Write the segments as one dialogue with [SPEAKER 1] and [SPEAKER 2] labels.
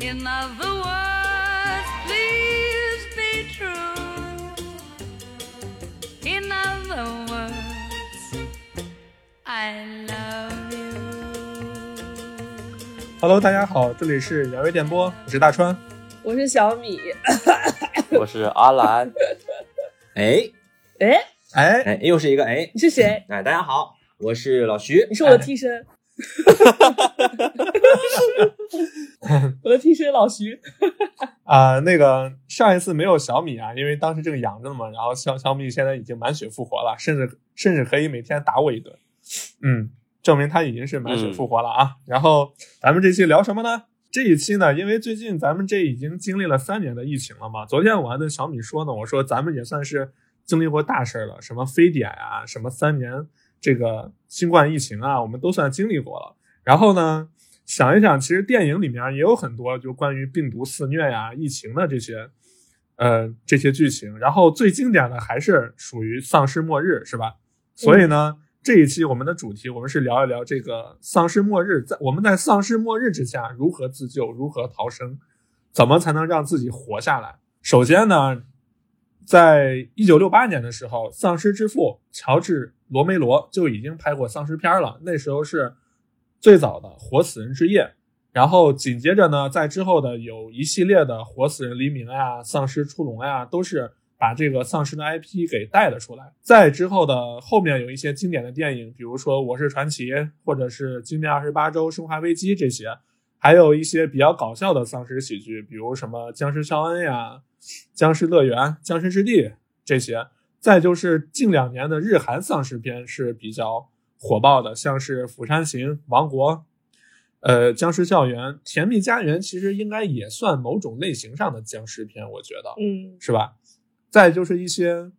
[SPEAKER 1] In other words, please be true. In other words, I love you.
[SPEAKER 2] Hello，大家好，这里是鸟语电波，我是大川。
[SPEAKER 3] 我是小米。
[SPEAKER 4] 我是阿兰，
[SPEAKER 5] 哎
[SPEAKER 3] 哎，
[SPEAKER 2] 哎，
[SPEAKER 5] 哎，又是一个哎
[SPEAKER 3] 你是谁？
[SPEAKER 5] 哎，大家好，我是老徐
[SPEAKER 3] 你。是我的替身。 我的替身老徐。
[SPEAKER 2] 啊、那个上一次没有小米啊，因为当时正阳着呢嘛，然后小小米现在已经满血复活了，甚至甚至可以每天打我一顿，嗯，证明他已经是满血复活了啊。然后咱们这期聊什么呢？这一期呢，因为最近咱们这已经经历了三年的疫情了嘛，昨天我还跟小米说呢，我说咱们也算是经历过大事儿了，什么非典啊，什么三年这个新冠疫情啊，我们都算经历过了。然后呢，想一想，其实电影里面也有很多就关于病毒肆虐呀、疫情的这些，呃，这些剧情。然后最经典的还是属于丧尸末日，是吧？所以呢，这一期我们的主题，我们是聊一聊这个丧尸末日，在我们在丧尸末日之下如何自救、如何逃生，怎么才能让自己活下来。首先呢，在一九六八年的时候，《丧尸之父》乔治·罗梅罗就已经拍过丧尸片了。那时候是最早的《活死人之夜》，然后紧接着呢，在之后的有一系列的《活死人黎明》呀、《丧尸出笼》呀，都是把这个丧尸的 IP 给带了出来。在之后的后面有一些经典的电影，比如说《我是传奇》或者是《惊变二十八周》《生化危机》这些，还有一些比较搞笑的丧尸喜剧，比如什么《僵尸肖恩》呀、《僵尸乐园》《僵尸之地》这些。再就是近两年的日韩丧尸片是比较火爆的，像是《釜山行》《王国》、呃《僵尸校园》《甜蜜家园》，其实应该也算某种类型上的僵尸片，我觉得。
[SPEAKER 3] 嗯，
[SPEAKER 2] 是吧？再就是一些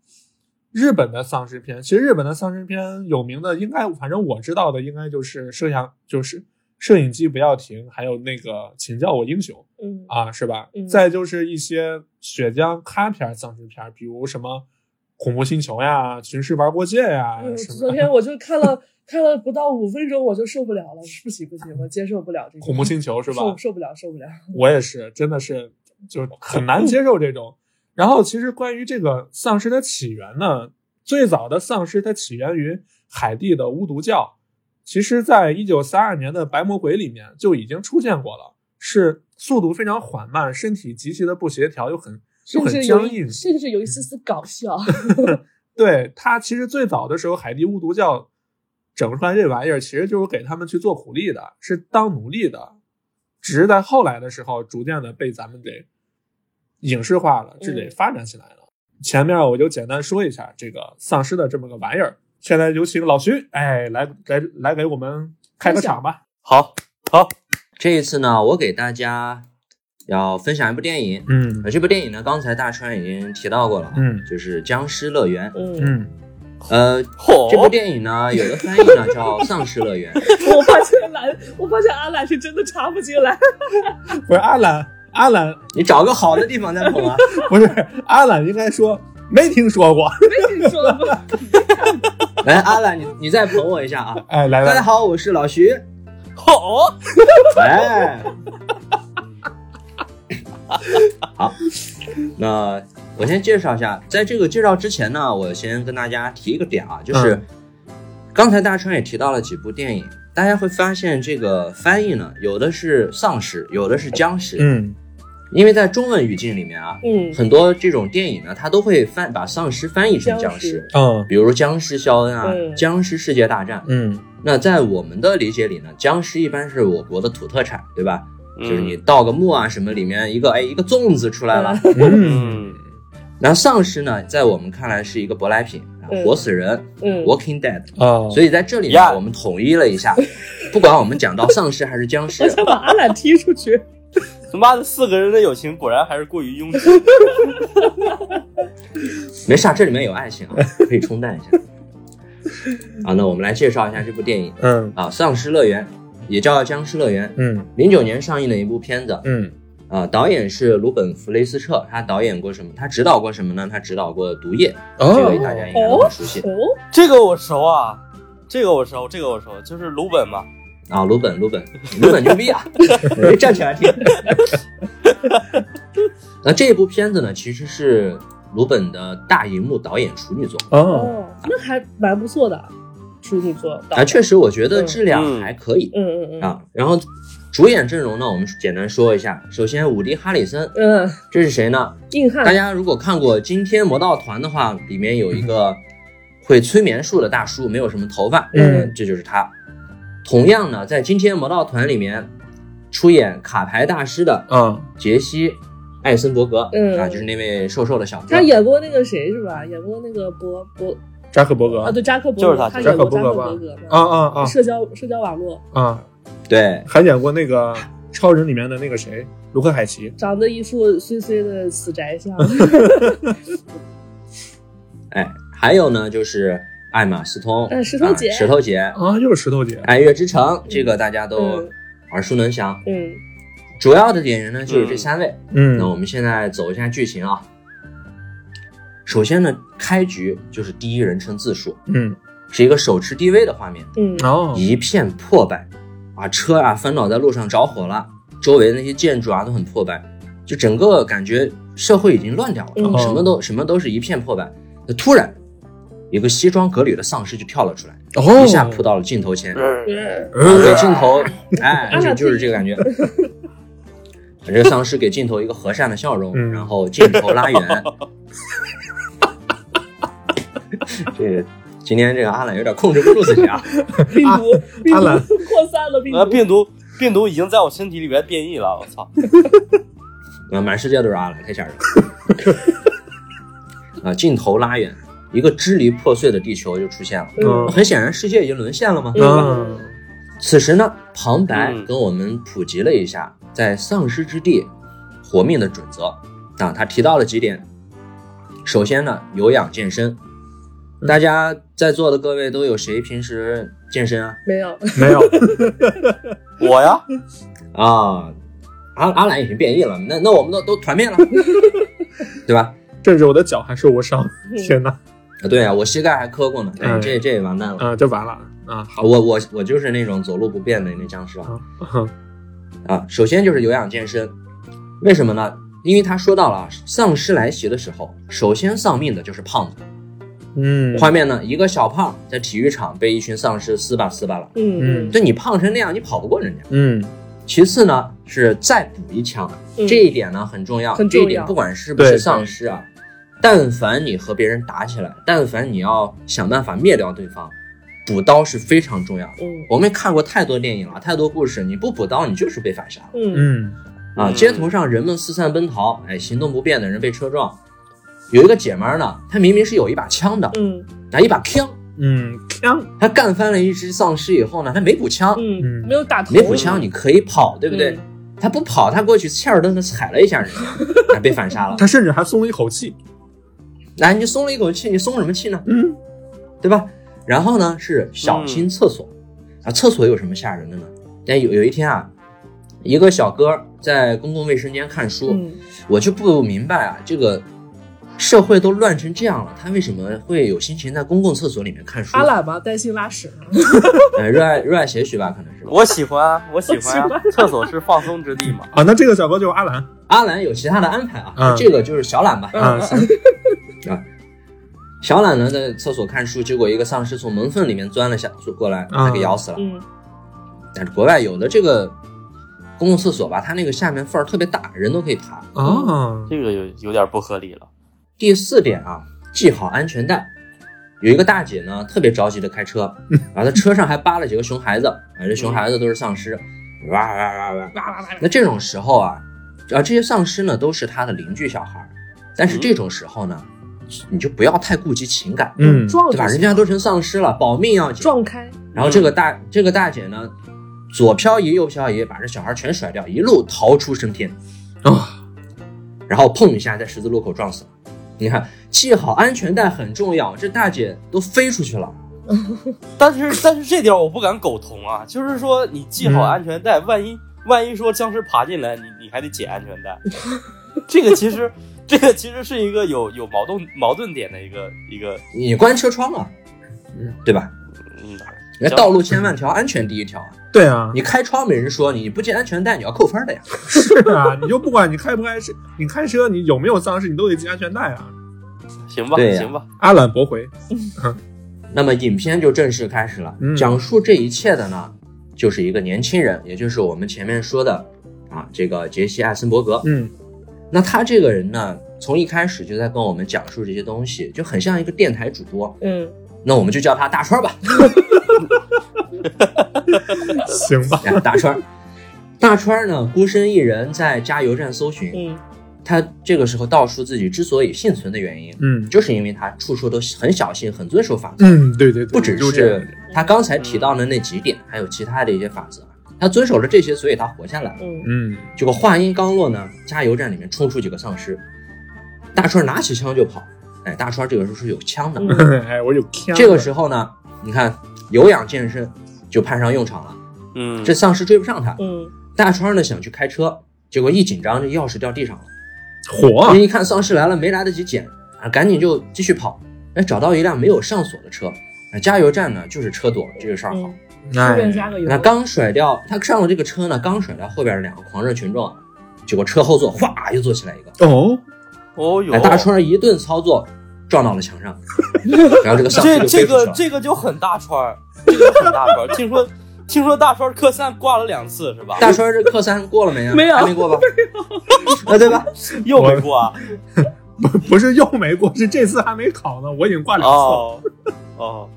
[SPEAKER 2] 日本的丧尸片，其实日本的丧尸片有名的，应该反正我知道的，应该就是摄像，就是摄影机不要停，还有那个请叫我英雄
[SPEAKER 3] 嗯
[SPEAKER 2] 啊，是吧？
[SPEAKER 3] 嗯
[SPEAKER 2] 再就是一些血浆咖片儿丧尸片儿，比如什么恐怖星球呀、群尸玩过界呀、
[SPEAKER 3] 嗯
[SPEAKER 2] 什
[SPEAKER 3] 昨
[SPEAKER 2] 么
[SPEAKER 3] 天我就看了看了不到五分钟，我就受不了了，不行不行，我接受不了 这个
[SPEAKER 2] 恐怖星球是吧？
[SPEAKER 3] 受受不了，受不了。
[SPEAKER 2] 我也是，真的是就很难接受这种。然后，其实关于这个丧尸的起源呢，最早的丧尸它起源于海地的巫毒教，其实在一九三二年的《白魔鬼》里面就已经出现过了，是速度非常缓慢，身体极其的不协调，又很又
[SPEAKER 3] 甚
[SPEAKER 2] 很
[SPEAKER 3] 至有
[SPEAKER 2] 僵硬
[SPEAKER 3] 一，甚至有一丝丝搞笑。
[SPEAKER 2] 对他其实最早的时候，海地巫毒教整出来这玩意儿，其实就是给他们去做苦力的，是当奴隶的。只是在后来的时候，逐渐的被咱们给影视化了，这得
[SPEAKER 3] 嗯
[SPEAKER 2] 发展起来了。前面我就简单说一下这个丧尸的这么个玩意儿。现在有请老徐，哎，来来来，给我们开个场吧。
[SPEAKER 4] 好，好，
[SPEAKER 5] 这一次呢，我给大家要分享一部电影。
[SPEAKER 2] 嗯
[SPEAKER 5] 呃，这部电影呢，刚才大川已经提到过了，
[SPEAKER 2] 嗯
[SPEAKER 5] 就是《僵尸乐园》。
[SPEAKER 4] 哦
[SPEAKER 3] 嗯，
[SPEAKER 2] 嗯，
[SPEAKER 5] 呃，
[SPEAKER 4] 嚯
[SPEAKER 5] 这部电影呢，有个翻译呢叫《丧尸乐园》。
[SPEAKER 3] 我发现兰，我发现阿兰是真的插不进来。
[SPEAKER 2] 不是阿兰，阿兰
[SPEAKER 5] 你找个好的地方再捧啊。
[SPEAKER 2] 不是阿兰，应该说没听说过。
[SPEAKER 3] 没听说过。
[SPEAKER 5] 来，哎阿兰，你你再捧我一下啊！
[SPEAKER 2] 哎，来
[SPEAKER 5] 大家
[SPEAKER 2] 来，
[SPEAKER 5] 好，我是老徐。
[SPEAKER 4] 好，
[SPEAKER 5] 哎， 好，那我先介绍一下。在这个介绍之前呢，我先跟大家提一个点啊，就是、
[SPEAKER 2] 嗯
[SPEAKER 5] 刚才大川也提到了几部电影，大家会发现这个翻译呢，有的是丧尸，有的是僵尸，
[SPEAKER 2] 嗯
[SPEAKER 5] 因为在中文语境里面啊，
[SPEAKER 3] 嗯
[SPEAKER 5] 很多这种电影呢，它都会翻把丧尸翻译成僵
[SPEAKER 3] 僵尸
[SPEAKER 2] 嗯
[SPEAKER 5] 比如《僵尸肖恩》啊，
[SPEAKER 3] 嗯
[SPEAKER 5] 僵尸世界大战》
[SPEAKER 2] 嗯
[SPEAKER 5] 那在我们的理解里呢，僵尸一般是我国的土特产，对吧？
[SPEAKER 4] 嗯
[SPEAKER 5] 就是你盗个墓啊什么，里面一个哎一个粽子出来了。
[SPEAKER 2] 嗯
[SPEAKER 4] 嗯
[SPEAKER 5] 然后丧尸呢，在我们看来是一个舶来品，啊
[SPEAKER 3] 嗯
[SPEAKER 5] 活死人、
[SPEAKER 3] 嗯
[SPEAKER 5] w a l k i n g Dead）。
[SPEAKER 2] 啊，
[SPEAKER 5] 所以在这里
[SPEAKER 4] 呀
[SPEAKER 5] 呢，我们统一了一下，不管我们讲到丧尸还是僵尸
[SPEAKER 3] 我，想把阿兰踢出去。
[SPEAKER 4] 他妈的四个人的友情果然还是过于拥挤。
[SPEAKER 5] 没事，啊，这里面有爱情啊，可以冲淡一下。啊，那我们来介绍一下这部电影
[SPEAKER 2] 嗯
[SPEAKER 5] 啊，《丧尸乐园》也叫《僵尸乐园》，
[SPEAKER 2] 嗯
[SPEAKER 5] 零九年上映的一部片子。
[SPEAKER 2] 嗯
[SPEAKER 5] 啊，导演是鲁本·弗雷斯彻，他导演过什么？他指导过什么呢？他指导过《毒液》，这
[SPEAKER 2] 哦
[SPEAKER 5] 个大家应该都很熟悉
[SPEAKER 3] 哦，
[SPEAKER 4] 这个我熟啊，这个我熟，这个我熟，就是鲁本嘛。
[SPEAKER 5] 哎啊。鲁本，鲁本，鲁本牛逼啊！你站起来听。那这部片子呢，其实是鲁本的大银幕导演处女作，
[SPEAKER 2] 哦，
[SPEAKER 3] 哦，那还蛮不错的，处女座导
[SPEAKER 5] 啊，
[SPEAKER 3] 演，
[SPEAKER 5] 确实我觉得
[SPEAKER 3] 嗯
[SPEAKER 5] 质量
[SPEAKER 4] 嗯
[SPEAKER 5] 还可以
[SPEAKER 3] 嗯嗯嗯，
[SPEAKER 5] 啊。然后主演阵容呢，我们简单说一下。首先，伍迪·哈里森，
[SPEAKER 3] 嗯，
[SPEAKER 5] 这是谁呢？
[SPEAKER 3] 硬汉
[SPEAKER 5] 大，家如果看过《惊天魔盗团》的话，里面有一
[SPEAKER 3] 嗯
[SPEAKER 5] 个会催眠术的大叔，没有什么头发，
[SPEAKER 2] 嗯
[SPEAKER 5] 这就是他。同样呢，在《惊天魔盗团》里面出演卡牌大师的
[SPEAKER 2] 嗯，
[SPEAKER 5] 杰西·艾森伯格，
[SPEAKER 3] 嗯
[SPEAKER 5] 啊，就是那位瘦瘦的小哥
[SPEAKER 3] 他。演过那个谁是吧？演过那个博博
[SPEAKER 2] 扎克伯格，
[SPEAKER 3] 啊，对，扎克伯格，
[SPEAKER 4] 就是他
[SPEAKER 3] 他演过扎
[SPEAKER 2] 扎
[SPEAKER 3] 克
[SPEAKER 2] 克伯格吧
[SPEAKER 3] 伯格嘛
[SPEAKER 2] 啊啊
[SPEAKER 3] 社交社交网络，
[SPEAKER 2] 啊啊，
[SPEAKER 5] 对，
[SPEAKER 2] 还演过那个超人里面的那个谁，卢克海奇，
[SPEAKER 3] 长得一副衰衰的死宅 相，
[SPEAKER 5] 哎，还有呢，就是艾玛·斯通，
[SPEAKER 3] 嗯石头姐
[SPEAKER 5] 啊石头姐，
[SPEAKER 2] 啊，又是石头姐，
[SPEAKER 5] 爱乐之城，这个大家都
[SPEAKER 3] 嗯
[SPEAKER 5] 耳熟能详。
[SPEAKER 3] 嗯，
[SPEAKER 5] 主要的演员呢就是这
[SPEAKER 4] 嗯
[SPEAKER 5] 三位。
[SPEAKER 2] 嗯
[SPEAKER 5] 那我们现在走一下剧情啊。首先呢，开局就是第一人称自述，
[SPEAKER 2] 嗯，
[SPEAKER 5] 是一个手持 DV 的画面，
[SPEAKER 3] 嗯，
[SPEAKER 2] 哦，
[SPEAKER 5] 一片破败，啊，车啊翻倒在路上着火了，周围的那些建筑啊都很破败，就整个感觉社会已经乱掉了，
[SPEAKER 3] 嗯
[SPEAKER 5] 什么都什么都是一片破败。那突然，一个西装革履的丧尸就跳了出来，
[SPEAKER 2] 哦
[SPEAKER 5] 一下扑到了镜头前，
[SPEAKER 3] 嗯
[SPEAKER 5] 然后啊给镜头，哎，就就是这个感觉。这个丧尸给镜头一个和善的笑容，
[SPEAKER 2] 嗯
[SPEAKER 5] 然后镜头拉远。这个今天这个阿懒有点控制不住自己啊！
[SPEAKER 3] 病毒病
[SPEAKER 2] 阿兰
[SPEAKER 3] 毒扩散了，病
[SPEAKER 4] 那
[SPEAKER 3] 毒，
[SPEAKER 4] 病毒病毒已经在我身体里边变异了，我 操！
[SPEAKER 5] 啊，满世界都是阿懒，太吓人了。 啊，镜头拉远，一个支离破碎的地球就出现了。
[SPEAKER 2] 嗯
[SPEAKER 5] 很显然，世界已经沦陷了嘛。
[SPEAKER 3] 嗯
[SPEAKER 2] 嗯
[SPEAKER 5] 此时呢，旁白
[SPEAKER 4] 嗯
[SPEAKER 5] 跟我们普及了一下在丧尸之地活命的准则啊，他提到了几点。首先呢，有氧健身，大家在座的各位都有谁平时健身啊？
[SPEAKER 3] 没有，
[SPEAKER 2] 没有，
[SPEAKER 4] 我呀，
[SPEAKER 5] 啊，阿阿兰已经变异了，那那我们都都团灭了，对吧？
[SPEAKER 2] 甚至我的脚还受过伤，天哪，
[SPEAKER 5] 啊，对啊，我膝盖还磕过呢，哎，
[SPEAKER 2] 嗯
[SPEAKER 5] 这这完蛋了。
[SPEAKER 2] 啊，这完了啊，
[SPEAKER 5] 好，我我我就是那种走路不便的那僵尸啊。
[SPEAKER 2] 哼
[SPEAKER 5] 啊，首先就是有氧健身，为什么呢？因为他说到了啊丧尸来袭的时候，首先丧命的就是胖子。
[SPEAKER 2] 嗯，
[SPEAKER 5] 画面呢，一个小胖在体育场被一群丧尸撕吧撕吧了，
[SPEAKER 3] 嗯
[SPEAKER 5] 对你胖成那样，你跑不过人家。
[SPEAKER 2] 嗯，
[SPEAKER 5] 其次呢，是再补一枪，
[SPEAKER 3] 嗯
[SPEAKER 5] 这一点呢很重要，
[SPEAKER 3] 很
[SPEAKER 5] 这
[SPEAKER 3] 重要
[SPEAKER 5] 一点不管是不是
[SPEAKER 2] 对
[SPEAKER 5] 丧尸啊，但凡你和别人打起来，但凡你要想办法灭掉对方，补刀是非常重要的。
[SPEAKER 3] 嗯
[SPEAKER 5] 我们看过太多电影了，太多故事，你不补刀，你就是被反杀了。
[SPEAKER 3] 嗯
[SPEAKER 2] 嗯，
[SPEAKER 5] 啊，
[SPEAKER 4] 嗯
[SPEAKER 5] 街头上人们四散奔逃，哎，行动不便的人被车撞。有一个姐们儿呢，她明明是有一把枪的，
[SPEAKER 3] 嗯
[SPEAKER 5] 拿一把枪，
[SPEAKER 2] 嗯，锵，
[SPEAKER 5] 她干翻了一只丧尸以后呢，她没补枪，
[SPEAKER 3] 嗯，没有打头，
[SPEAKER 5] 没补枪你可以跑，对不对？
[SPEAKER 3] 嗯
[SPEAKER 5] 她不跑，她过去欠儿蹬的踩了一下人家，哎，被反杀了。
[SPEAKER 2] 他甚至还松了一口气，
[SPEAKER 5] 哎，你松了一口气，你松什么气呢？
[SPEAKER 2] 嗯，
[SPEAKER 5] 对吧？然后呢是小心厕所、啊，厕所有什么吓人的呢？但有有一天啊，一个小哥在公共卫生间看书，
[SPEAKER 3] 嗯
[SPEAKER 5] 我就不明白啊，这个社会都乱成这样了，他为什么会有心情在公共厕所里面看书？
[SPEAKER 3] 阿懒嘛，担心拉屎嘛，
[SPEAKER 5] 呃，热爱热爱写许吧，可能是吧。
[SPEAKER 4] 我喜欢啊，我喜欢
[SPEAKER 3] 我喜
[SPEAKER 4] 啊，厕所是放松之地嘛。
[SPEAKER 2] 啊，那这个小哥就是阿兰，
[SPEAKER 5] 阿兰有其他的安排啊，
[SPEAKER 2] 嗯
[SPEAKER 5] 这个就是小懒吧。啊
[SPEAKER 2] 啊，
[SPEAKER 5] 小懒呢在厕所看书，结果一个丧尸从门缝里面钻了下过来，把他给咬死了。
[SPEAKER 3] 嗯
[SPEAKER 5] 但是国外有的这个公共厕所吧，它那个下面缝儿特别大，人都可以爬。
[SPEAKER 2] 啊，
[SPEAKER 4] 这个有有点不合理了。
[SPEAKER 5] 第四点啊，系好安全带。有一个大姐呢，特别着急的开 车，然后她车上还扒了几个熊孩子，啊，这熊孩子都是丧尸，哇哇哇哇哇！
[SPEAKER 3] 哇哇哇，
[SPEAKER 5] 那这种时候啊，啊，这些丧尸呢都是她的邻居小孩儿，但是这种时候呢，你就嗯不要太顾及情感，
[SPEAKER 2] 嗯，
[SPEAKER 3] 撞
[SPEAKER 5] 对吧？人家都成丧尸了，保命要紧。
[SPEAKER 3] 撞开，
[SPEAKER 5] 然后这个大这个大姐呢，左漂移右漂移，把这小孩全甩掉，一路逃出升天，
[SPEAKER 2] 啊，
[SPEAKER 5] 然后砰一下在十字路口撞死了。你看，系好安全带很重要，这大姐都飞出去了。
[SPEAKER 4] 但是但是这点我不敢苟同啊，就是说你系好
[SPEAKER 2] 嗯
[SPEAKER 4] 安全带，万一万一说僵尸爬进来，你你还得解安全 带。这个其实这个其实是一个有有矛盾矛盾点的一个一个
[SPEAKER 5] 你关车窗啊，对吧？
[SPEAKER 4] 嗯，
[SPEAKER 5] 那
[SPEAKER 4] 行
[SPEAKER 5] 道路千万条，安全第一条啊。
[SPEAKER 2] 对啊，
[SPEAKER 5] 你开窗没人说你，你不系安全带你要扣分的呀。
[SPEAKER 2] 是啊， 你就不管你开不开车，你开车你有没有丧尸，你都得系安全带啊。
[SPEAKER 4] 行吧，
[SPEAKER 5] 对呀
[SPEAKER 4] 行吧，
[SPEAKER 2] 阿懒驳回，
[SPEAKER 5] 那么影片就正式开始了，
[SPEAKER 2] 嗯
[SPEAKER 5] 讲述这一切的呢，就是一个年轻人，也就是我们前面说的啊，这个杰西·艾森伯格。
[SPEAKER 2] 嗯
[SPEAKER 5] 那他这个人呢，从一开始就在跟我们讲述这些东西，就很像一个电台主播。
[SPEAKER 3] 嗯，
[SPEAKER 5] 那我们就叫他大川吧，
[SPEAKER 2] 行吧，
[SPEAKER 5] 哎大川。大川呢，孤身一人在加油站搜寻，
[SPEAKER 3] 嗯
[SPEAKER 5] 他这个时候道出自己之所以幸存的原因，
[SPEAKER 2] 嗯
[SPEAKER 5] 就是因为他处处都很小心，很遵守法则，
[SPEAKER 2] 嗯，对对对，
[SPEAKER 5] 不只
[SPEAKER 2] 就这样嗯
[SPEAKER 5] 是他刚才提到的那几点，还有其他的一些法则，他遵守了这些，所以他活下来了。
[SPEAKER 3] 嗯
[SPEAKER 2] 嗯
[SPEAKER 5] 结果话音刚落呢，加油站里面冲出几个丧尸，大川拿起枪就跑，哎，大川这个时候是有枪的，
[SPEAKER 3] 嗯，
[SPEAKER 2] 哎，我有天，
[SPEAKER 5] 这个时候呢，你看有氧健身就派上用场了，
[SPEAKER 4] 嗯，
[SPEAKER 5] 这丧尸追不上他，
[SPEAKER 3] 嗯
[SPEAKER 5] 大川呢想去开车，结果一紧张这钥匙掉地上了。
[SPEAKER 2] 火啊
[SPEAKER 5] 人，一看丧尸来了，没来得及捡啊，赶紧就继续跑，哎，找到一辆没有上锁的车，啊，加油站呢就是车躲这个事儿好。
[SPEAKER 3] 嗯，顺
[SPEAKER 2] 哎
[SPEAKER 3] 便加个油
[SPEAKER 5] 那，刚甩掉他上了这个车呢，刚甩掉后边的两个狂热群众啊，结果车后座哗又坐起来一个，
[SPEAKER 2] 哦，
[SPEAKER 4] 哦哟
[SPEAKER 5] 哎，，大川一顿操作撞到了墙上，然后这个丧尸
[SPEAKER 4] 这
[SPEAKER 5] 就飞
[SPEAKER 4] 这
[SPEAKER 5] 出去
[SPEAKER 4] 个
[SPEAKER 5] 了。
[SPEAKER 4] 这个就很大川儿，这个就很大川儿。 听说听说大川儿科三挂了两次是吧？
[SPEAKER 5] 大川这课三过了没啊？
[SPEAKER 3] 没有
[SPEAKER 5] 还没过吧？啊，对吧？
[SPEAKER 4] 又没过 啊？
[SPEAKER 2] 不不是又没过， 是这次还没考呢，我已经挂两次了。
[SPEAKER 4] 哦哦，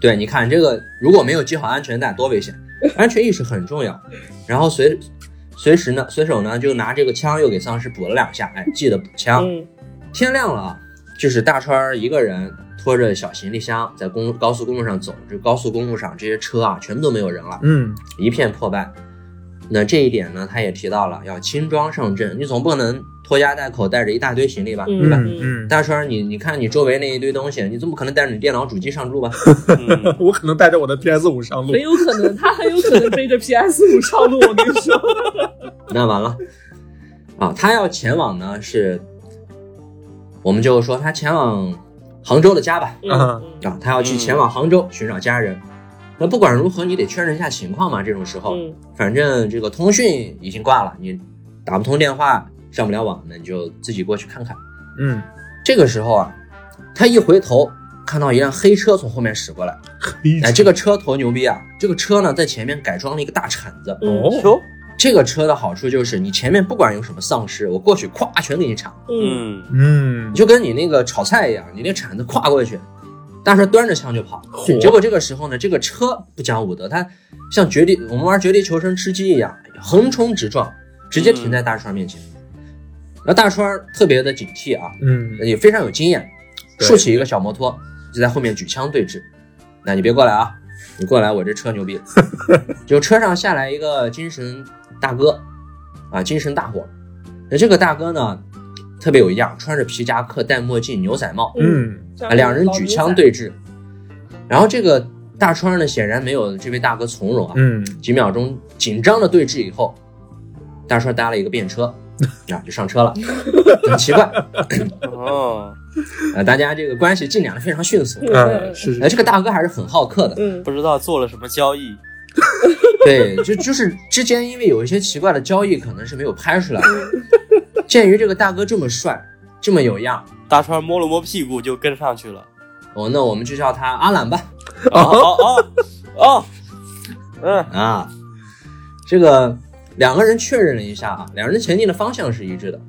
[SPEAKER 5] 对，你看这个如果没有系好安全带，多危险！安全意识很重要。然后随随时呢，随手呢就拿这个枪又给丧尸补了两下，哎，记得补枪。
[SPEAKER 3] 嗯
[SPEAKER 5] 天亮了啊，就是大川儿一个人拖着小行李箱在公高速公路上走，这高速公路上这些车啊，全部都没有人了，
[SPEAKER 2] 嗯
[SPEAKER 5] 一片破败。那这一点呢，他也提到了，要轻装上阵，你总不能拖家带口带着一大堆行李吧？
[SPEAKER 3] 嗯
[SPEAKER 2] 嗯
[SPEAKER 3] 吧
[SPEAKER 2] 嗯，
[SPEAKER 5] 大川儿，你你看你周围那一堆东西，你怎么可能带着你电脑主机上路吧？
[SPEAKER 4] 嗯，
[SPEAKER 2] 我可能带着我的 PS 五上路
[SPEAKER 3] 很。有可能，他很有可能背着 PS 五上路。我跟你说，
[SPEAKER 5] 那完了，啊，他要前往呢是，我们就说他前往杭州的家吧，
[SPEAKER 3] 嗯
[SPEAKER 5] 啊，他要去前往杭州寻找家人。那不管如何，你得确认一下情况嘛。这种时候，
[SPEAKER 3] 嗯
[SPEAKER 5] 反正这个通讯已经挂了，你打不通电话，上不了网，那你就自己过去看看。
[SPEAKER 2] 嗯，
[SPEAKER 5] 这个时候啊，他一回头，看到一辆黑车从后面驶过来。
[SPEAKER 2] 一
[SPEAKER 5] 哎，这个车头牛逼啊！这个车呢，在前面改装了一个大铲子。
[SPEAKER 3] 嗯
[SPEAKER 2] 哦，
[SPEAKER 4] 哟，
[SPEAKER 5] 这个车的好处就是，你前面不管有什么丧尸，我过去咵全给你铲，
[SPEAKER 3] 嗯
[SPEAKER 4] 嗯，
[SPEAKER 2] 嗯
[SPEAKER 5] 你，就跟你那个炒菜一样，你那铲子咵过去，大帅端着枪就跑。
[SPEAKER 2] 嚯
[SPEAKER 5] 结果这个时候呢，这个车不讲武德，它像绝地，我们玩绝地求生吃鸡一样，横冲直撞，直接停在大川面前。那大川特别的警惕啊，
[SPEAKER 2] 嗯
[SPEAKER 5] 也非常有经验，
[SPEAKER 2] 对
[SPEAKER 5] 竖起一个小摩托，就在后面举枪对峙。那你别过来啊，你过来我这车 牛逼。就车上下来一个精神大哥，啊，精神大伙。那这个大哥呢，特别有样，穿着皮夹克、戴墨镜、牛仔帽，
[SPEAKER 2] 嗯，
[SPEAKER 5] 啊，两人举枪，对峙。然后这个大川呢，显然没有这位大哥从容啊，
[SPEAKER 2] 嗯，
[SPEAKER 5] 几秒钟紧张的对峙以后，大川搭了一个 便车，啊，就上车了。很奇怪，
[SPEAKER 4] 哦，
[SPEAKER 5] 呃，大家这个关系进展的非常迅速。
[SPEAKER 2] 哎，是
[SPEAKER 5] 呃，
[SPEAKER 2] 是，
[SPEAKER 5] 这个大哥还是很好客的，
[SPEAKER 3] 嗯
[SPEAKER 4] 不知道做了什么交易。
[SPEAKER 5] 对，就就是之间因为有一些奇怪的交易，可能是没有拍出来的。鉴于这个大哥这么帅，这么有样，
[SPEAKER 4] 大川摸了摸屁股就跟上去了。
[SPEAKER 5] 哦，那我们就叫他阿懒吧。
[SPEAKER 4] 哦哦哦哦，嗯
[SPEAKER 5] 啊，这个两个人确认了一下啊，两人前进的方向是一致的，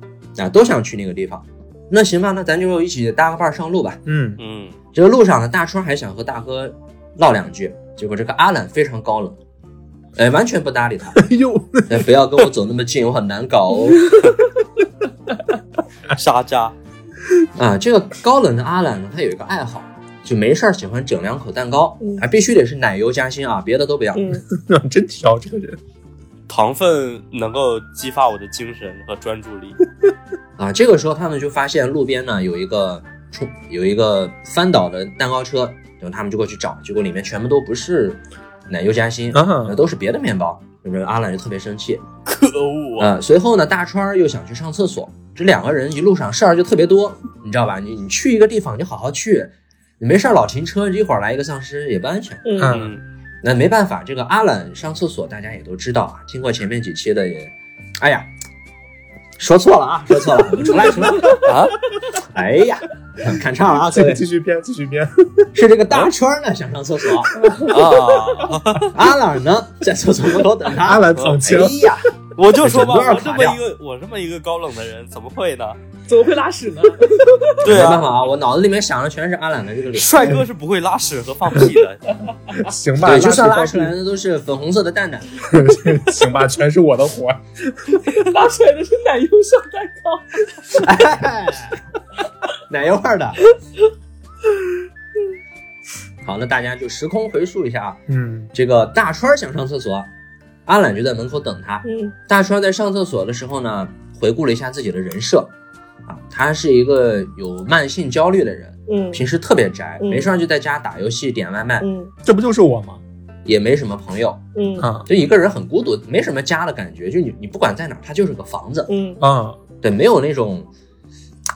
[SPEAKER 5] 啊，都想去那个地方。那行吧，那咱就一起搭个伴儿上路吧。
[SPEAKER 2] 嗯
[SPEAKER 4] 嗯
[SPEAKER 5] 这个路上呢，大川还想和大哥唠两句，结果这个阿懒非常高冷，哎，完全不搭理他。
[SPEAKER 2] 哟，
[SPEAKER 5] 哎，不要跟我走那么近，我很难搞 哦。
[SPEAKER 4] 沙渣，
[SPEAKER 5] 啊，这个高冷的阿懒呢，他有一个爱好，就没事儿喜欢整两口蛋糕
[SPEAKER 3] 嗯，
[SPEAKER 5] 啊，必须得是奶油夹心啊，别的都不要。
[SPEAKER 3] 嗯
[SPEAKER 2] 真挑这个人，
[SPEAKER 4] 糖分能够激发我的精神和专注 力。
[SPEAKER 5] 啊，这个时候他们就发现路边呢有一个冲有一个翻倒的蛋糕车，然后他们就过去找，结果里面全部都不是奶油夹心，
[SPEAKER 2] 啊
[SPEAKER 5] 呃都是别的面包。这阿懒就特别生气，
[SPEAKER 4] 可恶啊！
[SPEAKER 5] 呃，随后呢，大川儿又想去上厕所，这两个人一路上事儿就特别多，你知道吧？你你去一个地方你就好好去，你没事儿老停车，一会儿来一个丧尸也不安全。
[SPEAKER 3] 嗯
[SPEAKER 2] 嗯
[SPEAKER 4] 嗯，
[SPEAKER 5] 那没办法，这个阿懒上厕所大家也都知道啊，听过前面几期的也，哎呀，说错了啊，说错了，我们重来重来啊！哎呀，看 岔了啊，
[SPEAKER 2] 继
[SPEAKER 5] 各位
[SPEAKER 2] 继续编，继续编。
[SPEAKER 5] 是这个大圈儿呢想上厕所，
[SPEAKER 4] 啊！
[SPEAKER 5] 阿懒呢在厕所门口等他。
[SPEAKER 2] 阿兰藏
[SPEAKER 5] 哎
[SPEAKER 2] 枪，
[SPEAKER 5] 呀，
[SPEAKER 4] 我就说吧，
[SPEAKER 5] 整段
[SPEAKER 4] 我
[SPEAKER 5] 儿
[SPEAKER 4] 这
[SPEAKER 5] 卡
[SPEAKER 4] 么
[SPEAKER 5] 掉
[SPEAKER 4] 一个我这么一个高冷的人，怎么 会呢？
[SPEAKER 3] 怎么会拉屎呢？
[SPEAKER 4] 对
[SPEAKER 5] 没办
[SPEAKER 4] 啊，
[SPEAKER 5] 法啊，我脑子里面想的全是阿懒的这个脸。
[SPEAKER 4] 帅哥是不会拉屎和放屁的。
[SPEAKER 2] 行吧，
[SPEAKER 5] 对，就算拉
[SPEAKER 2] 拉
[SPEAKER 5] 出来的都是粉红色的蛋蛋，
[SPEAKER 2] 来， 行吧，全是我的活。
[SPEAKER 3] 拉出来的是奶油小蛋糕。
[SPEAKER 5] 哎 奶油味儿的。 好，那大家就时空回溯一下啊，
[SPEAKER 2] 嗯，
[SPEAKER 5] 这个大川儿想上厕所，阿懒就在门口等他。
[SPEAKER 3] 嗯
[SPEAKER 5] 大川在上厕所的时候呢，回顾了一下自己的人设，啊，他是一个有慢性焦虑的人，
[SPEAKER 3] 嗯
[SPEAKER 5] 平时特别宅，
[SPEAKER 3] 嗯
[SPEAKER 5] 没事儿就在家打游戏、点外卖，
[SPEAKER 3] 嗯
[SPEAKER 2] 这不就是我吗？
[SPEAKER 5] 也没什么朋友，
[SPEAKER 3] 嗯
[SPEAKER 2] 啊
[SPEAKER 5] 就一个人很孤独，没什么家的感觉。就你你不管在哪儿，他就是个房子，
[SPEAKER 3] 嗯
[SPEAKER 2] 啊，
[SPEAKER 5] 对，没有那种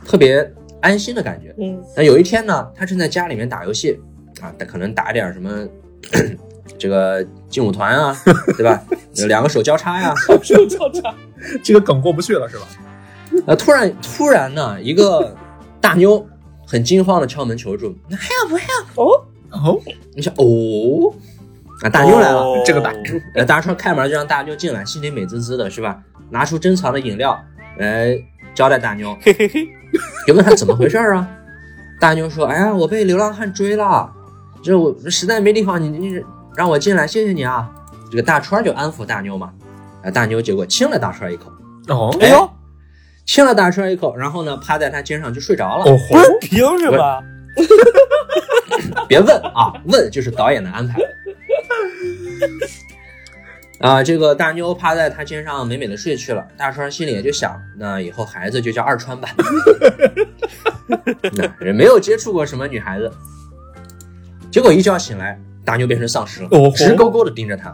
[SPEAKER 5] 特别安心的感觉。
[SPEAKER 3] 嗯
[SPEAKER 5] 那有一天呢，他正在家里面打游戏啊，他可能打点什么 这个劲舞团啊，对吧？有两个手交叉呀、
[SPEAKER 3] 嗯，手交叉。
[SPEAKER 2] 这个梗过不去了是吧？
[SPEAKER 5] 呃，突然突然呢，一个大妞很惊慌的敲门求助，那
[SPEAKER 3] 哦，
[SPEAKER 2] 哦，
[SPEAKER 5] 你想哦，啊，大妞来了，
[SPEAKER 4] 哦
[SPEAKER 2] 这个大
[SPEAKER 5] 呃，大川开门就让大妞进来，心里美滋滋的是吧？拿出珍藏的饮料来招待大妞，
[SPEAKER 4] 嘿嘿嘿，
[SPEAKER 5] 就问他怎么回事儿啊？大妞说：“哎呀，我被流浪汉追了，这我实在没地方，你你让我进来，谢谢你啊。”这个大川就安抚大妞嘛，啊，大妞结果亲了大川一口，
[SPEAKER 2] 哦
[SPEAKER 4] 哎呦，
[SPEAKER 5] 亲了大川一口，然后呢趴在他肩上就睡着了。
[SPEAKER 2] 哦
[SPEAKER 4] 不是凭什么？
[SPEAKER 5] 别问啊，问就是导演的安排。啊，这个大妞趴在他肩上美美的睡去了。大川心里也就想，那以后孩子就叫二川吧。 那也没有接触过什么女孩子，结果一觉醒来，大妞变成丧尸了
[SPEAKER 2] 哦吼，
[SPEAKER 5] 直勾勾的盯着他。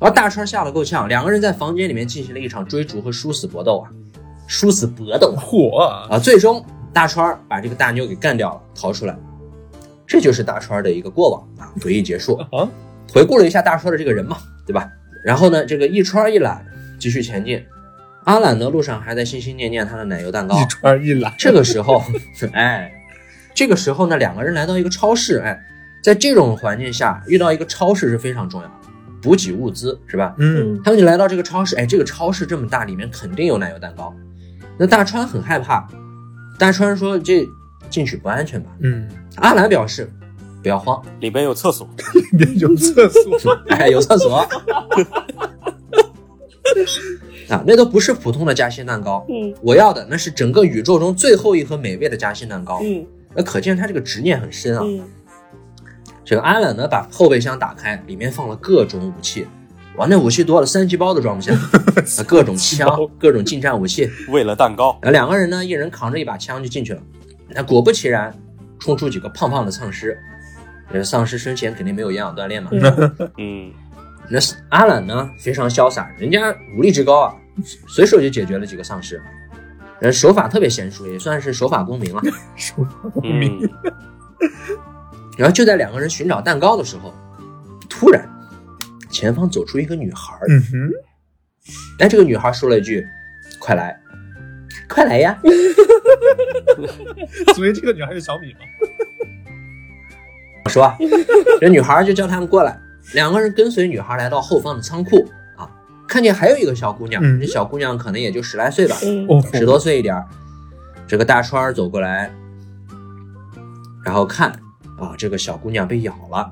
[SPEAKER 5] 然后大川吓得够呛，两个人在房间里面进行了一场追逐和殊死搏斗啊，殊死搏斗啊。
[SPEAKER 2] 火，
[SPEAKER 5] 啊，最终大川儿把这个大妞给干掉了，逃出来。这就是大川儿的一个过往啊，回忆结束。
[SPEAKER 2] 啊
[SPEAKER 5] 回顾了一下大川儿的这个人嘛，对吧？然后呢，这个一川儿一揽继续前进。阿懒呢，路上还在心心念念他的奶油蛋糕
[SPEAKER 2] 一。穿一揽，
[SPEAKER 5] 这个时候， 哎，这个时候呢，两个人来到一个超市，哎，在这种环境下遇到一个超市是非常重要的，补给物资是吧？
[SPEAKER 2] 嗯，
[SPEAKER 3] 嗯
[SPEAKER 5] 他们就来到这个超市，哎，这个超市这么大，里面肯定有奶油蛋糕。那大川很害怕，大川说这进去不安全吧？
[SPEAKER 2] 嗯，
[SPEAKER 5] 阿兰表示不要慌，
[SPEAKER 4] 里面有厕所，
[SPEAKER 2] 里面有厕所，
[SPEAKER 5] 哎，有厕所。 啊，那都不是普通的夹心蛋糕，
[SPEAKER 3] 嗯
[SPEAKER 5] 我要的那是整个宇宙中最后一盒美味的夹心蛋糕。
[SPEAKER 3] 嗯
[SPEAKER 5] 那可见他这个执念很深啊。
[SPEAKER 3] 嗯
[SPEAKER 5] 这个阿兰呢，把后备箱打开，里面放了各种武器。哇，那武器多了，三级包都装 不下，啊各种枪
[SPEAKER 2] 包，
[SPEAKER 5] 各种近战武器。
[SPEAKER 4] 为了蛋 糕，
[SPEAKER 5] 然后两个人呢，一人扛着一把枪就进去了。那果不其然，冲出几个胖胖的丧尸。呃，丧尸生前肯定没有营养锻炼嘛。
[SPEAKER 3] 嗯
[SPEAKER 4] 嗯，
[SPEAKER 5] 那阿懒呢，非常潇洒，人家武力值高啊，随手就解决了几个丧尸。呃，手法特别娴熟，也算是守法公民了。
[SPEAKER 2] 说
[SPEAKER 4] 嗯，
[SPEAKER 5] 然后就在两个人寻找蛋糕的时候，突然前方走出一个女孩儿。
[SPEAKER 2] 嗯哼，
[SPEAKER 5] 哎，这个女孩说了一句：“快来，快来呀！”
[SPEAKER 2] 所以这个女孩是小米吗？
[SPEAKER 5] 我说啊，这女孩就叫他们过来，两个人跟随女孩来到后方的仓库啊，看见还有一个小姑娘，
[SPEAKER 2] 嗯
[SPEAKER 5] 这小姑娘可能也就十来岁吧，
[SPEAKER 3] 嗯
[SPEAKER 2] 哦，
[SPEAKER 5] 十多岁一点儿。这个大川儿走过来，然后看啊，这个小姑娘被咬了，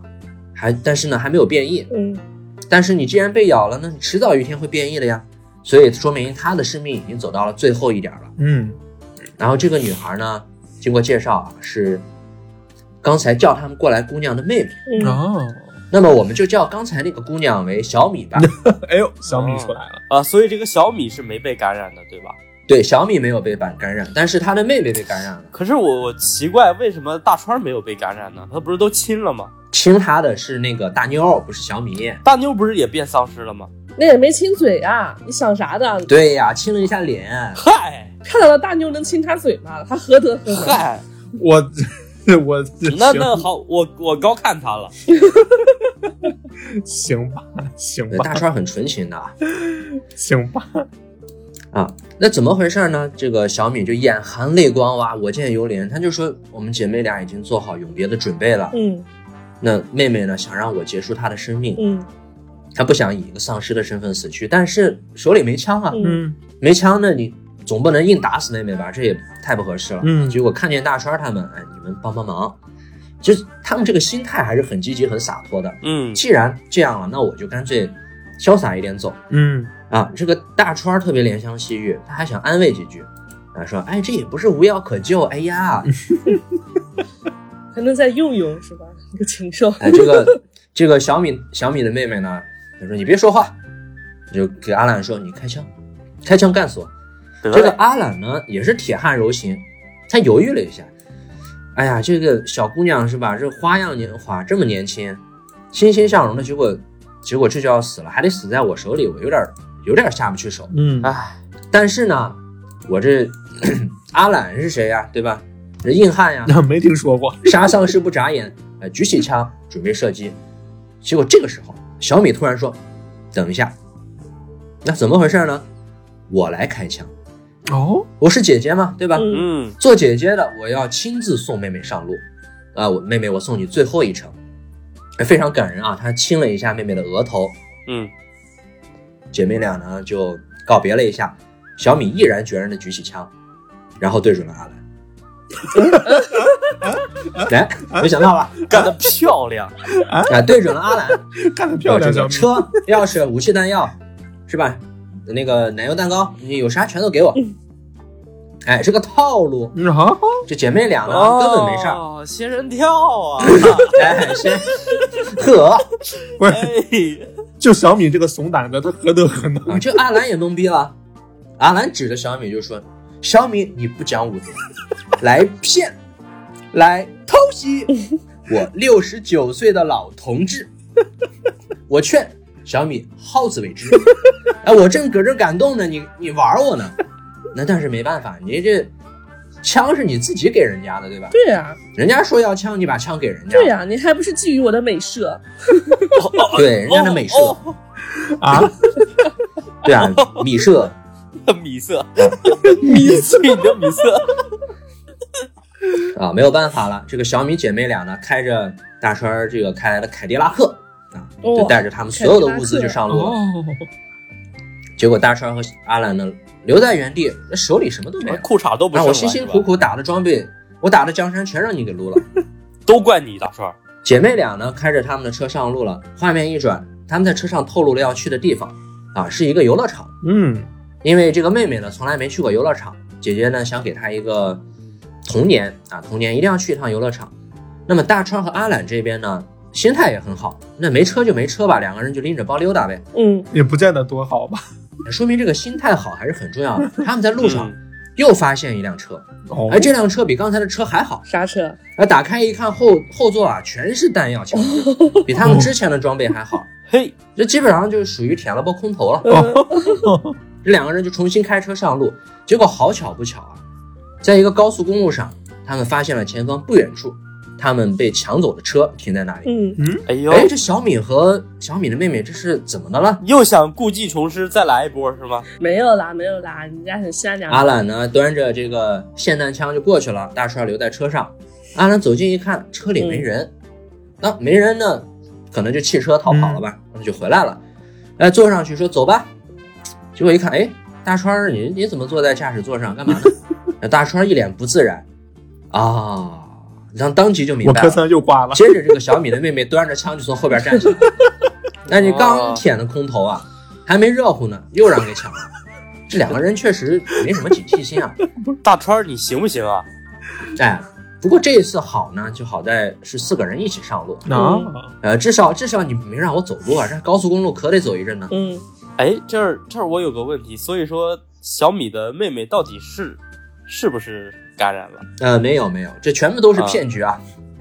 [SPEAKER 5] 还但是呢还没有变异。
[SPEAKER 3] 嗯
[SPEAKER 5] 但是你既然被咬了，那你迟早有一天会变异的呀，所以说明她的生命已经走到了最后一点儿了。
[SPEAKER 2] 嗯，
[SPEAKER 5] 然后这个女孩呢，经过介绍啊，是刚才叫他们过来姑娘的妹妹。
[SPEAKER 3] 嗯
[SPEAKER 2] 哦，
[SPEAKER 5] 那么我们就叫刚才那个姑娘为小米吧。
[SPEAKER 2] 哎呦，小米出来了，
[SPEAKER 4] 啊，所以这个小米是没被感染的，对吧？
[SPEAKER 5] 对，小米没有被感感染，但是她的妹妹被感染了。
[SPEAKER 4] 可是我我奇怪，为什么大川没有被感染呢？他不是都亲了吗？
[SPEAKER 5] 亲她的是那个大妞，不是小米。
[SPEAKER 4] 大妞不是也变丧尸了吗？
[SPEAKER 3] 那也没亲嘴啊，你想啥的？
[SPEAKER 5] 对呀，亲了一下 脸。
[SPEAKER 4] 嗨
[SPEAKER 3] 看到了大妞能亲他嘴吗？他何德
[SPEAKER 5] 嗯
[SPEAKER 3] 何能？
[SPEAKER 4] 嗨，
[SPEAKER 2] 我 我
[SPEAKER 4] 那
[SPEAKER 2] 行
[SPEAKER 4] 那好，我我高看他了，
[SPEAKER 2] 行吧，行
[SPEAKER 5] 呃
[SPEAKER 2] 吧
[SPEAKER 5] 大，川很纯情的啊。
[SPEAKER 2] 行吧，
[SPEAKER 5] 啊，那怎么回事呢？这个小敏就眼含泪光哇，我见犹怜。她就说我们姐妹俩已经做好永别的准备了。
[SPEAKER 3] 嗯
[SPEAKER 5] 那妹妹呢，想让我结束她的生命，
[SPEAKER 3] 嗯
[SPEAKER 5] 她不想以一个丧尸的身份死去，但是手里没枪啊，
[SPEAKER 3] 嗯
[SPEAKER 2] 嗯
[SPEAKER 5] 没枪呢，你总不能硬打死妹妹吧？这也太不合适了。
[SPEAKER 2] 嗯
[SPEAKER 5] 结果看见大川他们，哎，你们帮帮忙，就是他们这个心态还是很积极、很洒脱的。
[SPEAKER 4] 嗯
[SPEAKER 5] 既然这样了，那我就干脆潇洒一点走。
[SPEAKER 2] 嗯
[SPEAKER 5] 啊，这个大川儿特别怜香惜玉，他还想安慰几句，啊，说，哎，这也不是无药可救，哎呀，
[SPEAKER 3] 还能再用用是吧？一个禽 兽，
[SPEAKER 5] 哎，这个这个小米小米的妹妹呢，就说你别说话，就给阿兰说你开枪，开枪干死我。
[SPEAKER 4] 得
[SPEAKER 5] 这个
[SPEAKER 4] 嘞，
[SPEAKER 5] 阿兰呢也是铁汉柔情，他犹豫了一下，哎呀，这个小姑娘是吧，这花样年华这么年轻，欣欣向荣的，结果结果这就要死了，还得死在我手里，我有点有点下不去手。
[SPEAKER 2] 嗯
[SPEAKER 5] 唉，但是呢，我这 阿懒是谁呀、对吧？这硬 汉呀，
[SPEAKER 2] 那啊没听说过，
[SPEAKER 5] 杀丧尸不眨眼，呃，举起枪准备射击。结果这个时候，小米突然说：“等一下，那怎么回事呢？我来开枪，
[SPEAKER 2] 哦，
[SPEAKER 5] 我是姐姐嘛，对吧？
[SPEAKER 3] 嗯
[SPEAKER 4] 嗯
[SPEAKER 5] 做姐姐的，我要亲自送妹妹上路。啊、我妹妹，我送你最后一程。”哎非常感人啊！他亲了一下妹妹的额头，
[SPEAKER 4] 嗯
[SPEAKER 5] 姐妹俩呢就告别了一下，小米毅然决然的举起枪，然后对准了阿兰。来，没想到吧？
[SPEAKER 4] 干得漂亮，
[SPEAKER 5] 啊，对准了阿兰，
[SPEAKER 2] 干得 漂亮，
[SPEAKER 5] 这
[SPEAKER 2] 小
[SPEAKER 5] 个
[SPEAKER 2] 米，
[SPEAKER 5] 车、钥匙、武器、弹药，是吧？那个奶油蛋糕，你有啥全都给我。哎，这个套路，
[SPEAKER 2] 嗯好，
[SPEAKER 5] 这姐妹俩呢、根本没事儿。
[SPEAKER 4] 哦，仙人跳啊！
[SPEAKER 5] 哎，先呵啊
[SPEAKER 2] 不是，
[SPEAKER 4] 哎，
[SPEAKER 2] 就小米这个怂胆子，他何德何能？
[SPEAKER 5] 啊，这阿兰也懵逼了。阿兰指着小米就说：“小米，你不讲武德，来骗，来偷袭我六十九岁的老同志。我劝小米好自为之。哎，我正搁这感动呢，你你玩我呢？那但是没办法，你这枪是你自己给人家的，对吧？
[SPEAKER 3] 对呀、
[SPEAKER 5] 人家说要枪，你把枪给人家，
[SPEAKER 3] 对呀、你还不是觊觎我的美色？
[SPEAKER 5] 对人家的美色，
[SPEAKER 4] 哦
[SPEAKER 2] 啊，
[SPEAKER 5] 对啊，米社。”
[SPEAKER 4] 哦米色，米色，你的米色，
[SPEAKER 5] 啊，没有办法了，这个小米姐妹俩呢，开着大川儿这个开来的凯迪拉克啊，
[SPEAKER 3] 哦
[SPEAKER 5] 就带着他们所有的物资
[SPEAKER 3] 凯迪拉克
[SPEAKER 5] 就上路了。
[SPEAKER 2] 哦，
[SPEAKER 5] 结果大川和阿兰呢留在原地，那手里什么都没有。
[SPEAKER 4] 裤衩哎都不
[SPEAKER 5] 啊，
[SPEAKER 4] 剩
[SPEAKER 5] 我
[SPEAKER 4] 了，
[SPEAKER 5] 辛辛
[SPEAKER 4] 是吧
[SPEAKER 5] 苦苦打的装备，我打的江山全让你给撸了。
[SPEAKER 4] 都怪你大川。
[SPEAKER 5] 姐妹俩呢开着他们的车上路了。画面一转，他们在车上透露了要去的地方，啊，是一个游乐场。
[SPEAKER 2] 嗯
[SPEAKER 5] 因为这个妹妹呢从来没去过游乐场，姐姐呢想给她一个童年啊，童年一定要去一趟游乐场。那么大川和阿懒这边呢，心态也很好，那没车就没车吧，两个人就拎着包溜达呗，
[SPEAKER 3] 嗯
[SPEAKER 2] 也不见得多好吧？
[SPEAKER 5] 说明这个心态好还是很重要的。他们在路上
[SPEAKER 4] 嗯
[SPEAKER 5] 又发现一辆车，
[SPEAKER 2] 哦
[SPEAKER 5] 哎，这辆车比刚才的车还好，
[SPEAKER 3] 刹车，
[SPEAKER 5] 哎，打开一看后后座啊全是弹药枪支，比他们之前的装备还好，
[SPEAKER 4] 嘿，
[SPEAKER 5] 这基本上就属于舔了包空投了。
[SPEAKER 3] 嗯
[SPEAKER 5] 这两个人就重新开车上路。结果好巧不巧啊，在一个高速公路上，他们发现了前方不远处他们被抢走的车停在那里。
[SPEAKER 3] 嗯，
[SPEAKER 4] 哎呦，
[SPEAKER 5] 哎，这小米和小米的妹妹这是怎么的了？
[SPEAKER 4] 又想故技重施再来一波是吗？
[SPEAKER 3] 没有啦，没有啦，人家很善良。
[SPEAKER 5] 阿懒呢，端着这个霰弹枪就过去了，大帅留在车上。阿懒走近一看，车里没人，那、没人呢，可能就弃车逃跑了吧，那、就回来了。哎，坐上去说走吧，结果一看，哎，大川儿，你你怎么坐在驾驶座上？干嘛呢？那大川儿一脸不自然，啊，当当即就明
[SPEAKER 2] 我
[SPEAKER 5] 白
[SPEAKER 2] 科
[SPEAKER 5] 了。
[SPEAKER 2] 三又 挂了，
[SPEAKER 5] 接着，这个小米的妹妹端着枪就从后边站起来，那你刚舔的空投啊，还没热乎呢，又让给抢了。这两个人确实没什么警惕心啊。
[SPEAKER 4] 大川，你行不行啊？
[SPEAKER 5] 哎，不过这一次好呢，就好在是四个人一起上路，
[SPEAKER 2] 啊，
[SPEAKER 5] 呃，至少至少你没让我走路啊，这高速公路可得走一阵呢。
[SPEAKER 3] 嗯，
[SPEAKER 4] 哎，这儿这儿我有个问题，所以说小米的妹妹到底是是不是感染 了？
[SPEAKER 5] 呃，没有没有，这全部都是骗局啊。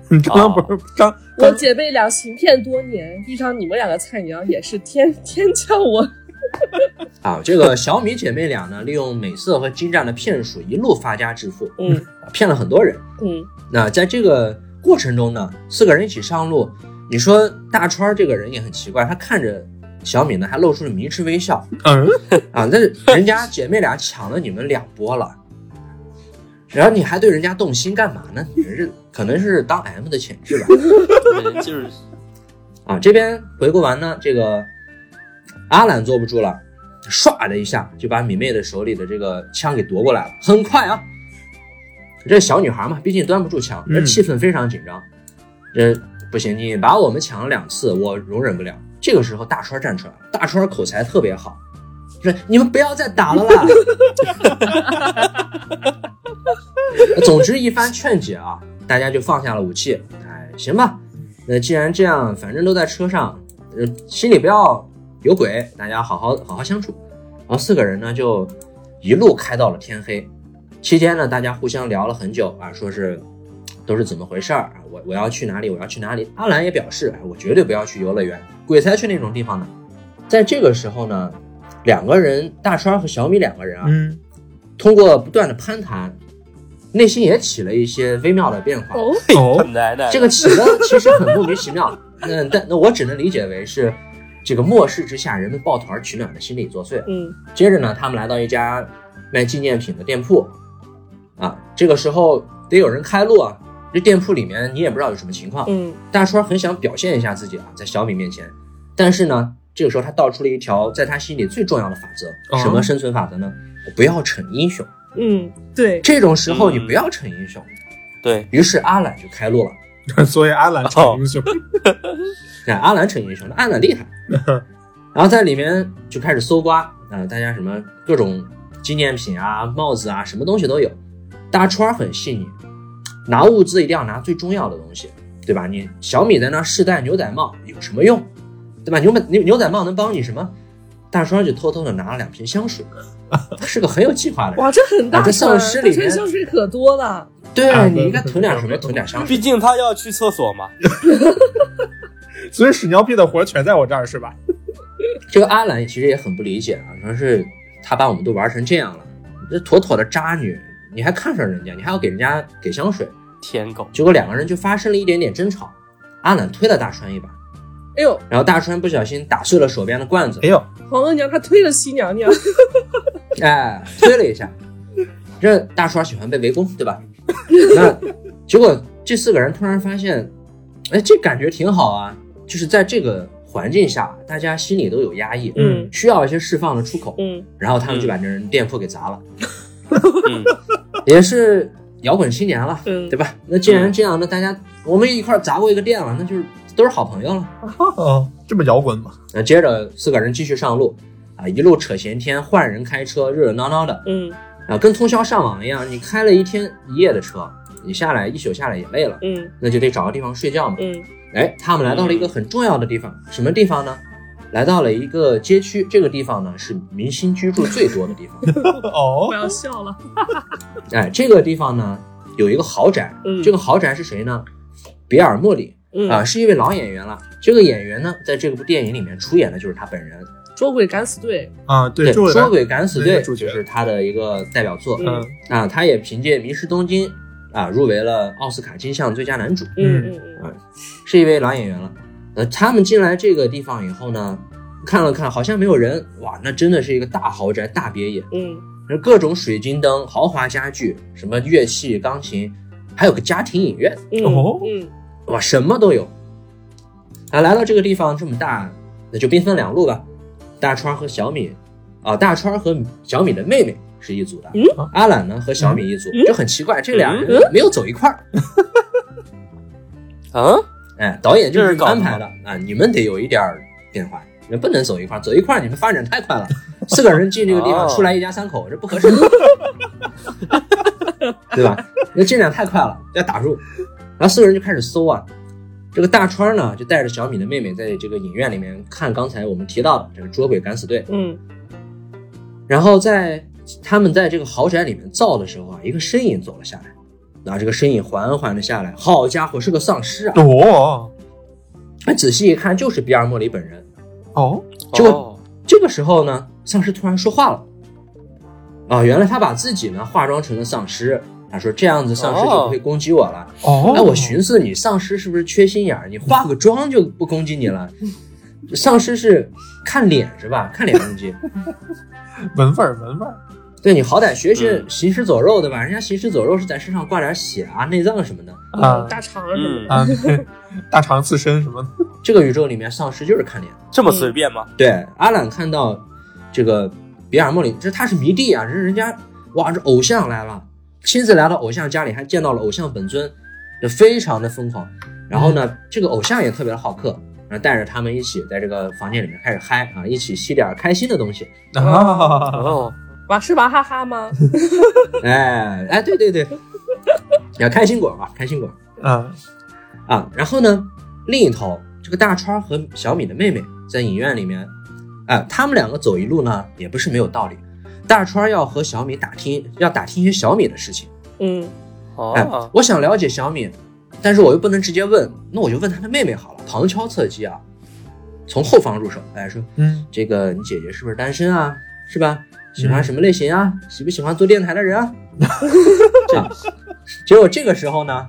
[SPEAKER 2] 你刚刚不是
[SPEAKER 5] 哦
[SPEAKER 2] 刚
[SPEAKER 3] 我姐妹俩行骗多年，遇上你们两个菜鸟也是天天叫我。
[SPEAKER 5] 啊，这个小米姐妹俩呢，利用美色和精湛的骗术，一路发家致富，
[SPEAKER 3] 嗯
[SPEAKER 5] 啊骗了很多人。
[SPEAKER 3] 嗯
[SPEAKER 5] 那在这个过程中呢，四个人一起上路，你说大川这个人也很奇怪，他看着小敏呢，还露出了迷之微笑
[SPEAKER 2] 嗯，
[SPEAKER 5] 啊。但是人家姐妹俩抢了你们两波了，然后你还对人家动心干嘛呢？你是可能是当 M 的潜质吧？
[SPEAKER 4] 对就是
[SPEAKER 5] 啊，这边回顾完呢，这个阿兰坐不住了，唰的一下就把米妹的手里的这个枪给夺过来了。很快啊，这小女孩嘛，毕竟端不住枪，这
[SPEAKER 2] 嗯
[SPEAKER 5] 气氛非常紧张。这不行，你把我们抢了两次，我容忍不了。这个时候，大川站出来了，大川口才特别好，说：“你们不要再打了啦。”总之一番劝解啊，大家就放下了武器。哎，行吧，那既然这样，反正都在车上，呃，心里不要有鬼，大家好好好好相处。然后四个人呢就一路开到了天黑。期间呢，大家互相聊了很久啊，说是都是怎么回事儿啊，我我要去哪里，我要去哪里。阿兰也表示，哎，我绝对不要去游乐园，鬼才去那种地方呢。在这个时候呢，两个人，大川和小米两个人啊，
[SPEAKER 2] 嗯，
[SPEAKER 5] 通过不断的攀谈，内心也起了一些微妙的变化。
[SPEAKER 3] 哦，
[SPEAKER 4] 他
[SPEAKER 2] 哦，
[SPEAKER 4] 们奶奶
[SPEAKER 5] 这个起的其实很莫名其妙。那但那我只能理解为是这个末世之下人们抱团取暖的心理作祟。
[SPEAKER 3] 嗯，
[SPEAKER 5] 接着呢，他们来到一家卖纪念品的店铺，啊，这个时候得有人开路啊。这店铺里面你也不知道有什么情况。
[SPEAKER 3] 嗯，
[SPEAKER 5] 大川很想表现一下自己啊，在小米面前，但是呢，这个时候他道出了一条在他心里最重要的法则，
[SPEAKER 2] 哦
[SPEAKER 5] 什么生存法则呢？不要逞英雄。
[SPEAKER 3] 嗯，对，
[SPEAKER 5] 这种时候你
[SPEAKER 4] 嗯
[SPEAKER 5] 不要逞英雄。
[SPEAKER 4] 对，
[SPEAKER 5] 于是阿懒就开路了。
[SPEAKER 2] 所以阿兰成英雄，
[SPEAKER 5] 哦哎，阿兰逞英雄，阿兰厉 害。然后在里面就开始搜刮啊、大家什么各种纪念品啊、帽子啊，什么东西都有。大川很细腻，拿物资一定要拿最重要的东西，对吧？你小米在那试戴牛仔帽有什么用，对吧？牛仔牛牛仔帽能帮你什么？大川就偷偷的拿了两瓶 香水，他是个很有计划的人。
[SPEAKER 3] 哇，这很大
[SPEAKER 5] 啊这
[SPEAKER 3] 事儿，
[SPEAKER 5] 丧尸里
[SPEAKER 3] 大川
[SPEAKER 5] 面
[SPEAKER 3] 香水可多了，
[SPEAKER 2] 啊
[SPEAKER 5] 对你
[SPEAKER 2] 对
[SPEAKER 5] 应该
[SPEAKER 2] 对
[SPEAKER 5] 囤点
[SPEAKER 2] 对
[SPEAKER 5] 什么？
[SPEAKER 2] 对
[SPEAKER 5] 囤点香水。
[SPEAKER 4] 毕竟他要去厕所嘛。
[SPEAKER 2] 所以屎尿屁的活儿全在我这儿是吧？
[SPEAKER 5] 这个阿兰其实也很不理解啊，说是他把我们都玩成这样了，这妥妥的渣女，你还看上人家，你还要给人家给香水，
[SPEAKER 4] 天狗，
[SPEAKER 5] 结果两个人就发生了一点点争吵。阿兰推了大川一把，
[SPEAKER 3] 哎呦，
[SPEAKER 5] 然后大川不小心打碎了手边的罐子
[SPEAKER 2] 哎，呦，
[SPEAKER 3] 皇额娘她推了西娘 娘，
[SPEAKER 5] 哎，推了一下。这大川喜欢被围攻，对吧？那结果这四个人突然发现，哎，这感觉挺好啊，就是在这个环境下，大家心里都有压抑，
[SPEAKER 3] 嗯
[SPEAKER 5] 需要一些释放的出口。
[SPEAKER 3] 嗯，
[SPEAKER 5] 然后他们就把这人店铺给砸了，
[SPEAKER 4] 嗯，
[SPEAKER 5] 也是摇滚青年了，
[SPEAKER 3] 嗯
[SPEAKER 5] 对吧？那既然这样，那大家我们一块儿砸过一个店了，那就是都是好朋友了。
[SPEAKER 2] 哦，这么摇滚吗？
[SPEAKER 5] 那接着四个人继续上路，啊，一路扯闲天，换人开车，热热闹闹的，
[SPEAKER 3] 嗯
[SPEAKER 5] 啊，跟通宵上网一样，你开了一天一夜的车，你下来一宿下来也累了，
[SPEAKER 3] 嗯
[SPEAKER 5] 那就得找个地方睡觉嘛。
[SPEAKER 3] 嗯
[SPEAKER 5] 哎，他们来到了一个很重要的地方，什么地方呢？来到了一个街区，这个地方呢是明星居住最多的地方。
[SPEAKER 2] 哦
[SPEAKER 3] 我，要笑了，
[SPEAKER 5] 哎，这个地方呢有一个豪宅，
[SPEAKER 3] 嗯
[SPEAKER 5] 这个豪宅是谁呢？比尔·莫里
[SPEAKER 3] 嗯
[SPEAKER 5] 啊、，是一位老演员了。这个演员呢，在这部电影里面出演的就是他本人，
[SPEAKER 3] 捉鬼敢死队，
[SPEAKER 2] 啊，对，
[SPEAKER 5] 《
[SPEAKER 2] 周
[SPEAKER 5] 捉鬼敢死
[SPEAKER 2] 那
[SPEAKER 5] 队
[SPEAKER 2] 个》主角
[SPEAKER 5] 就是他的一个代表作。
[SPEAKER 2] 嗯
[SPEAKER 5] 啊，他也凭借《迷失东京》啊入围了奥斯卡金像最佳男主，
[SPEAKER 3] 嗯
[SPEAKER 2] 嗯
[SPEAKER 3] 嗯
[SPEAKER 5] 啊是一位老演员了。呃，他们进来这个地方以后呢，看了看好像没有人，哇，那真的是一个大豪宅、大别野。
[SPEAKER 3] 嗯
[SPEAKER 5] 那各种水晶灯、豪华家具、什么乐器、钢琴，还有个家庭影院，
[SPEAKER 3] 嗯
[SPEAKER 2] 哦
[SPEAKER 3] 嗯
[SPEAKER 5] 哇，什么都有。啊，来到这个地方这么大，那就兵分两路吧。大川和小米，啊，大川和小米的妹妹是一组的，
[SPEAKER 3] 嗯
[SPEAKER 5] 阿懒呢和小米一组，
[SPEAKER 3] 嗯
[SPEAKER 5] 就很奇怪，这俩人没有走一块儿。
[SPEAKER 4] 嗯，
[SPEAKER 5] 哎，导演就
[SPEAKER 4] 这是
[SPEAKER 5] 是
[SPEAKER 4] 搞的
[SPEAKER 5] 安排的啊，你们得有一点儿变化，你们不能走一块儿，走一块儿你们发展太快了。四个人进这个地方，
[SPEAKER 4] 哦
[SPEAKER 5] 出来一家三口，这不合适， 对吧？那进展太快了，要打住。然后四个人就开始搜啊，这个大川呢就带着小米的妹妹在这个影院里面看刚才我们提到的这个捉鬼敢死队，
[SPEAKER 3] 嗯
[SPEAKER 5] 然后在他们在这个豪宅里面造的时候啊，一个身影走了下来，然后这个身影缓缓的下来，好家伙，是个丧尸啊！
[SPEAKER 2] 哦
[SPEAKER 5] 那仔细一看，就是比尔莫里本人。
[SPEAKER 2] 哦，
[SPEAKER 5] 就
[SPEAKER 4] 哦
[SPEAKER 5] 这个时候呢，丧尸突然说话了，啊，原来他把自己呢化妆成了丧尸，他说这样子丧尸就不会攻击我了。
[SPEAKER 2] 哦
[SPEAKER 5] 哎，我寻思你丧尸是不是缺心眼儿？你化个妆就不攻击你了？丧尸是看脸是吧？看脸攻击。
[SPEAKER 2] 闻味儿，闻味儿。
[SPEAKER 5] 对你好歹学学
[SPEAKER 4] 嗯
[SPEAKER 5] 行尸走肉对吧？人家行尸走肉是在身上挂点血啊、内脏什么的。
[SPEAKER 2] 啊
[SPEAKER 3] 大肠什么
[SPEAKER 4] 嗯
[SPEAKER 3] 的，
[SPEAKER 2] 啊， 对，大肠刺身什么的。
[SPEAKER 5] 这个宇宙里面丧尸就是看脸。
[SPEAKER 4] 这么随便吗？
[SPEAKER 5] 对，阿兰看到这个比尔莫里，这他是迷弟啊，这人家哇，这偶像来了，亲自来到偶像家里，还见到了偶像本尊，就非常的疯狂。然后呢，这个偶像也特别的好客，然后带着他们一起在这个房间里面开始嗨啊，一起吸点开心的东西。嗯
[SPEAKER 2] 啊，
[SPEAKER 4] 哦，
[SPEAKER 3] 哇是娃哈哈吗？
[SPEAKER 5] 哎哎，对对对，啊，开心果啊，开心果
[SPEAKER 2] 嗯
[SPEAKER 5] 啊。然后呢，另一头这个大川和小米的妹妹在影院里面，哎，他们两个走一路呢，也不是没有道理。大川要和小米打听，要打听一些小米的事情。
[SPEAKER 3] 嗯，
[SPEAKER 5] 哎
[SPEAKER 4] 哦，，
[SPEAKER 5] 我想了解小米，但是我又不能直接问，那我就问他的妹妹好了，旁敲侧击啊，从后方入手。哎，说
[SPEAKER 2] 嗯
[SPEAKER 5] 这个你姐姐是不是单身啊？是吧？喜欢什么类型啊？喜不喜欢做电台的人啊？ 这结果这个时候呢，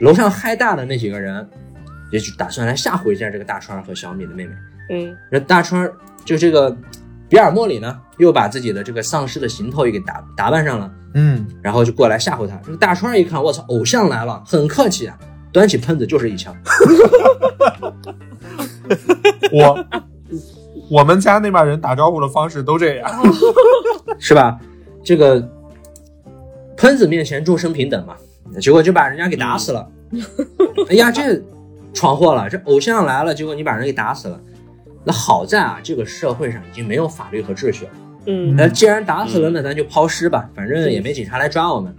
[SPEAKER 5] 楼上嗨大的那几个人，也就打算来吓唬一下这个大川儿和小米的妹妹。
[SPEAKER 3] 嗯，
[SPEAKER 5] 那大川儿就这个比尔莫里呢，又把自己的这个丧尸的行头也给打打扮上了，
[SPEAKER 2] 嗯，
[SPEAKER 5] 然后就过来吓唬他。这个大川儿一看，我操，偶像来了，很客气啊，端起喷子就是一枪。
[SPEAKER 2] 我我们家那边人打招呼的方式都这样。
[SPEAKER 5] 是吧？这个喷子面前众生平等嘛，结果就把人家给打死了。
[SPEAKER 3] 嗯
[SPEAKER 5] 哎呀，这闯祸了！这偶像来了，结果你把人给打死了。那好在啊，这个社会上已经没有法律和秩序了。
[SPEAKER 3] 嗯
[SPEAKER 5] 那既然打死了，
[SPEAKER 4] 嗯
[SPEAKER 5] 那咱就抛尸吧，反正也没警察来抓我们。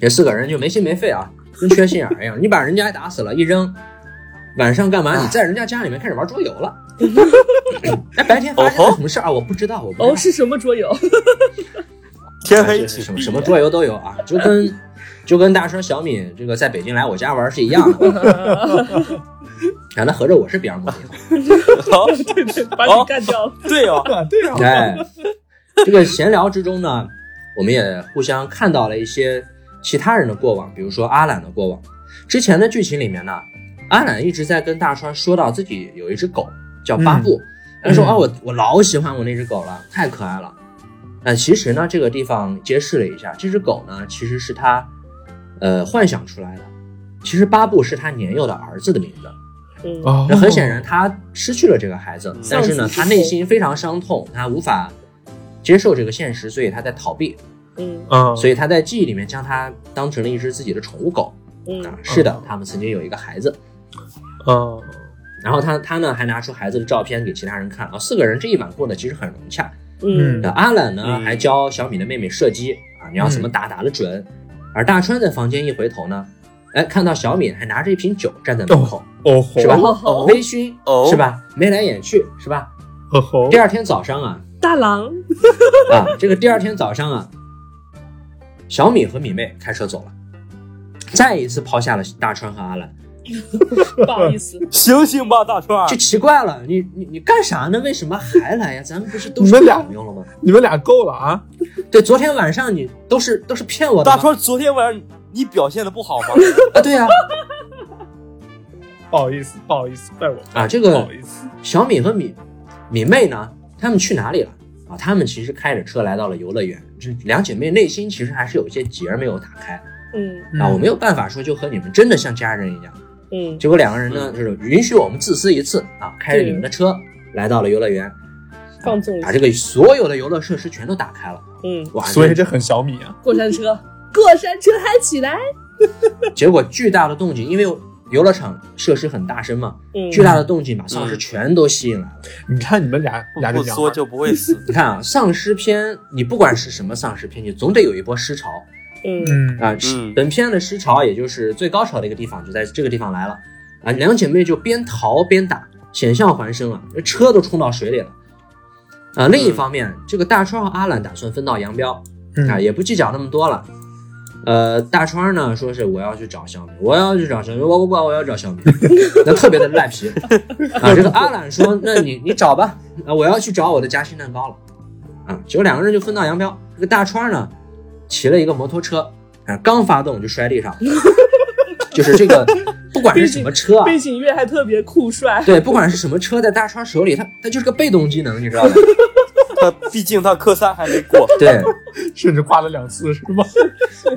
[SPEAKER 5] 这四个人就没心没肺啊，跟缺心眼儿一样。你把人家打死了，一扔，晚上干嘛？
[SPEAKER 3] 啊
[SPEAKER 5] 你在人家家里面开始玩桌游了。 哎，白天发生了什么事儿啊？我不知道，我不知道。
[SPEAKER 3] 哦哦，是什么桌游？
[SPEAKER 4] 天黑
[SPEAKER 5] 啊是
[SPEAKER 4] 请
[SPEAKER 5] 什么
[SPEAKER 4] 闭
[SPEAKER 5] 什么
[SPEAKER 4] 眼
[SPEAKER 5] 桌游都有啊，就 跟就跟大川小米这个在北京来我家玩是一样的。啊，那合着我是比尔莫里。
[SPEAKER 4] 哦
[SPEAKER 3] 对对，把你干掉了。
[SPEAKER 4] 对哦，
[SPEAKER 2] 对呀，
[SPEAKER 5] 哎， 这个闲聊之中呢，我们也互相看到了一些其他人的过往，比如说阿懒的过往。之前的剧情里面呢，阿懒一直在跟大川说到自己有一只狗叫巴布，他、说
[SPEAKER 2] 嗯
[SPEAKER 5] 啊，我我老喜欢我那只狗了，太可爱了。那其实呢，这个地方揭示了一下，这只狗呢其实是他呃幻想出来的。其实巴布是他年幼的儿子的名字，
[SPEAKER 3] 嗯
[SPEAKER 2] 哦
[SPEAKER 5] 那很显然，他失去了这个孩子，但是
[SPEAKER 3] 丧，
[SPEAKER 5] 呢
[SPEAKER 3] 失之
[SPEAKER 5] 他内心非常伤痛，他无法接受这个现实，所以他在逃避，
[SPEAKER 3] 嗯
[SPEAKER 2] 嗯，
[SPEAKER 5] 所
[SPEAKER 2] 以
[SPEAKER 5] 以他在记忆里面将它当成了一只自己的宠物狗啊
[SPEAKER 3] 嗯。
[SPEAKER 5] 是的，他们曾经有一个孩子，
[SPEAKER 2] 嗯
[SPEAKER 5] 然后他他呢还拿出孩子的照片给其他人看啊，四个人这一晚过得其实很融洽。
[SPEAKER 3] 嗯
[SPEAKER 5] 那阿懒呢
[SPEAKER 4] 嗯
[SPEAKER 5] 还教小米的妹妹射击啊，你要怎么打打得准，而大川在房间一回头呢，哎，看到小米还拿着一瓶酒站在门口，
[SPEAKER 2] 哦吼，
[SPEAKER 5] 是吧？
[SPEAKER 3] 哦
[SPEAKER 5] 微醺、
[SPEAKER 4] 哦
[SPEAKER 5] 是吧？眉来眼去是吧？
[SPEAKER 2] 哦吼
[SPEAKER 5] 第，二天早上啊
[SPEAKER 3] 大郎，
[SPEAKER 5] 啊，这个第二天早上啊，小米和米妹开车走了，再一次抛下了大川和阿兰，
[SPEAKER 3] 不好意思，
[SPEAKER 4] 醒醒吧，大川
[SPEAKER 5] 就奇怪了，你你你干啥呢？为什么还来呀？咱们不是都
[SPEAKER 2] 你
[SPEAKER 5] 是
[SPEAKER 2] 们俩
[SPEAKER 5] 朋友了吗？
[SPEAKER 2] 你们俩够了啊！
[SPEAKER 5] 对，昨天晚上你都是都是骗我的
[SPEAKER 4] 大
[SPEAKER 5] 吗
[SPEAKER 4] 川，昨天晚上你表现的不好吗？
[SPEAKER 5] 啊，对呀、
[SPEAKER 2] 不好意思，不好意思，怪我
[SPEAKER 5] 啊，这
[SPEAKER 2] 不
[SPEAKER 5] 个
[SPEAKER 2] 好意思。
[SPEAKER 5] 小米和米米妹呢，他们去哪里了？啊，他们其实开着车来到了游乐园，这两姐妹内心其实还是有一些结儿没有打开
[SPEAKER 3] 嗯
[SPEAKER 5] 啊，我没有办法说就和你们真的像家人一样。
[SPEAKER 3] 嗯
[SPEAKER 5] 结果两个人呢，就是允许我们自私一次啊，开着你们的车来到了游乐园，啊
[SPEAKER 3] 放纵一
[SPEAKER 5] 把
[SPEAKER 3] 下
[SPEAKER 5] 这个所有的游乐设施全都打开了。
[SPEAKER 3] 嗯，
[SPEAKER 5] 哇！
[SPEAKER 2] 所以这很小米啊，
[SPEAKER 3] 过山车，过山车嗨起来，
[SPEAKER 5] 结果巨大的动静，因为游乐场设施很大声嘛，
[SPEAKER 3] 嗯，
[SPEAKER 5] 巨大的动静把丧
[SPEAKER 2] 嗯
[SPEAKER 5] 尸全都吸引来了。
[SPEAKER 2] 你看你们俩俩
[SPEAKER 4] 不
[SPEAKER 2] 这
[SPEAKER 4] 不
[SPEAKER 2] 娘
[SPEAKER 4] 缩
[SPEAKER 2] 们儿，
[SPEAKER 4] 就不会死。
[SPEAKER 5] 你看啊，丧尸片，你不管是什么丧尸片，你总得有一波尸潮
[SPEAKER 3] 嗯
[SPEAKER 2] 嗯
[SPEAKER 5] 啊。
[SPEAKER 4] 嗯
[SPEAKER 5] 本片的尸潮，也就是最高潮的一个地方，就在这个地方来了啊。两姐妹就边逃边打，险象环生啊，车都冲到水里了。啊，另一
[SPEAKER 4] 嗯
[SPEAKER 5] 方面，这个大川和阿兰打算分道扬镳，啊，
[SPEAKER 2] 嗯
[SPEAKER 5] 也不计较那么多了。呃，大川呢说是我要去找小米，我要去找小米，我我我我要找小米， 那特别的赖皮啊。这个阿懒说，那你你找吧，啊，我要去找我的夹心蛋糕了啊。结果两个人就分道扬镳。这个大川呢，骑了一个摩托车啊，刚发动就摔地上了， 就是这个，不管是什么车啊，
[SPEAKER 3] 背景乐还特别酷帅，
[SPEAKER 5] 对，不管是什么车，在大川手里，它它就是个被动技能，你知道吧？
[SPEAKER 4] 他毕竟他科三还没过，
[SPEAKER 5] 对，
[SPEAKER 2] 甚至挂了两次，是 吧？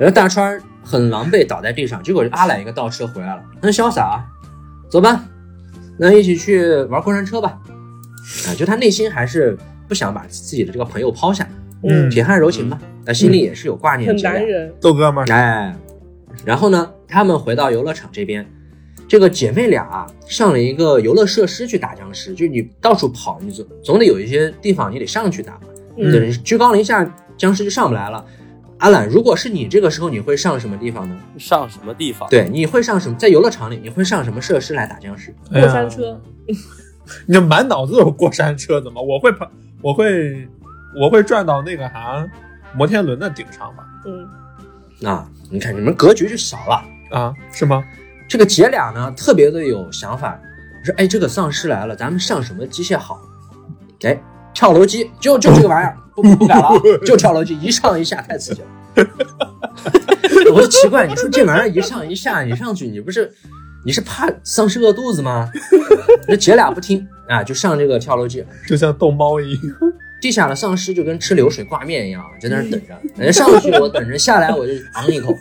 [SPEAKER 5] 然后大川很狼狈倒在地上，结果阿来一个倒车回来了，很潇洒啊，走吧，那一起去玩过山车吧。啊，就他内心还是不想把自己的这个朋友抛下，
[SPEAKER 2] 嗯
[SPEAKER 5] 铁汉柔情嘛，那心里也是有挂念
[SPEAKER 3] 很
[SPEAKER 5] 之
[SPEAKER 3] 男
[SPEAKER 5] 的。
[SPEAKER 3] 人。
[SPEAKER 2] 豆哥们儿，
[SPEAKER 5] 哎，然后呢，他们回到游乐场这边，这个姐妹俩啊，上了一个游乐设施去打僵尸，就你到处跑，你总总得有一些地方你得上去打嘛。
[SPEAKER 3] 嗯
[SPEAKER 5] 对，居高临下，僵尸就上不来了。阿懒，如果是你这个时候，你会上什么地方呢？
[SPEAKER 4] 上什么地 方？
[SPEAKER 5] 对，你会上什么？在游乐场里，你会上什么设施来打僵尸？
[SPEAKER 2] 哎
[SPEAKER 3] 过
[SPEAKER 2] 呀
[SPEAKER 3] 山车，
[SPEAKER 2] 你这满脑子都是过山车，怎么？我会爬，我会，我会转到那个啥摩天轮的顶上吧？
[SPEAKER 3] 嗯，
[SPEAKER 5] 啊，你看你们格局就小了。
[SPEAKER 2] 啊，是吗？
[SPEAKER 5] 这个姐俩呢，特别的有想法，说哎，这个丧尸来了，咱们上什么机械好？哎，跳楼机，就就这个玩意儿，不 不改了啊，就跳楼机，一上一下太刺激了。 我就奇怪，你说这玩意儿一上一下，你上去你不是你是怕丧尸饿肚子吗？那姐俩不听啊，就上这个跳楼机，
[SPEAKER 2] 就像逗猫一样。
[SPEAKER 5] 地下的丧尸就跟吃流水挂面一样，在那儿等着。人家上去我等着，下来我就昂一口。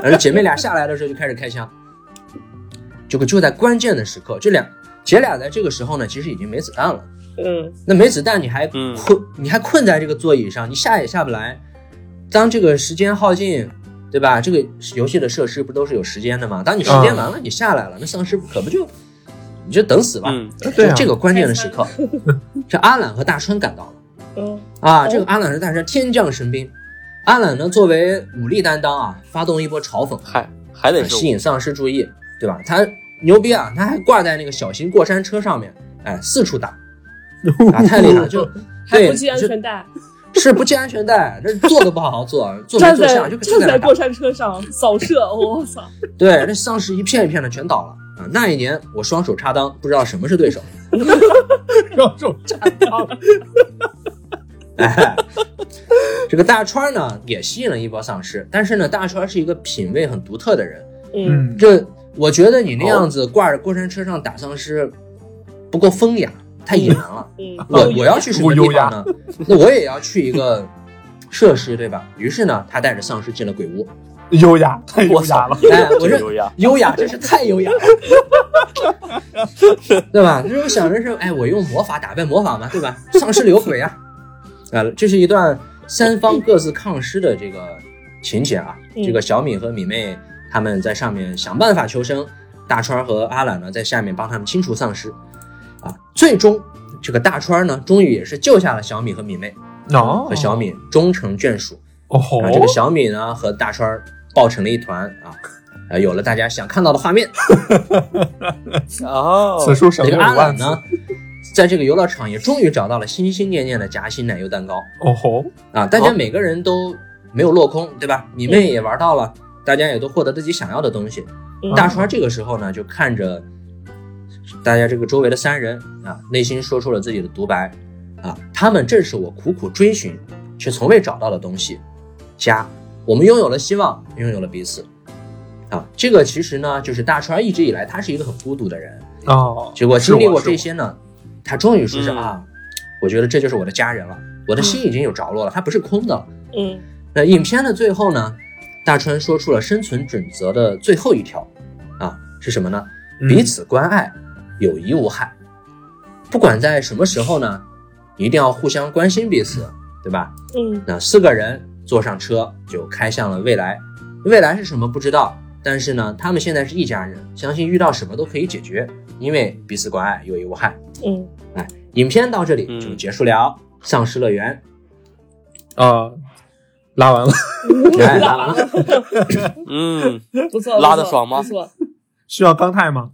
[SPEAKER 5] 然后姐妹俩下来的时候就开始开枪。结果就在关键的时刻，这俩姐俩在这个时候呢，其实已经没子弹了。
[SPEAKER 3] 嗯，
[SPEAKER 5] 那没子弹，你还
[SPEAKER 4] 嗯
[SPEAKER 5] 困，你还困在这个座椅上，你下也下不来。当这个时间耗尽，对吧？这个游戏的设施不都是有时间的吗？当你时
[SPEAKER 2] 嗯
[SPEAKER 5] 间完了，你下来了，那丧尸可不就你就等死吧？
[SPEAKER 4] 嗯，
[SPEAKER 2] 对 啊，
[SPEAKER 5] 就这个关键的时刻，这阿懒和大川赶到了。
[SPEAKER 3] 嗯，
[SPEAKER 5] 啊，这个阿懒是大神天降神兵。阿懒呢，作为武力担当啊，发动一波嘲讽，啊
[SPEAKER 4] 还还得是
[SPEAKER 5] 吸引丧尸注意，对吧？他牛逼啊，他还挂在那个小型过山车上面，哎，四处打，啊， 太厉害了！就
[SPEAKER 3] 还
[SPEAKER 5] 对，
[SPEAKER 3] 不系安
[SPEAKER 5] 就
[SPEAKER 3] 全带，
[SPEAKER 5] 是不系安全带，这坐都不好好坐，坐没
[SPEAKER 3] 站
[SPEAKER 5] 坐
[SPEAKER 3] 在
[SPEAKER 5] 相，就就
[SPEAKER 3] 站
[SPEAKER 5] 在那
[SPEAKER 3] 在
[SPEAKER 5] 儿打
[SPEAKER 3] 过。山车上扫射，我操！
[SPEAKER 5] 对，那丧尸一片一片的全倒了。啊，那一年我双手插裆，不知道什么是对手。
[SPEAKER 2] 双手插裆，
[SPEAKER 5] 哎，这个大川呢也吸引了一波丧尸，但是呢，大川是一个品味很独特的人，
[SPEAKER 3] 嗯，
[SPEAKER 2] 嗯，
[SPEAKER 5] 这我觉得你那样子挂着过山车上打丧尸不够风雅，太野蛮了。
[SPEAKER 3] 嗯，
[SPEAKER 5] 我我要去什么地
[SPEAKER 2] 不优雅
[SPEAKER 5] 方呢？那我也要去一个设施，对吧？于是呢，他带着丧尸进了鬼屋。
[SPEAKER 2] 优雅，太
[SPEAKER 4] 我
[SPEAKER 2] 优雅
[SPEAKER 4] 操
[SPEAKER 2] 了。，
[SPEAKER 5] 哎，我
[SPEAKER 4] 这
[SPEAKER 5] 这
[SPEAKER 4] 优雅，
[SPEAKER 5] 优雅真是太优雅了，对吧？那时候想着是，哎，我用魔法打败魔法嘛，对吧？丧尸有鬼啊！啊，这是一段三方各自抗尸的这个情节啊。
[SPEAKER 3] 嗯
[SPEAKER 5] 这个小米和米妹他们在上面想办法求生，大川和阿懒呢在下面帮他们清除丧尸。啊，最终这个大川呢，终于也是救下了小米和米妹，
[SPEAKER 2] 哦
[SPEAKER 5] 和小米终成眷属。
[SPEAKER 2] 哦，
[SPEAKER 5] 啊，这个小米呢和大川儿抱成了一团啊，呃，有了大家想看到的画面。
[SPEAKER 4] 哦，
[SPEAKER 2] 此处省
[SPEAKER 5] 那
[SPEAKER 2] 略五
[SPEAKER 5] 个阿懒
[SPEAKER 2] 万字。
[SPEAKER 5] 呢，在这个游乐场也终于找到了心心念念的夹心奶油蛋糕
[SPEAKER 2] 哦吼，
[SPEAKER 5] 啊，大家每个人都没有落空，对吧？米妹也玩到了，大家也都获得自己想要的东西。
[SPEAKER 3] 嗯
[SPEAKER 5] 大川这个时候呢，就看着大家这个周围的三人啊，内心说出了自己的独白啊，他们正是我苦苦追寻却从未找到的东西——家。我们拥有了希望，拥有了彼此。啊，这个其实呢，就是大川一直以来他是一个很孤独的人，
[SPEAKER 2] 哦，
[SPEAKER 5] 结果经历过
[SPEAKER 2] 是我
[SPEAKER 5] 这些呢，他终于说是
[SPEAKER 4] 嗯
[SPEAKER 5] 啊，我觉得这就是我的家人了，我的
[SPEAKER 2] 嗯
[SPEAKER 5] 心已经有着落了，它不是空的了。
[SPEAKER 3] 嗯，
[SPEAKER 5] 那影片的最后呢，大川说出了生存准则的最后一条，啊，是什么呢？
[SPEAKER 2] 嗯
[SPEAKER 5] 彼此关爱，有益无害。不管在什么时候呢，一定要互相关心彼此，对吧？
[SPEAKER 3] 嗯，
[SPEAKER 5] 那四个人坐上车就开向了未来，未来是什么不知道，但是呢，他们现在是一家人，相信遇到什么都可以解决，因为彼此关爱，有益无害。
[SPEAKER 3] 嗯，
[SPEAKER 5] 影片到这里
[SPEAKER 4] 嗯
[SPEAKER 5] 就结束了，丧尸乐园》
[SPEAKER 2] 啊，拉完了，
[SPEAKER 5] 哎，拉完了。
[SPEAKER 4] 嗯，
[SPEAKER 3] 不错，
[SPEAKER 4] 拉
[SPEAKER 3] 不
[SPEAKER 4] 得
[SPEAKER 3] 错
[SPEAKER 4] 爽吗
[SPEAKER 3] 不错，
[SPEAKER 2] 需要钢钛吗？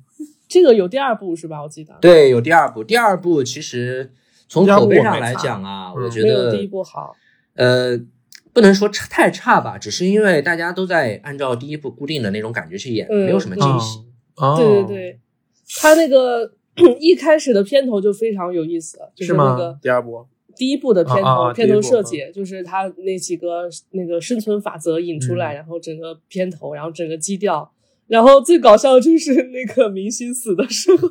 [SPEAKER 3] 这个有第二部是吧？我记得
[SPEAKER 5] 对，有第二部，第二部其实从
[SPEAKER 2] 第二部
[SPEAKER 5] 口碑
[SPEAKER 2] 我
[SPEAKER 5] 上
[SPEAKER 2] 没
[SPEAKER 5] 来
[SPEAKER 2] 看
[SPEAKER 5] 讲啊，
[SPEAKER 2] 嗯
[SPEAKER 5] 我觉
[SPEAKER 3] 没有
[SPEAKER 5] 得
[SPEAKER 3] 第一部好。
[SPEAKER 5] 呃，不能说差太差吧，只是因为大家都在按照第一部固定的那种感觉去演，
[SPEAKER 3] 嗯
[SPEAKER 5] 没有什么惊喜。
[SPEAKER 2] 哦，
[SPEAKER 3] 对对对， 他那个一开始的片头就非常有意思，就是那个
[SPEAKER 2] 吗？第二部
[SPEAKER 3] 第一部的片头、
[SPEAKER 2] 啊啊
[SPEAKER 3] 片头
[SPEAKER 2] 第一部
[SPEAKER 3] 设计，就是他那几个那个生存法则引出来，
[SPEAKER 2] 嗯
[SPEAKER 3] 然后整个片头，然后整个基调，然后最搞笑的就是那个明星死的时候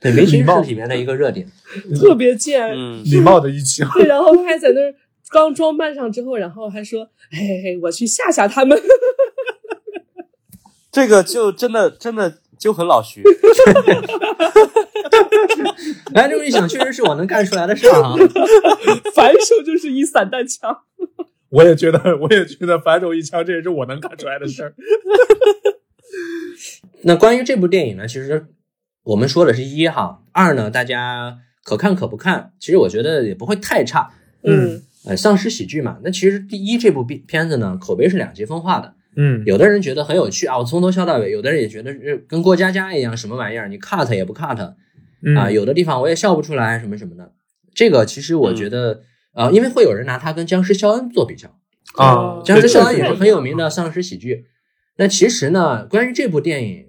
[SPEAKER 5] 对，明星
[SPEAKER 2] 礼貌
[SPEAKER 5] 是里面的一个热点。
[SPEAKER 3] 特别贱，
[SPEAKER 4] 嗯，
[SPEAKER 2] 礼貌的一起。
[SPEAKER 3] 对，然后他还在那儿刚装扮上之后，然后还说：“嘿嘿嘿，我去吓吓他们。
[SPEAKER 4] 这个就真的真的就很老徐，
[SPEAKER 5] 哎，这么一想，确实是我能干出来的事儿啊。”
[SPEAKER 3] 反手就是一散弹枪。
[SPEAKER 2] 我也觉得，我也觉得反手一枪，这也是我能干出来的事儿。
[SPEAKER 5] 那关于这部电影呢，其实我们说的是一哈，二呢，大家可看可不看。其实我觉得也不会太差。
[SPEAKER 2] 嗯
[SPEAKER 5] 呃，丧尸喜剧嘛，那其实第一这部片片子呢，口碑是两极分化的。
[SPEAKER 2] 嗯，
[SPEAKER 5] 有的人觉得很有趣啊，我从头笑到尾；有的人也觉得是跟过家家一样，什么玩意儿，你 cut 也不 cut
[SPEAKER 2] 嗯
[SPEAKER 5] 啊，有的地方我也笑不出来，什么什么的。这个其实我觉得，呃，因为会有人拿它跟《僵尸肖恩》做比较，
[SPEAKER 2] 啊，
[SPEAKER 5] 僵尸
[SPEAKER 2] 这
[SPEAKER 5] 校
[SPEAKER 2] 个
[SPEAKER 5] 园也
[SPEAKER 2] 是
[SPEAKER 5] 是很有名的丧尸喜剧。那其实呢，关于这部电影，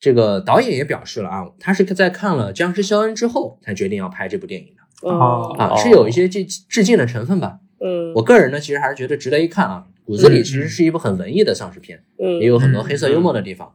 [SPEAKER 5] 这个导演也表示了啊，他是在看了《僵尸肖恩》之后才决定要拍这部电影的
[SPEAKER 2] 哦
[SPEAKER 3] 嗯
[SPEAKER 5] 啊，是有一些致致敬的成分吧。
[SPEAKER 3] 嗯，
[SPEAKER 5] 我个人呢，其实还是觉得值得一看啊。骨子里其实是一部很文艺的丧尸片，
[SPEAKER 3] 嗯
[SPEAKER 5] 也有很多黑色幽默的地方。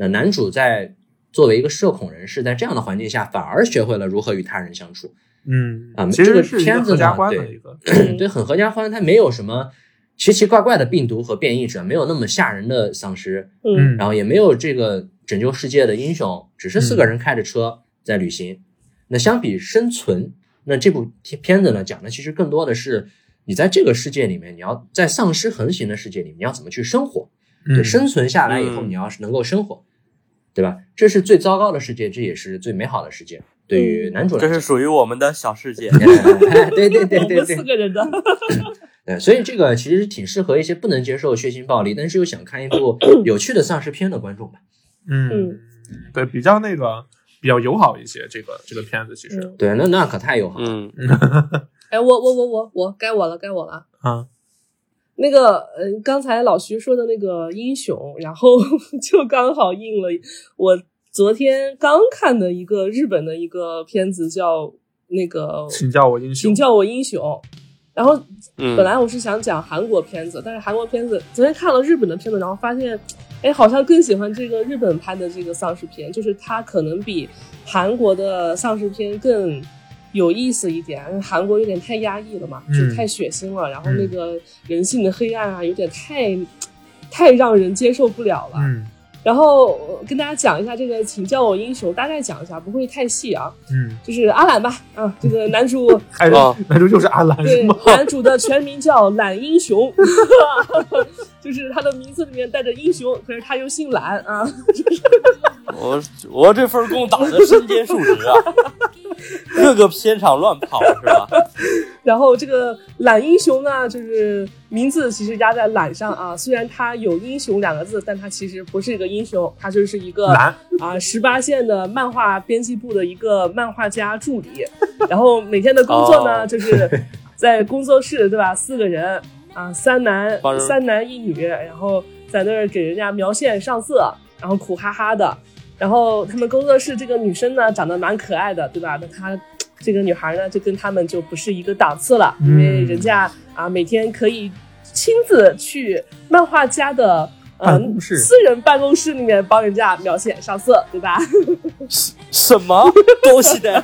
[SPEAKER 5] 那
[SPEAKER 3] 嗯
[SPEAKER 5] 男主在作为一个社恐人士，在这样的环境下，反而学会了如何与他人相处
[SPEAKER 2] 嗯
[SPEAKER 5] 啊。
[SPEAKER 2] 其
[SPEAKER 5] 这个
[SPEAKER 2] 实是一
[SPEAKER 5] 片
[SPEAKER 2] 个合
[SPEAKER 5] 子
[SPEAKER 2] 家
[SPEAKER 5] 呢，
[SPEAKER 2] 欢
[SPEAKER 5] 对
[SPEAKER 2] 的一个，
[SPEAKER 3] 嗯
[SPEAKER 5] 对，很合家欢，它没有什么奇奇怪怪的病毒和变异者，没有那么吓人的丧尸，
[SPEAKER 3] 嗯嗯
[SPEAKER 5] 然后也没有这个拯救世界的英雄，只是四个人开着车在旅行。那相比生存，那这部片片子呢，讲的其实更多的是你在这个世界里面，你要在丧尸横行的世界里面，你要怎么去生活？对，
[SPEAKER 2] 嗯
[SPEAKER 5] 生存下来以后，
[SPEAKER 4] 嗯
[SPEAKER 5] 你要是能够生活，对吧？这是最糟糕的世界，这也是最美好的世界。对
[SPEAKER 3] 嗯
[SPEAKER 5] 于男主来
[SPEAKER 4] 这
[SPEAKER 5] 讲，
[SPEAKER 4] 是属于我们的小世界。
[SPEAKER 5] 哎 对对对
[SPEAKER 3] 我
[SPEAKER 5] 对
[SPEAKER 3] 们
[SPEAKER 5] 对
[SPEAKER 3] 四，个人的，
[SPEAKER 5] 对，所以这个其实挺适合一些不能接受血腥暴力，但是又想看 一部有趣的丧尸片的观众吧。
[SPEAKER 2] 嗯
[SPEAKER 3] 嗯，
[SPEAKER 2] 对，比较那个比较友好一些。这个这个片子其实
[SPEAKER 3] 嗯
[SPEAKER 5] 对，那那可太友好了。
[SPEAKER 4] 嗯，
[SPEAKER 3] 哎，我我我我我该我了，该我了。
[SPEAKER 2] 啊，
[SPEAKER 3] 那个，呃，刚才老徐说的那个英雄，然后 就刚好应了我昨天刚看的一个日本的一个片子，叫那个
[SPEAKER 2] 请叫我英雄
[SPEAKER 3] 请。叫我英雄。然后
[SPEAKER 4] 嗯
[SPEAKER 3] 本来我是想讲韩国片子，但是韩国片子昨天看了日本的片子，然后发现，哎，好像更喜欢这个日本拍的这个丧尸片，就是它可能比韩国的丧尸片更有意思一点。因为韩国有点太压抑了嘛，
[SPEAKER 2] 嗯
[SPEAKER 3] 就太血腥了，然后那个人性的黑暗啊，有点太太让人接受不了了。
[SPEAKER 2] 嗯
[SPEAKER 3] 然后呃跟大家讲一下这个《请叫我英雄》，大概讲一下，不会太细啊，
[SPEAKER 2] 嗯，
[SPEAKER 3] 就是阿兰吧，啊，这个男主。
[SPEAKER 2] 还是
[SPEAKER 5] 啊
[SPEAKER 4] 哦
[SPEAKER 2] 男主就是阿兰是
[SPEAKER 3] 对
[SPEAKER 2] 吗？，
[SPEAKER 3] 男主的全名叫懒英雄， 就是他的名字里面带着英雄，可是他又姓懒啊。
[SPEAKER 4] 我我这份工打的身兼数职啊，各个片场乱跑是吧？
[SPEAKER 3] 然后这个懒英雄呢，就是名字其实压在懒上啊，虽然他有英雄两个字，但他其实不是一个英雄，他就是一个
[SPEAKER 2] 兰
[SPEAKER 3] 啊十八线的漫画编辑部的一个漫画家助理，然后每天的工作呢，
[SPEAKER 4] 哦
[SPEAKER 3] 就是在工作室对吧？四个人啊，三男
[SPEAKER 4] 帮人
[SPEAKER 3] 三男一女，然后在那儿给人家描线上色，然后苦哈哈的。然后他们工作室这个女生呢，长得蛮可爱的，对吧？那她这个女孩呢，就跟他们就不是一个档次了，
[SPEAKER 2] 嗯
[SPEAKER 3] 因为人家啊每天可以亲自去漫画家的。呃
[SPEAKER 2] 办公室
[SPEAKER 3] 私人办公室里面帮人家描线上色，对吧？
[SPEAKER 4] 什么东西的？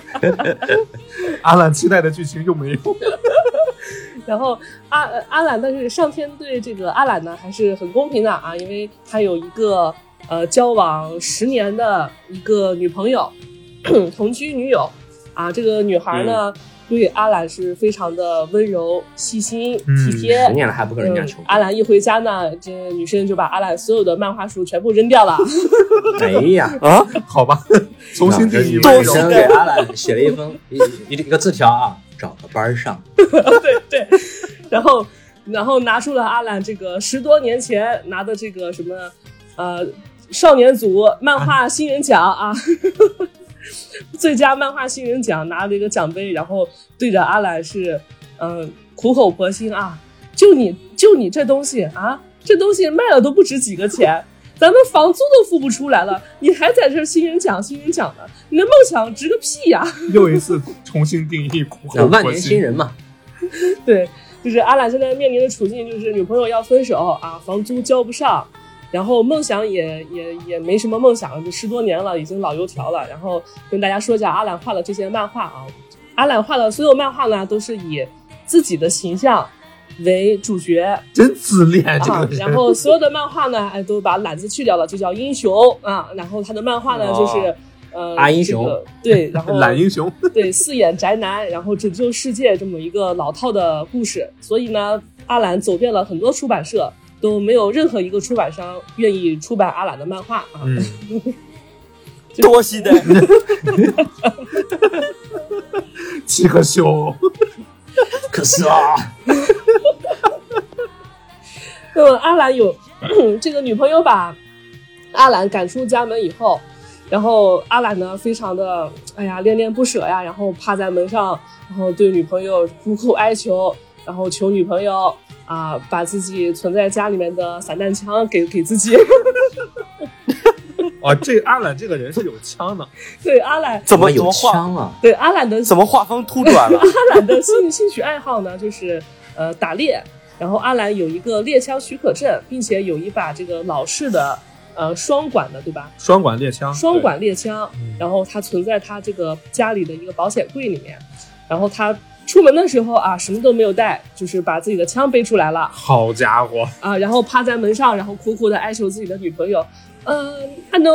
[SPEAKER 2] 阿兰期待的剧情又没有。
[SPEAKER 3] 然后阿呃阿兰，但是上天对这个阿兰呢还是很公平的啊，因为他有一个呃交往十年的一个女朋友， 同居女友啊，这个女孩
[SPEAKER 5] 嗯
[SPEAKER 3] 呢、对阿兰是非常的温柔、细心、
[SPEAKER 2] 嗯
[SPEAKER 3] 体贴。
[SPEAKER 5] 十年了还不跟人家求
[SPEAKER 3] 嗯，阿兰一回家呢，这女生就把阿兰所有的漫画书全部扔掉了。
[SPEAKER 5] 哎呀，
[SPEAKER 4] 啊，
[SPEAKER 2] 好吧，嗯重新定义
[SPEAKER 5] 女
[SPEAKER 2] 温
[SPEAKER 4] 都
[SPEAKER 2] 柔
[SPEAKER 4] 是。
[SPEAKER 5] 生给阿兰写了一封一一一个字条啊，找个班儿上。
[SPEAKER 3] 对，然后然后拿出了阿兰这个十多年前拿的这个什么呃少年组漫画新人奖啊， 最佳漫画新人奖拿了一个奖杯，然后对着阿兰是嗯、呃苦口婆心啊，就你就你这东西啊，这东西卖了都不值几个钱。咱们房租都付不出来了，你还在这儿新人奖新人奖呢？你的梦想值个屁呀、
[SPEAKER 2] 又一次重新定义苦
[SPEAKER 5] 那
[SPEAKER 2] 后
[SPEAKER 5] 万
[SPEAKER 2] 婆
[SPEAKER 5] 年
[SPEAKER 2] 媳
[SPEAKER 5] 新。人嘛，
[SPEAKER 3] 对，就是阿懒现在面临的处境就是女朋友要分手啊，房租交不上，然后梦想也也也没什么梦想了，就十多年了，已经老油条了。然后跟大家说一下，阿懒画的这些漫画啊，阿懒画的所有漫画呢，都是以自己的形象为主角，
[SPEAKER 2] 真自恋这
[SPEAKER 3] 啊
[SPEAKER 2] 个，人
[SPEAKER 3] 然， 后所有的漫画呢，哎，都把懒字去掉了，就叫英雄啊。然后他的漫画呢，
[SPEAKER 4] 哦
[SPEAKER 3] 就是呃，
[SPEAKER 5] 阿英雄
[SPEAKER 3] 这个对， 然后
[SPEAKER 2] 懒英雄，
[SPEAKER 3] 对四眼宅男，然后拯救世界这么一个老套的故事。所以呢，阿兰走遍了很多出版社，都没有任何一个出版商愿意出版阿兰的漫画啊。
[SPEAKER 2] 嗯，
[SPEAKER 4] 多西的，
[SPEAKER 2] 气个羞。
[SPEAKER 5] 可是啊，
[SPEAKER 3] 那么阿兰有 这个女朋友把阿兰赶出家门以后，然后阿兰呢非常的哎呀恋恋不舍呀，然后趴在门上，然后对女朋友苦苦哀求，然后求女朋友啊把自己存在家里面的散弹枪给给自己。
[SPEAKER 2] 啊，这阿懒这个人是有枪的，
[SPEAKER 3] 对阿兰，
[SPEAKER 4] 怎么怎
[SPEAKER 5] 有
[SPEAKER 4] 么画
[SPEAKER 5] 枪啊？
[SPEAKER 3] 对阿兰的
[SPEAKER 4] 怎么画风突转了？
[SPEAKER 3] 阿兰的兴兴趣爱好呢，就是呃打猎。然后阿兰有一个猎枪许可证，并且有一把这个老式的呃双管的，对吧？
[SPEAKER 2] 双管猎枪，
[SPEAKER 3] 双管猎枪
[SPEAKER 2] 嗯，
[SPEAKER 3] 然后它存在他这个家里的一个保险柜里面。然后他出门的时候啊，什么都没有带，就是把自己的枪背出来了
[SPEAKER 2] 对，好家伙，
[SPEAKER 3] 啊，然后趴在门上，然后苦苦的哀求自己的女朋友，呃，阿诺，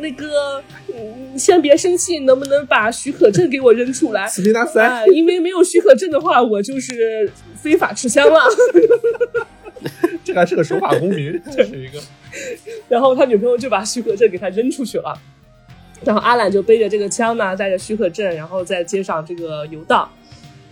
[SPEAKER 3] 那个，嗯先别生气，能不能把许可证给我扔出来？
[SPEAKER 2] 斯宾达塞，
[SPEAKER 3] 啊，因为没有许可证的话，我就是非法持枪了。
[SPEAKER 2] 这还是个守法公民，这是 一个
[SPEAKER 3] 然后他女朋友就把许可证给他扔出去了。然后阿懒就背着这个枪呢，带着许可证，然后在街上这个游荡。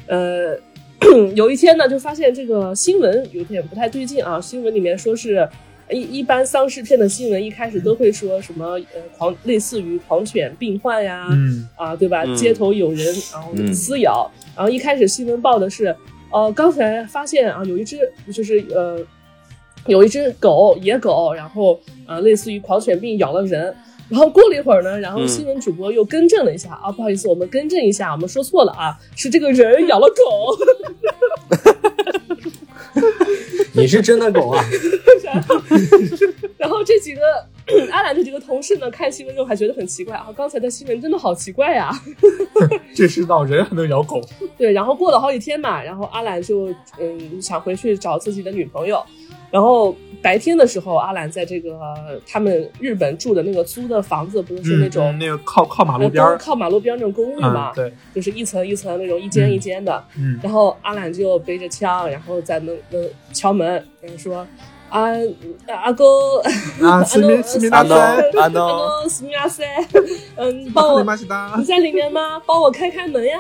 [SPEAKER 3] 呃， 有一天呢，就发现这个新闻有点不太对劲啊。新闻里面说是一一般丧尸片的新闻一开始都会说什么呃狂类似于狂犬病患呀，
[SPEAKER 2] 嗯，
[SPEAKER 3] 啊，对吧？
[SPEAKER 4] 嗯
[SPEAKER 3] 街头有人，然后
[SPEAKER 5] 嗯
[SPEAKER 3] 撕咬，然后一开始新闻报的是，呃，刚才发现啊，有一只就是呃，有一只狗，野狗，然后呃，类似于狂犬病咬了人。然后过了一会儿呢，然后
[SPEAKER 4] 嗯
[SPEAKER 3] 新闻主播又更正了一下、啊，不好意思，我们更正一下，我们说错了啊，是这个人咬了狗。
[SPEAKER 5] 你是真的狗啊？
[SPEAKER 3] 然后这几个 阿兰这几个同事呢，看新闻之后还觉得很奇怪啊，刚才的新闻真的好奇怪啊呀、
[SPEAKER 2] 这世道人还能咬狗，
[SPEAKER 3] 对，然后过了好几天嘛，然后阿兰就嗯想回去找自己的女朋友，然后白天的时候，阿兰在这个他们日本住的那个租的房子，不是是那种、
[SPEAKER 2] 嗯那个靠靠马
[SPEAKER 3] 呃
[SPEAKER 2] 路边儿
[SPEAKER 3] 都，靠马路边儿那种公寓嘛
[SPEAKER 2] 嗯，，对，
[SPEAKER 3] 就是一层一层那种一间一间的。
[SPEAKER 2] 嗯，
[SPEAKER 3] 然后阿懒就背着枪，然后在门门敲门，然后说啊阿哥，
[SPEAKER 2] 啊，斯宾斯宾达
[SPEAKER 4] 安东
[SPEAKER 2] 塞，
[SPEAKER 4] 安
[SPEAKER 3] 阿
[SPEAKER 4] 东，
[SPEAKER 3] 诺斯米亚塞，嗯，帮我
[SPEAKER 2] 马西达
[SPEAKER 3] 你，在里面吗？帮我开开门呀！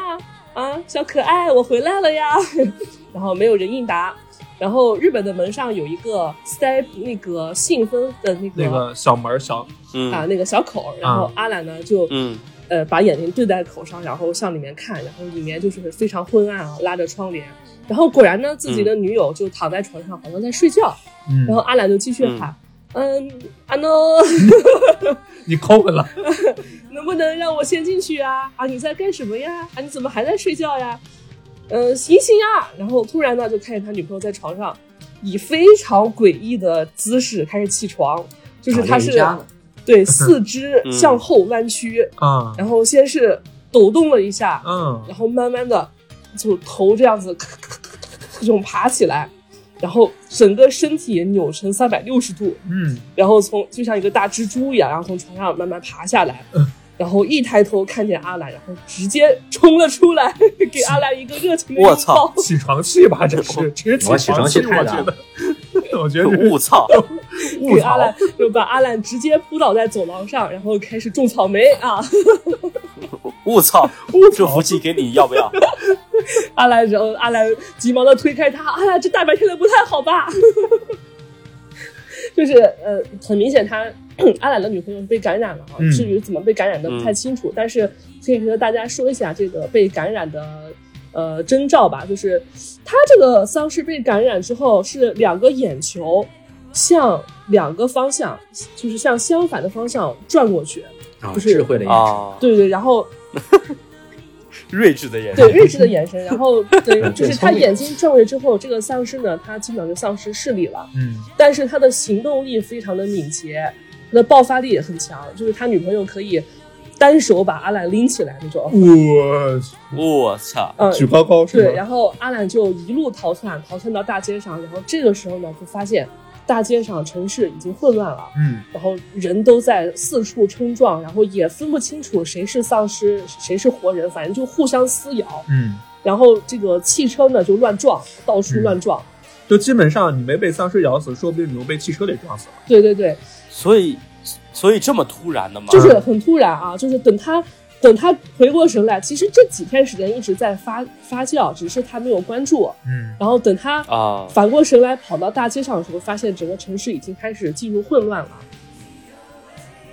[SPEAKER 3] 啊，小可爱，我回来了呀！ 然后没有人应答。然后日本的门上有一个塞那个信封的那个、
[SPEAKER 2] 那个啊小门儿小，
[SPEAKER 3] 啊
[SPEAKER 4] 嗯
[SPEAKER 3] 那个小口，然后阿懒呢就、
[SPEAKER 4] 嗯，
[SPEAKER 3] 呃把眼睛对在口上，然后向里面看，然后里面就是非常昏暗啊，拉着窗帘。然后果然呢，自己的女友就躺在床上，好像在睡觉。
[SPEAKER 2] 嗯
[SPEAKER 3] 然后，阿懒就继续喊：“嗯，阿诺，
[SPEAKER 2] 你扣回了，
[SPEAKER 3] 能不能让我先进去啊？啊，你在干什么呀？啊，你怎么还在睡觉呀？呃，醒醒啊！然后突然呢，就看见他女朋友在床上，以非常诡异的姿势开始起床，就是他
[SPEAKER 5] 打
[SPEAKER 3] 是
[SPEAKER 5] 人家呢
[SPEAKER 3] 对四肢
[SPEAKER 4] 嗯
[SPEAKER 3] 向后弯曲，
[SPEAKER 2] 啊，
[SPEAKER 3] 然后先是抖动了一下，
[SPEAKER 2] 嗯，
[SPEAKER 3] 然后慢慢的就头这样子 咔咔咔咔咔咔这种爬起来，然后整个身体扭成三百六十度，
[SPEAKER 2] 嗯，
[SPEAKER 3] 然后从就像一个大蜘蛛一样，然后从床上慢慢爬下来，
[SPEAKER 4] 嗯
[SPEAKER 3] 然后一抬头看见阿兰，然后直接冲了出来，给阿兰一个热情的
[SPEAKER 4] 我
[SPEAKER 3] 拥抱
[SPEAKER 4] 操。
[SPEAKER 2] 起床气吧，这是，这是
[SPEAKER 5] 我
[SPEAKER 2] 起
[SPEAKER 5] 起
[SPEAKER 2] 床
[SPEAKER 5] 床气
[SPEAKER 2] 我
[SPEAKER 5] 太大
[SPEAKER 2] 觉得
[SPEAKER 5] 了，
[SPEAKER 2] 我觉得这是
[SPEAKER 4] 我嗯操，
[SPEAKER 2] 误
[SPEAKER 3] 给阿兰
[SPEAKER 2] 操，
[SPEAKER 3] 就把阿兰直接扑倒在走廊上，然后开始种草莓啊！
[SPEAKER 4] 我操，这福气给你要不要？
[SPEAKER 3] 阿兰，然后阿兰急忙的推开他，阿兰这大白天的不太好吧？ 就是呃，很明显他阿兰的女朋友被感染了啊，
[SPEAKER 2] 嗯
[SPEAKER 3] 至于怎么被感染的不太清楚，但是可以和大家说一下这个被感染的呃征兆吧，就是他这个丧尸被感染之后是两个眼球。向两个方向，就是向相反的方向转过去。
[SPEAKER 5] 啊，
[SPEAKER 3] 不是
[SPEAKER 5] 智慧的眼神，
[SPEAKER 4] 啊，
[SPEAKER 3] 对对，然后
[SPEAKER 4] 睿智的眼 神
[SPEAKER 3] 对，睿智的眼神，然后对，
[SPEAKER 5] 嗯
[SPEAKER 3] 就是
[SPEAKER 5] 对
[SPEAKER 3] 他
[SPEAKER 5] 聪明
[SPEAKER 3] 眼睛转过去之后，这个丧尸呢，他基本上就丧失视力了，
[SPEAKER 2] 嗯
[SPEAKER 3] 但是他的行动力非常的敏捷，他的爆发力也很强，就是他女朋友可以单手把阿兰拎起来那种，
[SPEAKER 2] 我
[SPEAKER 4] 我操，
[SPEAKER 3] 嗯，
[SPEAKER 2] 举高高是
[SPEAKER 3] 对，
[SPEAKER 2] 吗？
[SPEAKER 3] 然后阿兰就一路逃窜，逃窜到大街上，然后这个时候呢，就发现大街上城市已经混乱了。
[SPEAKER 2] 嗯，
[SPEAKER 3] 然后人都在四处冲撞，然后也分不清楚谁是丧尸，谁是活人，反正就互相撕咬。
[SPEAKER 2] 嗯，
[SPEAKER 3] 然后这个汽车呢就乱撞，到处乱撞。
[SPEAKER 2] 就基本上你没被丧尸咬死，说不定你又被汽车给撞死了。
[SPEAKER 3] 对对对，
[SPEAKER 4] 所以所以这么突然的吗？
[SPEAKER 3] 就是很突然啊，就是等他等他回过神来，其实这几天时间一直在发发酵，只是他没有关注。
[SPEAKER 2] 嗯
[SPEAKER 3] 然后等他
[SPEAKER 4] 啊，
[SPEAKER 3] 反过神来跑到大街上的时候，发现整个城市已经开始进入混乱了，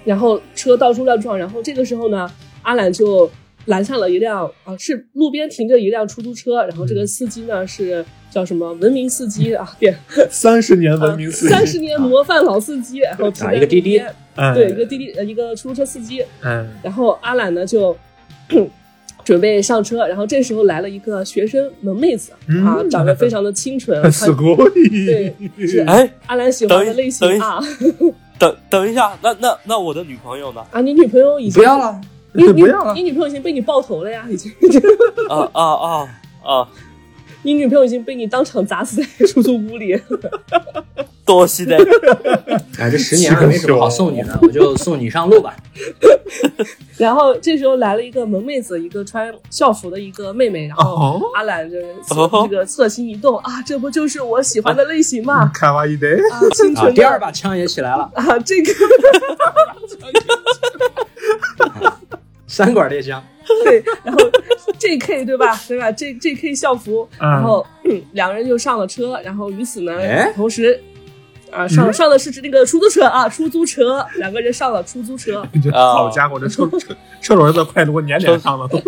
[SPEAKER 3] 然后车到处乱撞，然后这个时候呢，阿兰就拦下了一辆啊，是路边停着一辆出租车，然后这个司机呢是叫什么文明司机啊，变
[SPEAKER 2] 三十年文明司机，
[SPEAKER 3] 呃三十年模范老司机，然后停在
[SPEAKER 5] 一个滴滴
[SPEAKER 3] 路边
[SPEAKER 2] 嗯
[SPEAKER 3] 对，一个滴滴呃一个出租车司机，
[SPEAKER 2] 嗯
[SPEAKER 3] 然后阿兰呢就。 准备上车，然后这时候来了一个学生萌妹子、啊，
[SPEAKER 2] 嗯
[SPEAKER 3] 长得非常的清纯，
[SPEAKER 2] す
[SPEAKER 3] 穿
[SPEAKER 2] ごい
[SPEAKER 3] 对。是
[SPEAKER 4] 哎，
[SPEAKER 3] 阿兰喜欢的类型啊
[SPEAKER 4] 等等一下，那那那我的女朋友呢？
[SPEAKER 3] 啊！你女朋友已经
[SPEAKER 5] 不要，了，
[SPEAKER 3] 你你
[SPEAKER 2] 不要啊了
[SPEAKER 3] 你女朋友已经被你爆头了呀，已经，
[SPEAKER 4] 啊啊啊啊！
[SPEAKER 3] 你女朋友已经被你当场砸死在出租屋里。
[SPEAKER 4] 多西的，
[SPEAKER 5] 哎，这十年了没什么好送你的，我就送你上路吧。
[SPEAKER 3] 然后这时候来了一个萌妹子，一个穿校服的一个妹妹，然后
[SPEAKER 2] 哦，
[SPEAKER 3] 阿兰就是
[SPEAKER 4] 哦
[SPEAKER 3] 这个侧心一动啊，这不就是我喜欢的类型吗？
[SPEAKER 2] 卡哇伊的，
[SPEAKER 3] 啊，清
[SPEAKER 5] 啊，
[SPEAKER 3] 纯
[SPEAKER 5] 第
[SPEAKER 3] 的
[SPEAKER 5] 二把枪也起来了，
[SPEAKER 3] 啊，这个
[SPEAKER 5] 三管猎枪，
[SPEAKER 3] 对，然后 JK 对吧？对吧？J JK 校服，
[SPEAKER 2] 嗯
[SPEAKER 3] 然后、嗯两个人就上了车，然后与此呢
[SPEAKER 5] 哎，
[SPEAKER 3] 同时啊上
[SPEAKER 2] 嗯
[SPEAKER 3] 上的是那个出租车啊，出租车，两个人上了出租车，
[SPEAKER 2] 这
[SPEAKER 4] 啊
[SPEAKER 2] 好家伙，这 车车车轮子快给我粘脸上了都。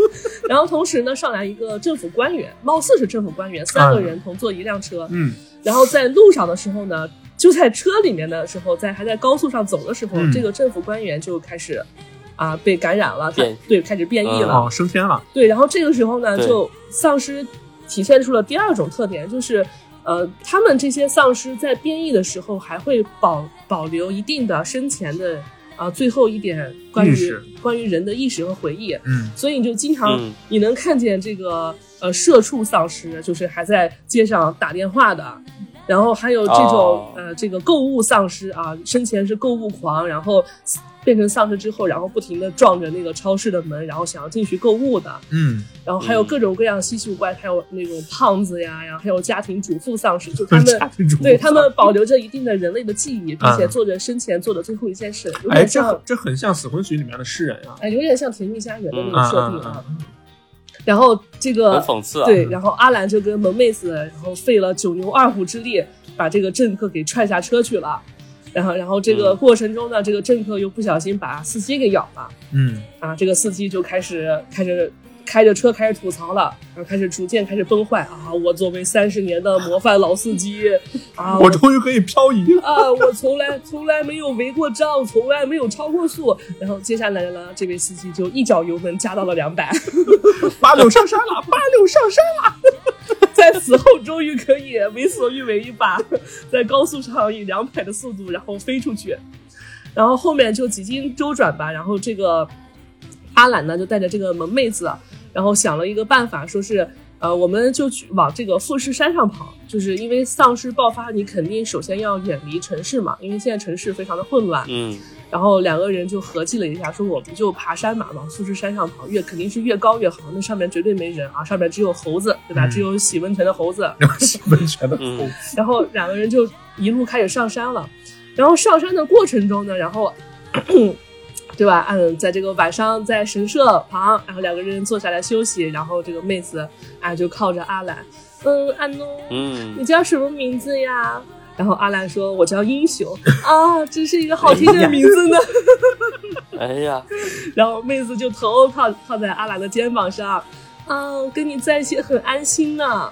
[SPEAKER 3] 然后同时呢上来一个政府官员，貌似是政府官员，三个人同坐一辆车，
[SPEAKER 2] 嗯
[SPEAKER 3] 然后在路上的时候呢。就在车里面的时候，在还在高速上走的时候，
[SPEAKER 2] 嗯
[SPEAKER 3] 这个政府官员就开始，啊、被感染了，他
[SPEAKER 4] 变
[SPEAKER 3] 对开始变异
[SPEAKER 4] 嗯
[SPEAKER 5] 啊
[SPEAKER 3] 了，
[SPEAKER 2] 哦，升天了。
[SPEAKER 3] 对，然后这个时候呢，
[SPEAKER 4] 对
[SPEAKER 3] 就丧尸体现出了第二种特点，就是呃，他们这些丧尸在变异的时候还会保保留一定的生前的啊、最后一点关
[SPEAKER 2] 意
[SPEAKER 3] 于
[SPEAKER 2] 识
[SPEAKER 3] 关于人的意识和回忆，
[SPEAKER 2] 嗯
[SPEAKER 3] 所以你就经常、
[SPEAKER 4] 嗯
[SPEAKER 3] 你能看见这个呃社畜丧尸，就是还在街上打电话的。然后还有这种、
[SPEAKER 4] 哦
[SPEAKER 3] 呃，这个购物丧尸啊，生前是购物狂，然后变成丧尸之后，然后不停的撞着那个超市的门，然后想要进去购物的。
[SPEAKER 2] 嗯，
[SPEAKER 3] 然后还有
[SPEAKER 4] 嗯
[SPEAKER 3] 各种各样稀奇古怪，还有那种胖子呀，然后还有家庭主妇丧尸，就他 们
[SPEAKER 2] 家庭主妇
[SPEAKER 3] 对他们保留着一定的人类的记忆，并且
[SPEAKER 2] 嗯
[SPEAKER 3] 做着生前做的最后一件事，有
[SPEAKER 2] 哎，
[SPEAKER 3] 点
[SPEAKER 2] 这
[SPEAKER 3] 像
[SPEAKER 2] 很这很像《死魂曲》里面的诗人啊。
[SPEAKER 3] 哎，有点像《甜蜜家园》的那
[SPEAKER 2] 嗯
[SPEAKER 3] 种设定
[SPEAKER 2] 嗯
[SPEAKER 3] 啊。然后这
[SPEAKER 4] 很
[SPEAKER 3] 个
[SPEAKER 4] 讽刺啊。
[SPEAKER 3] 呃对，然后阿兰就跟萌妹子，然后费了九牛二虎之力，把这个政客给踹下车去了。然后，然后这个
[SPEAKER 4] 嗯
[SPEAKER 3] 过程中呢，这个政客又不小心把司机给咬了。
[SPEAKER 2] 嗯
[SPEAKER 3] 啊，这个司机就开始开始开着车开始吐槽了，然后开始逐渐开始崩坏啊！我作为三十年的模范老司机啊，
[SPEAKER 2] 我终于可以漂移了。
[SPEAKER 3] 啊，我从来从来没有违过章，从来没有超过速。然后接下来呢，这位司机就一脚油门加到了两百，
[SPEAKER 2] 八六上山了，八六上山了。
[SPEAKER 3] 在此后终于可以为所欲为一把，在高速上以两百的速度然后飞出去，然后后面就几经周转吧，然后这个阿懒呢就带着这个萌妹子，啊然后想了一个办法，说是呃我们就去往这个富士山上跑，就是因为丧尸爆发，你肯定首先要远离城市嘛，因为现在城市非常的混乱，
[SPEAKER 4] 嗯
[SPEAKER 3] 然后两个人就合计了一下，说我们就爬山嘛，往富士山上跑，越肯定是越高越好，那上面绝对没人啊，上面只有猴子，对吧？
[SPEAKER 2] 嗯
[SPEAKER 3] 只有洗温泉的猴子。
[SPEAKER 2] 然后洗温泉的，
[SPEAKER 4] 嗯
[SPEAKER 3] 然后两个人就一路开始上山了。然后上山的过程中呢，然后， 对吧？嗯，在这个晚上在神社旁，然后两个人坐下来休息，然后这个妹子啊就靠着阿兰，嗯，安东，你
[SPEAKER 4] 嗯，
[SPEAKER 3] 叫什么名字呀？然后阿兰说：“我叫英雄啊，真是一个好听的名字呢。”
[SPEAKER 4] 哎呀，
[SPEAKER 3] 然后妹子就头靠靠在阿兰的肩膀上，嗯，跟你在一起很安心呢。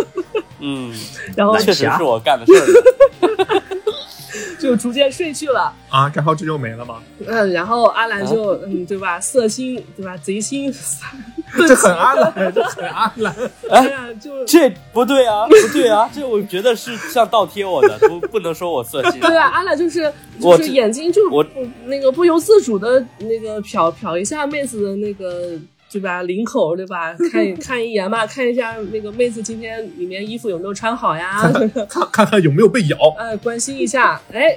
[SPEAKER 4] 嗯，
[SPEAKER 3] 然后
[SPEAKER 5] 那
[SPEAKER 4] 确实是我干的事儿。
[SPEAKER 3] 就逐渐睡去了。
[SPEAKER 2] 啊，然后这就没了吗？
[SPEAKER 3] 嗯，然后阿兰就、
[SPEAKER 4] 啊
[SPEAKER 3] 嗯，对吧？色心，对吧？贼心，
[SPEAKER 2] 这很阿兰，这很阿兰。
[SPEAKER 3] 哎呀，就
[SPEAKER 4] 啊 这不对啊，不对啊，这我觉得是像倒贴我的，不不能说我色心。
[SPEAKER 3] 对啊，阿兰就是就
[SPEAKER 4] 我
[SPEAKER 3] 是
[SPEAKER 4] 这
[SPEAKER 3] 眼睛就是
[SPEAKER 4] 我
[SPEAKER 3] 不那个不由自主的那个瞟瞟一下妹子的那个。对吧？领口对吧？ 看一看一眼吧，看一下那个妹子今天里面衣服有没有穿好 呀？
[SPEAKER 2] 看看看有没有被咬。
[SPEAKER 3] 哎，关心一下，哎，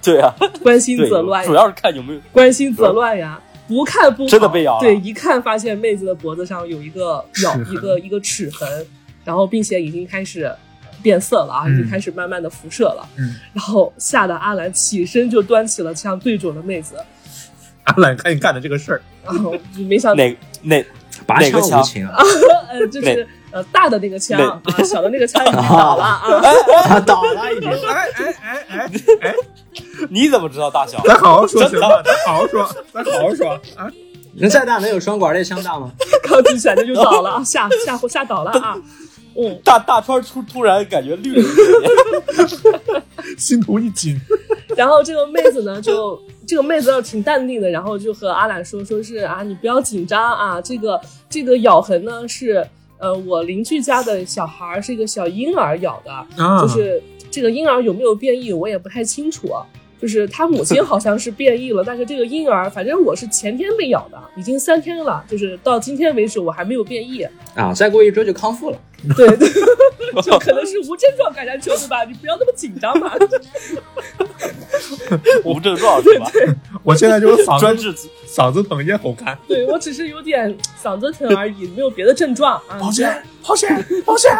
[SPEAKER 4] 对啊，
[SPEAKER 3] 关心
[SPEAKER 4] 对
[SPEAKER 3] 则乱，嗯
[SPEAKER 4] 主要是看有没有
[SPEAKER 3] 关心则乱呀，不看不好
[SPEAKER 4] 嗯真的被咬了
[SPEAKER 3] 对，一看发现妹子的脖子上有一个咬
[SPEAKER 2] 齿，痕
[SPEAKER 3] 一个一个齿痕，然后并且已经开始变色了啊，
[SPEAKER 2] 嗯
[SPEAKER 3] 已经开始慢慢的辐射了。
[SPEAKER 2] 嗯，
[SPEAKER 3] 然后吓得阿兰起身就端起了枪对准了妹子，
[SPEAKER 2] 阿兰，看你干的这个事儿，
[SPEAKER 3] 然后就没想到，
[SPEAKER 4] 哪哪
[SPEAKER 5] 拔
[SPEAKER 4] 哪
[SPEAKER 5] 枪
[SPEAKER 4] 个
[SPEAKER 5] 无
[SPEAKER 4] 枪
[SPEAKER 5] 情啊，
[SPEAKER 3] 呃，就是呃大的那个枪
[SPEAKER 4] 哪
[SPEAKER 3] 啊，小的那个枪 已经倒了 啊。
[SPEAKER 5] 他 倒了已经。
[SPEAKER 2] 哎哎哎哎哎，
[SPEAKER 4] 你怎么知道大小？
[SPEAKER 2] 咱好好说行吗？咱好好说，咱好好说啊！
[SPEAKER 5] 人再大能有双管猎枪大吗？
[SPEAKER 3] 钢琴闪着就倒了，啊，吓吓吓倒了啊！嗯，
[SPEAKER 4] 大大川突突然感觉绿了一点，
[SPEAKER 2] 心头一紧。
[SPEAKER 3] 然后这个妹子呢，就这个妹子倒是挺淡定的，然后就和阿兰说，说是啊，你不要紧张啊，这个这个咬痕呢是呃我邻居家的小孩儿，是一个小婴儿咬的，
[SPEAKER 2] 啊
[SPEAKER 3] 就是这个婴儿有没有变异，我也不太清楚。就是他母亲好像是变异了，但是这个婴儿，反正我是前天被咬的，已经三天了，就是到今天为止我还没有变异。
[SPEAKER 5] 啊，再过一周就康复了。
[SPEAKER 3] 对 对，就可能是无症状感染者，对吧？你不要那么紧张嘛。
[SPEAKER 4] 无症状是吧？
[SPEAKER 2] 我现在就是嗓
[SPEAKER 4] 专
[SPEAKER 2] 子
[SPEAKER 4] 治
[SPEAKER 2] 嗓子疼，咽喉干。
[SPEAKER 3] 对我只是有点嗓子疼而已，没有别的症状啊。
[SPEAKER 2] 保险，保险，保险！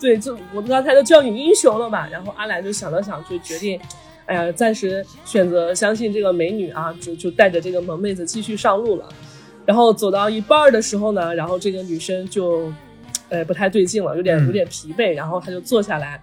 [SPEAKER 3] 对，就我刚才都叫你英雄了嘛，然后阿兰就想了想，就决定，哎呀，暂时选择相信这个美女啊，就就带着这个萌妹子继续上路了。然后走到一半儿的时候呢，然后这个女生就，呃，不太对劲了，有点
[SPEAKER 2] 嗯
[SPEAKER 3] 有点疲惫，然后她就坐下来，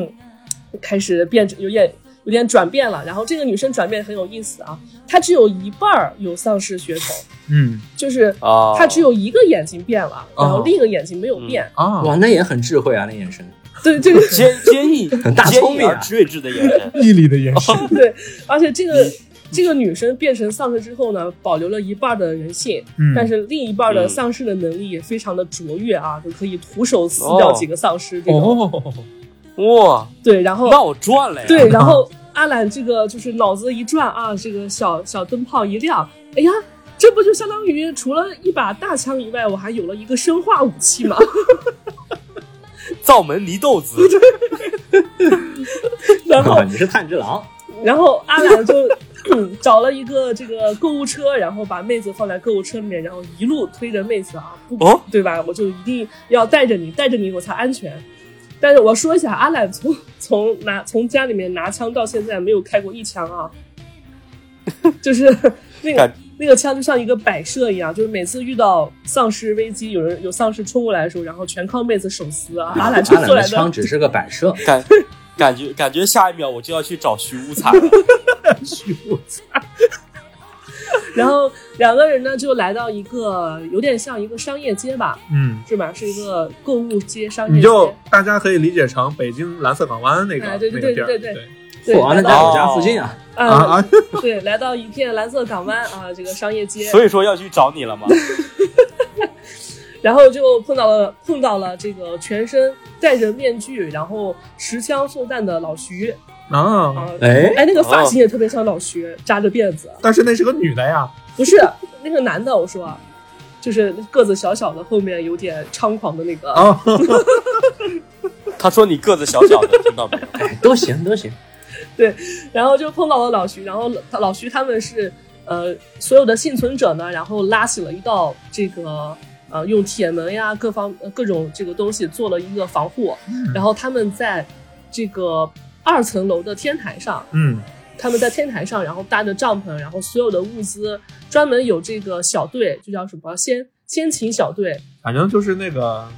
[SPEAKER 3] 开始变成有点有点转变了。然后这个女生转变很有意思啊，她只有一半儿有丧尸血统，
[SPEAKER 2] 嗯
[SPEAKER 3] 就是
[SPEAKER 4] 啊，
[SPEAKER 3] 她只有一个眼睛变了，然后
[SPEAKER 2] 哦
[SPEAKER 3] 另一个眼睛没有变。
[SPEAKER 2] 啊
[SPEAKER 5] 哇，那也很智慧啊，那眼神。
[SPEAKER 2] 嗯
[SPEAKER 3] 对， 这个
[SPEAKER 4] 坚坚毅
[SPEAKER 5] 大
[SPEAKER 4] 坚
[SPEAKER 5] 聪
[SPEAKER 4] 毅
[SPEAKER 5] 明啊
[SPEAKER 4] 而睿智的眼神，
[SPEAKER 2] 毅力的延伸。
[SPEAKER 3] 对，而且这个
[SPEAKER 2] 嗯
[SPEAKER 3] 这个女生变成丧尸之后呢，保留了一半的人性，
[SPEAKER 2] 嗯
[SPEAKER 3] 但是另一半的
[SPEAKER 4] 嗯
[SPEAKER 3] 丧尸的能力也非常的卓越啊，就可以徒手撕掉几个丧尸这种。
[SPEAKER 2] 哦，
[SPEAKER 4] 哇，
[SPEAKER 3] 对，然后
[SPEAKER 4] 那我赚了呀！
[SPEAKER 2] 啊
[SPEAKER 3] 对，然后阿兰这个就是脑子一转啊，这个小小灯泡一亮，哎呀。这不就相当于除了一把大枪以外，我还有了一个生化武器嘛？
[SPEAKER 4] 灶门泥豆子，
[SPEAKER 3] 然后
[SPEAKER 5] 啊，你是炭治郎，
[SPEAKER 3] 然后阿兰就、嗯、找了一个这个购物车，然后把妹子放在购物车里面，然后一路推着妹子啊，不、
[SPEAKER 4] 哦
[SPEAKER 3] 对吧？我就一定要带着你，带着你我才安全。但是我说一下，阿兰从从拿从家里面拿枪到现在没有开过一枪啊，就是那个
[SPEAKER 4] 感
[SPEAKER 3] 那个枪就像一个摆设一样，就是每次遇到丧尸危机，有人有丧尸冲过来的时候，然后全靠妹子手撕啊，阿兰就
[SPEAKER 5] 阿兰
[SPEAKER 3] 坐在
[SPEAKER 5] 的
[SPEAKER 3] 那
[SPEAKER 5] 枪只是个摆设。
[SPEAKER 4] 感感觉感觉下一秒我就要去找徐无惨了。
[SPEAKER 3] 然后两个人呢就来到一个有点像一个商业街吧，
[SPEAKER 2] 嗯，
[SPEAKER 3] 是吧？是一个购物街、商业
[SPEAKER 2] 你
[SPEAKER 3] 街。
[SPEAKER 2] 就大家可以理解成北京蓝色港湾那个
[SPEAKER 3] 哎
[SPEAKER 2] 那
[SPEAKER 3] 对
[SPEAKER 2] 个
[SPEAKER 3] 对
[SPEAKER 2] 地儿，
[SPEAKER 3] 对对对
[SPEAKER 2] 对
[SPEAKER 3] 对，
[SPEAKER 5] 嚯，那
[SPEAKER 3] 来
[SPEAKER 5] 在
[SPEAKER 3] 到
[SPEAKER 5] 我家附近啊，
[SPEAKER 3] 嗯、
[SPEAKER 2] 啊啊！
[SPEAKER 3] 对，来到一片蓝色港湾啊，这个商业街。
[SPEAKER 4] 所以说要去找你了吗？
[SPEAKER 3] 然后就碰到了碰到了这个全身戴着面具，然后持枪作战的老徐
[SPEAKER 2] 啊！
[SPEAKER 3] 啊。
[SPEAKER 5] 哎，
[SPEAKER 3] 哎，那个发型也特别像老徐，扎着辫子。
[SPEAKER 2] 但是那是个女的呀，
[SPEAKER 3] 不是那个男的，我说，啊就是个子小小的，后面有点猖狂的那个。
[SPEAKER 2] 啊，
[SPEAKER 4] 他说你个子小小的，听到没有？
[SPEAKER 5] 哎，都行都行，
[SPEAKER 3] 然后就碰到了老徐，然后老老徐他们是呃所有的幸存者呢，然后拉起了一道这个呃用铁门呀各方呃各种这个东西做了一个防护，然后他们在这个二层楼的天台上，
[SPEAKER 2] 嗯
[SPEAKER 3] 他们在天台上，然后搭着帐篷，然后所有的物资专门有这个小队，就叫什么先先勤小队，
[SPEAKER 2] 反正就是那个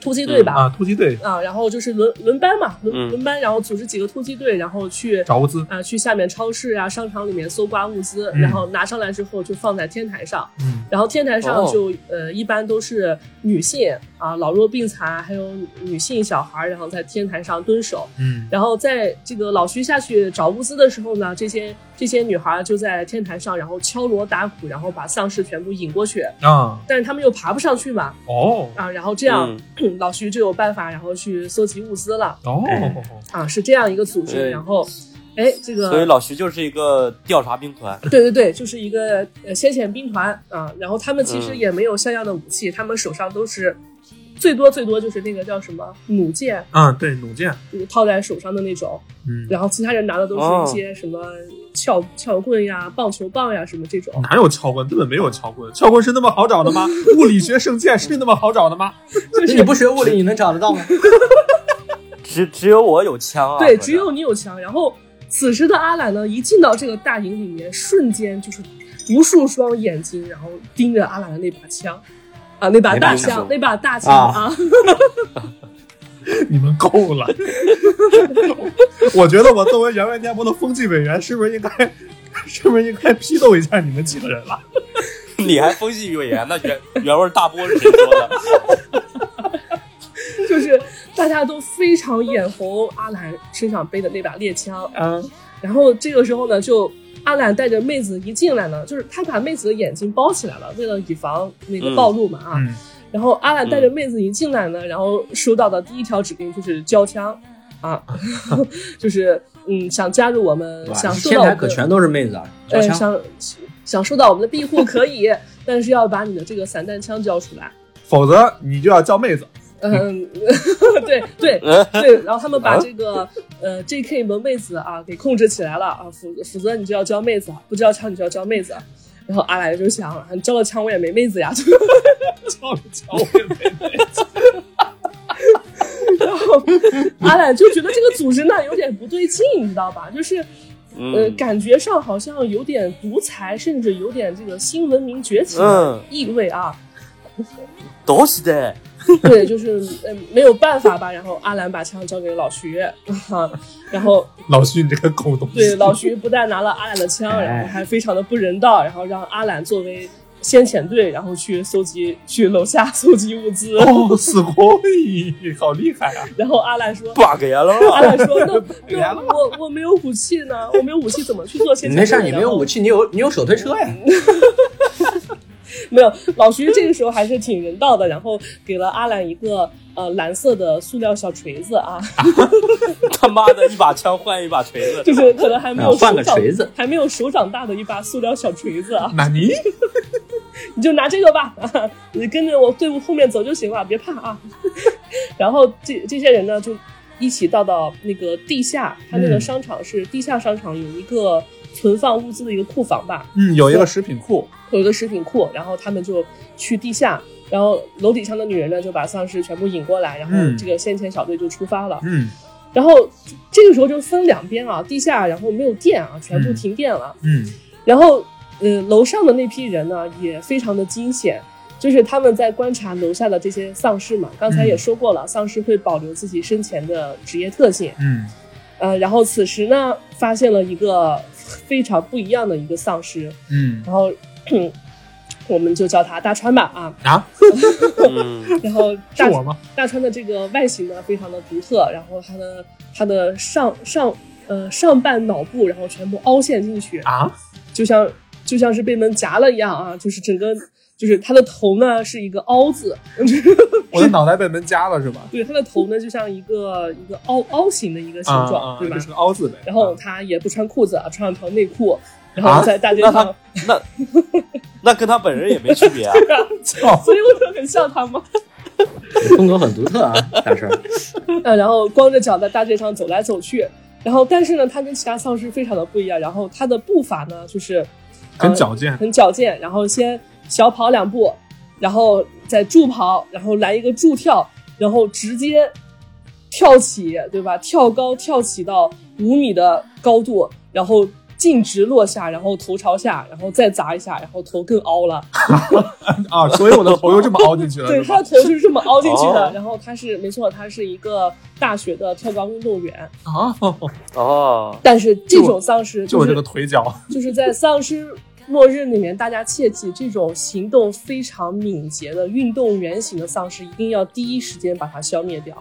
[SPEAKER 3] 突击队吧，
[SPEAKER 2] 啊，突击队
[SPEAKER 3] 啊，然后就是轮轮班嘛，轮、
[SPEAKER 4] 嗯
[SPEAKER 3] 轮班，然后组织几个突击队，然后去
[SPEAKER 2] 找物资，
[SPEAKER 3] 啊去下面超市啊、商场里面搜刮物资，
[SPEAKER 2] 嗯
[SPEAKER 3] 然后拿上来之后就放在天台上，
[SPEAKER 2] 嗯
[SPEAKER 3] 然后天台上
[SPEAKER 4] 哦
[SPEAKER 3] 就、呃一般都是女性啊、老弱病残，还有女性小孩儿，然后在天台上蹲守。
[SPEAKER 2] 嗯
[SPEAKER 3] 然后在这个老徐下去找物资的时候呢，这些这些女孩儿就在天台上，然后敲锣打鼓，然后把丧尸全部引过去，
[SPEAKER 2] 啊，
[SPEAKER 3] 但是他们又爬不上去嘛，
[SPEAKER 2] 哦
[SPEAKER 3] 啊，然后这样、
[SPEAKER 4] 嗯
[SPEAKER 3] 老徐就有办法，然后去搜集物资了
[SPEAKER 2] 哦，
[SPEAKER 3] 啊，是这样一个组织。
[SPEAKER 4] 对
[SPEAKER 3] 然后，哎，这个
[SPEAKER 4] 所以老徐就是一个调查兵团，
[SPEAKER 3] 对对对，就是一个呃先遣兵团啊，然后他们其实
[SPEAKER 4] 嗯
[SPEAKER 3] 也没有像样的武器，他们手上都是最多最多就是那个叫什么弩箭，
[SPEAKER 2] 嗯，对，弩箭，
[SPEAKER 3] 就是套在手上的那种，
[SPEAKER 2] 嗯，
[SPEAKER 3] 然后其他人拿的都
[SPEAKER 4] 哦
[SPEAKER 3] 是一些什么撬撬棍呀、棒球棒呀什么这种。
[SPEAKER 2] 哪有撬棍？根本没有撬棍，撬棍是那么好找的吗？物理学圣剑是那么好找的吗？
[SPEAKER 5] 你不学物理，你能找 得到吗？
[SPEAKER 4] 只只有我有枪啊，
[SPEAKER 3] 对，
[SPEAKER 4] 可是
[SPEAKER 3] 只有你有枪。然后此时的阿懒呢，一进到这个大营里面，瞬间就是无数双眼睛，然后盯着阿懒的那把枪。啊，那把
[SPEAKER 5] 那
[SPEAKER 3] 大
[SPEAKER 5] 把
[SPEAKER 3] 枪
[SPEAKER 4] 枪，
[SPEAKER 3] 那把大枪啊！
[SPEAKER 2] 你们够了！我觉得我作为员外电波的风纪委员，是不是应该， 是不是应该批斗一下你们几个人了？
[SPEAKER 4] 你还风信委员， 那原原味大波是谁说 的？
[SPEAKER 3] 就是大家都非常眼红阿兰身上背的那把猎枪。
[SPEAKER 2] 啊，
[SPEAKER 3] 然后这个时候呢，就阿兰带着妹子一进来呢，就是他把妹子的眼睛包起来了，为了以防那个暴露嘛啊。
[SPEAKER 2] 嗯，
[SPEAKER 3] 然后阿兰带着妹子一进来呢，然后收到的第一条指令就是交枪， 啊，就是嗯，想加入我们，想受
[SPEAKER 5] 天
[SPEAKER 3] 到我
[SPEAKER 5] 台
[SPEAKER 3] 们
[SPEAKER 5] 可
[SPEAKER 3] 的
[SPEAKER 5] 全都是妹子啊，找
[SPEAKER 3] 呃，
[SPEAKER 5] 枪。
[SPEAKER 3] 想想受到我们的庇护可以，但是要把你的这个散弹枪交出来。
[SPEAKER 2] 否则你就要叫妹子。
[SPEAKER 3] 嗯， 对对
[SPEAKER 4] 嗯
[SPEAKER 3] 对，然后他们把这个、呃 J.K. 萌妹子啊给控制起来了啊，否否则你就要教妹子，啊不教枪你就要教妹子。啊然后阿来就想，啊你教了枪我也没妹子呀，
[SPEAKER 2] 叫着叫妹子。
[SPEAKER 3] 然后阿兰就觉得这个组织呢有点不对劲，你知道吧？就是呃，
[SPEAKER 4] 嗯
[SPEAKER 3] 感觉上好像有点独裁，甚至有点这个新文明崛起的
[SPEAKER 4] 嗯
[SPEAKER 3] 意味啊。
[SPEAKER 4] 都是的，
[SPEAKER 3] 对，就是呃没有办法吧。然后阿兰把枪交给老徐，啊、然后
[SPEAKER 2] 老徐，你这个狗东西！
[SPEAKER 3] 对老徐不但拿了阿兰的枪，
[SPEAKER 5] 哎
[SPEAKER 3] 然后还非常的不人道，然后让阿兰作为先遣队，然后去搜集去楼下搜集物资。
[SPEAKER 2] 哦，死过你，好厉害啊！
[SPEAKER 3] 然后阿兰说。
[SPEAKER 4] 八个人了
[SPEAKER 3] 阿
[SPEAKER 4] 嘛，
[SPEAKER 3] 兰 说：“那那我我没有武器呢，我没有武器怎么去做先遣
[SPEAKER 5] 你
[SPEAKER 3] 队？
[SPEAKER 5] 没事儿，你没有
[SPEAKER 3] 器。
[SPEAKER 5] 武器，你有你有手推 车呀。
[SPEAKER 3] 没有，老徐这个时候还是挺人道的，然后给了阿兰一个呃蓝色的塑料小锤子啊，
[SPEAKER 4] 他妈的一把枪换一把锤子，
[SPEAKER 3] 就是可能还没有
[SPEAKER 5] 啊换
[SPEAKER 3] 手
[SPEAKER 5] 个
[SPEAKER 3] 掌
[SPEAKER 5] 锤子
[SPEAKER 3] 还没有手掌大的一把塑料小锤子啊，
[SPEAKER 2] 纳尼？
[SPEAKER 3] 你就拿这个吧，啊你跟着我队伍后面走就行了，别怕啊。 然后这这些人呢就一起到到那个地下，他那个
[SPEAKER 2] 嗯
[SPEAKER 3] 商场是地下商场有一个存放物资的一个库房吧，
[SPEAKER 2] 嗯，有一个食品库。
[SPEAKER 3] 有一个食品库，然后他们就去地下，然后楼顶上的女人呢就把丧尸全部引过来，然后
[SPEAKER 2] 嗯
[SPEAKER 3] 这个先遣小队就出发了。
[SPEAKER 2] 嗯
[SPEAKER 3] 然后这个时候就分两边啊，地下然后没有电啊，全部
[SPEAKER 2] 嗯
[SPEAKER 3] 停电了。
[SPEAKER 2] 嗯
[SPEAKER 3] 然后呃，楼上的那批人呢也非常的惊险。就是他们在观察楼下的这些丧尸嘛，刚才也说过了，丧尸会保留自己生前的职业特性，
[SPEAKER 2] 嗯
[SPEAKER 3] 呃，然后此时呢，发现了一个非常不一样的一个丧尸，
[SPEAKER 2] 嗯
[SPEAKER 3] 然后 我们就叫他大川吧啊。
[SPEAKER 2] 啊，
[SPEAKER 4] 嗯，
[SPEAKER 3] 然后
[SPEAKER 2] 是
[SPEAKER 3] 大
[SPEAKER 2] 我吗？
[SPEAKER 3] 大川的这个外形呢非常的独特，然后他的他的上上呃上半脑部然后全部凹陷进去，
[SPEAKER 2] 啊，
[SPEAKER 3] 就像就像是被门夹了一样啊，就是整个就是他的头呢是一个凹字，
[SPEAKER 2] 我的脑袋被门夹了是吧？
[SPEAKER 3] 对他的头呢就像一个一个凹凹形的一个形
[SPEAKER 2] 啊
[SPEAKER 3] 状，
[SPEAKER 2] 啊
[SPEAKER 3] 对吧
[SPEAKER 2] 就？是个啊凹字呗。
[SPEAKER 3] 然后他也不穿裤子啊，穿了条内裤，然
[SPEAKER 2] 啊
[SPEAKER 3] 后在大街
[SPEAKER 4] 那
[SPEAKER 3] 上，
[SPEAKER 4] 他那那跟他本人也没区 别啊，
[SPEAKER 2] 操，
[SPEAKER 3] 所以我就很像他嘛。
[SPEAKER 5] 风格很独特啊，大帅。
[SPEAKER 3] 呃，然后光着脚在大街上走来走去，然后但是呢，他跟其他丧尸非常的不一样，然后他的步伐呢就是
[SPEAKER 2] 很矫健。
[SPEAKER 3] 很矫健，然后先小跑两步，然后再助跑，然后来一个助跳，然后直接跳起，对吧？跳高跳起到五米的高度，然后径直落下，然后头朝下，然后再砸一下，然后头更凹了。
[SPEAKER 2] 啊，所以我的头又这么凹进去了，
[SPEAKER 3] 呃 对，
[SPEAKER 2] 是吧
[SPEAKER 3] 他的头就是这么凹进去的
[SPEAKER 4] 哦。
[SPEAKER 3] 然后他是没错，他是一个大学的跳高运动员。
[SPEAKER 2] 啊，
[SPEAKER 4] 哦，
[SPEAKER 3] 但是这种丧尸
[SPEAKER 2] 就
[SPEAKER 3] 就
[SPEAKER 2] 我
[SPEAKER 3] 是
[SPEAKER 2] 这个腿脚，
[SPEAKER 3] 就是在丧尸末日里面，大家切记，这种行动非常敏捷的运动员型的丧尸，一定要第一时间把它消灭掉，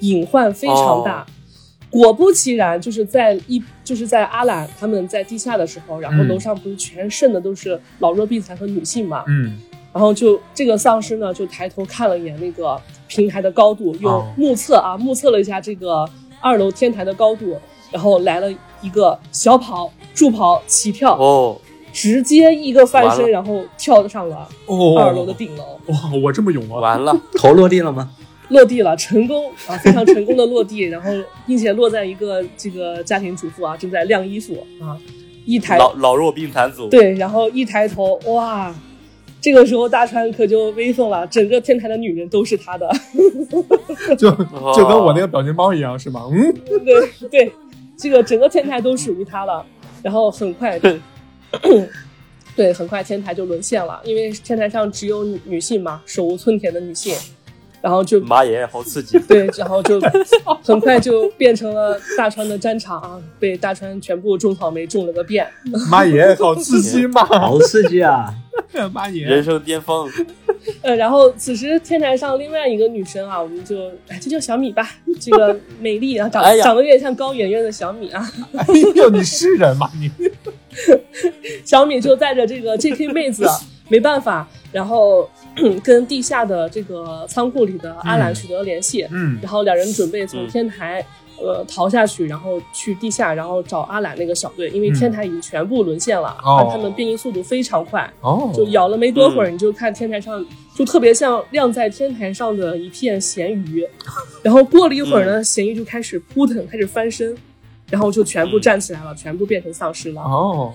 [SPEAKER 3] 隐患非常大。
[SPEAKER 4] 哦
[SPEAKER 3] 果不其然，就是在一就是在阿兰他们在地下的时候，然后
[SPEAKER 2] 嗯
[SPEAKER 3] 楼上不是全剩的都是老弱病残和女性嘛，
[SPEAKER 2] 嗯，
[SPEAKER 3] 然后就这个丧尸呢，就抬头看了一眼那个平台的高度，又
[SPEAKER 2] 哦
[SPEAKER 3] 目测啊，目测了一下这个二楼天台的高度，然后来了一个小跑、助跑、起跳，
[SPEAKER 4] 哦，
[SPEAKER 3] 直接一个翻
[SPEAKER 4] 完了
[SPEAKER 3] 身，然后跳上了
[SPEAKER 2] 哦，
[SPEAKER 3] 二楼的顶楼，
[SPEAKER 2] 哇，我这么勇 啊，
[SPEAKER 4] 完了，
[SPEAKER 5] 头落地了吗？
[SPEAKER 3] 落地了，成功啊，非常成功的落地， 然后并且落在一个这个家庭主妇啊正在晾衣服啊，一抬
[SPEAKER 4] 老老弱病残组，
[SPEAKER 3] 对，然后一抬头，哇！这个时候大川可就威风了，整个天台的女人都是他的。
[SPEAKER 2] 就就跟我那个表情包一样，是吗？嗯，
[SPEAKER 3] 对对，这个整个天台都属于他了。然后很 快，对，很快天台就沦陷了，因为天台上只有女女性嘛，手无寸铁的女性，然后就
[SPEAKER 4] 妈耶，好刺激！
[SPEAKER 3] 对，然后就很快就变成了大川的战场啊，被大川全部种草莓种了个遍。
[SPEAKER 2] 妈耶，好刺激嘛，
[SPEAKER 5] 好刺激啊！
[SPEAKER 2] 妈
[SPEAKER 4] 人
[SPEAKER 2] 耶，
[SPEAKER 4] 生巅峰，
[SPEAKER 3] 呃，然后此时天台上另外一个女生啊，我们就哎，就叫小米吧，这个美丽啊，长、
[SPEAKER 4] 哎呀
[SPEAKER 3] 长得有点像高圆圆的小米啊，
[SPEAKER 2] 哎呦，你是人吗？你
[SPEAKER 3] 小米就带着这个 JK 妹 子，啊没办法，然后 跟地下的这个仓库里的阿兰取得了联系，
[SPEAKER 2] 嗯
[SPEAKER 3] 然后两人准备从
[SPEAKER 4] 嗯
[SPEAKER 3] 天台。呃，逃下去，然后去地下，然后找阿兰那个小队，因为
[SPEAKER 2] 嗯
[SPEAKER 3] 天台已经全部沦陷了，
[SPEAKER 2] 哦
[SPEAKER 3] 但他们变异速度非常快，
[SPEAKER 2] 哦，
[SPEAKER 3] 就咬了没多会儿，你就看天台上就特别像晾在天台上的一片咸鱼，然后过了一会
[SPEAKER 2] 嗯
[SPEAKER 3] 儿呢，咸鱼就开始扑腾，开始翻身，然后就全部
[SPEAKER 4] 嗯
[SPEAKER 3] 站起来了，全部变成丧尸了。
[SPEAKER 2] 哦，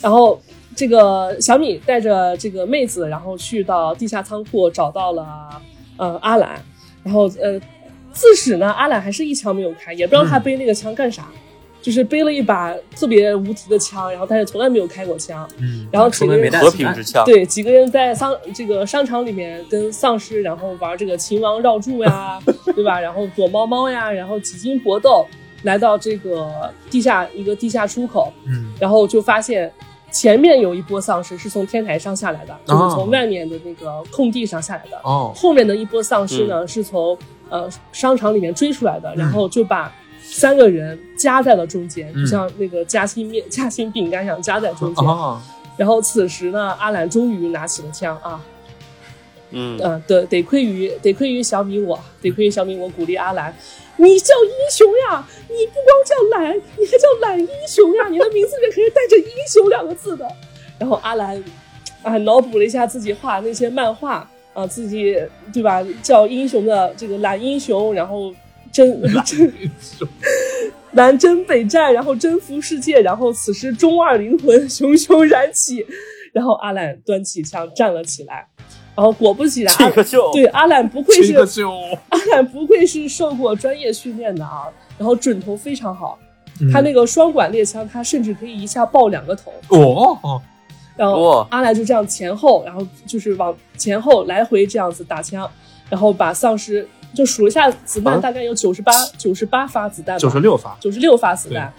[SPEAKER 3] 然后这个小米带着这个妹子，然后去到地下仓库找到了呃阿兰，然后呃自始呢阿兰还是一枪没有开，也不知道他背那个枪干啥，就是背了一把特别无敌的枪，然后但是从来没有开过枪，
[SPEAKER 2] 嗯，
[SPEAKER 3] 然后
[SPEAKER 5] 出
[SPEAKER 3] 几
[SPEAKER 5] 门
[SPEAKER 3] 个
[SPEAKER 5] 没
[SPEAKER 3] 人
[SPEAKER 5] 带
[SPEAKER 4] 和平之枪，
[SPEAKER 3] 对几个人在丧这个商场里面跟丧尸，然后玩这个秦王绕柱呀，对吧？然后躲猫猫呀，然后几经搏斗，来到这个地下一个地下出口，
[SPEAKER 2] 嗯，
[SPEAKER 3] 然后就发现前面有一波丧尸是从天台上下来的，就是从外面的那个空地上下来的。
[SPEAKER 2] 哦，
[SPEAKER 3] 后面的一波丧尸呢，是从呃商场里面追出来的，然后就把三个人夹在了中间，
[SPEAKER 2] 嗯
[SPEAKER 3] 就像那个夹心面、夹心饼干一样夹在中间。
[SPEAKER 2] 啊，
[SPEAKER 3] 然后此时呢，阿兰终于拿起了枪啊，
[SPEAKER 4] 嗯，
[SPEAKER 3] 嗯、得得亏于得亏于小米我，得亏于小米我鼓励阿兰，你叫英雄呀，你不光叫懒，你还叫懒英雄呀，你的名字里面可是带着英雄两个字的。然后阿兰啊，脑补了一下自己画那些漫画啊，自己对吧，叫英雄的这个懒英雄，然后真真。南征北战，然后征服世界，然后此时中二灵魂熊熊燃起，然后阿兰端起枪站了起来，然后果不其然，
[SPEAKER 4] 这个就
[SPEAKER 3] 对，阿兰不愧
[SPEAKER 2] 哦这
[SPEAKER 3] 是
[SPEAKER 2] 个就，
[SPEAKER 3] 阿兰不愧是受过专业训练的啊，然后准头非常好，
[SPEAKER 2] 嗯
[SPEAKER 3] 他那个双管猎枪，他甚至可以一下爆两个头。
[SPEAKER 2] 哦，
[SPEAKER 3] 然后
[SPEAKER 4] 哇
[SPEAKER 3] 阿兰就这样前后，然后就是往前后来回这样子打枪，然后把丧尸就数了一下子弹，
[SPEAKER 4] 啊
[SPEAKER 3] 大概有九十八九十八发子弹吧，
[SPEAKER 2] 九十六发，
[SPEAKER 3] 九十六发子弹，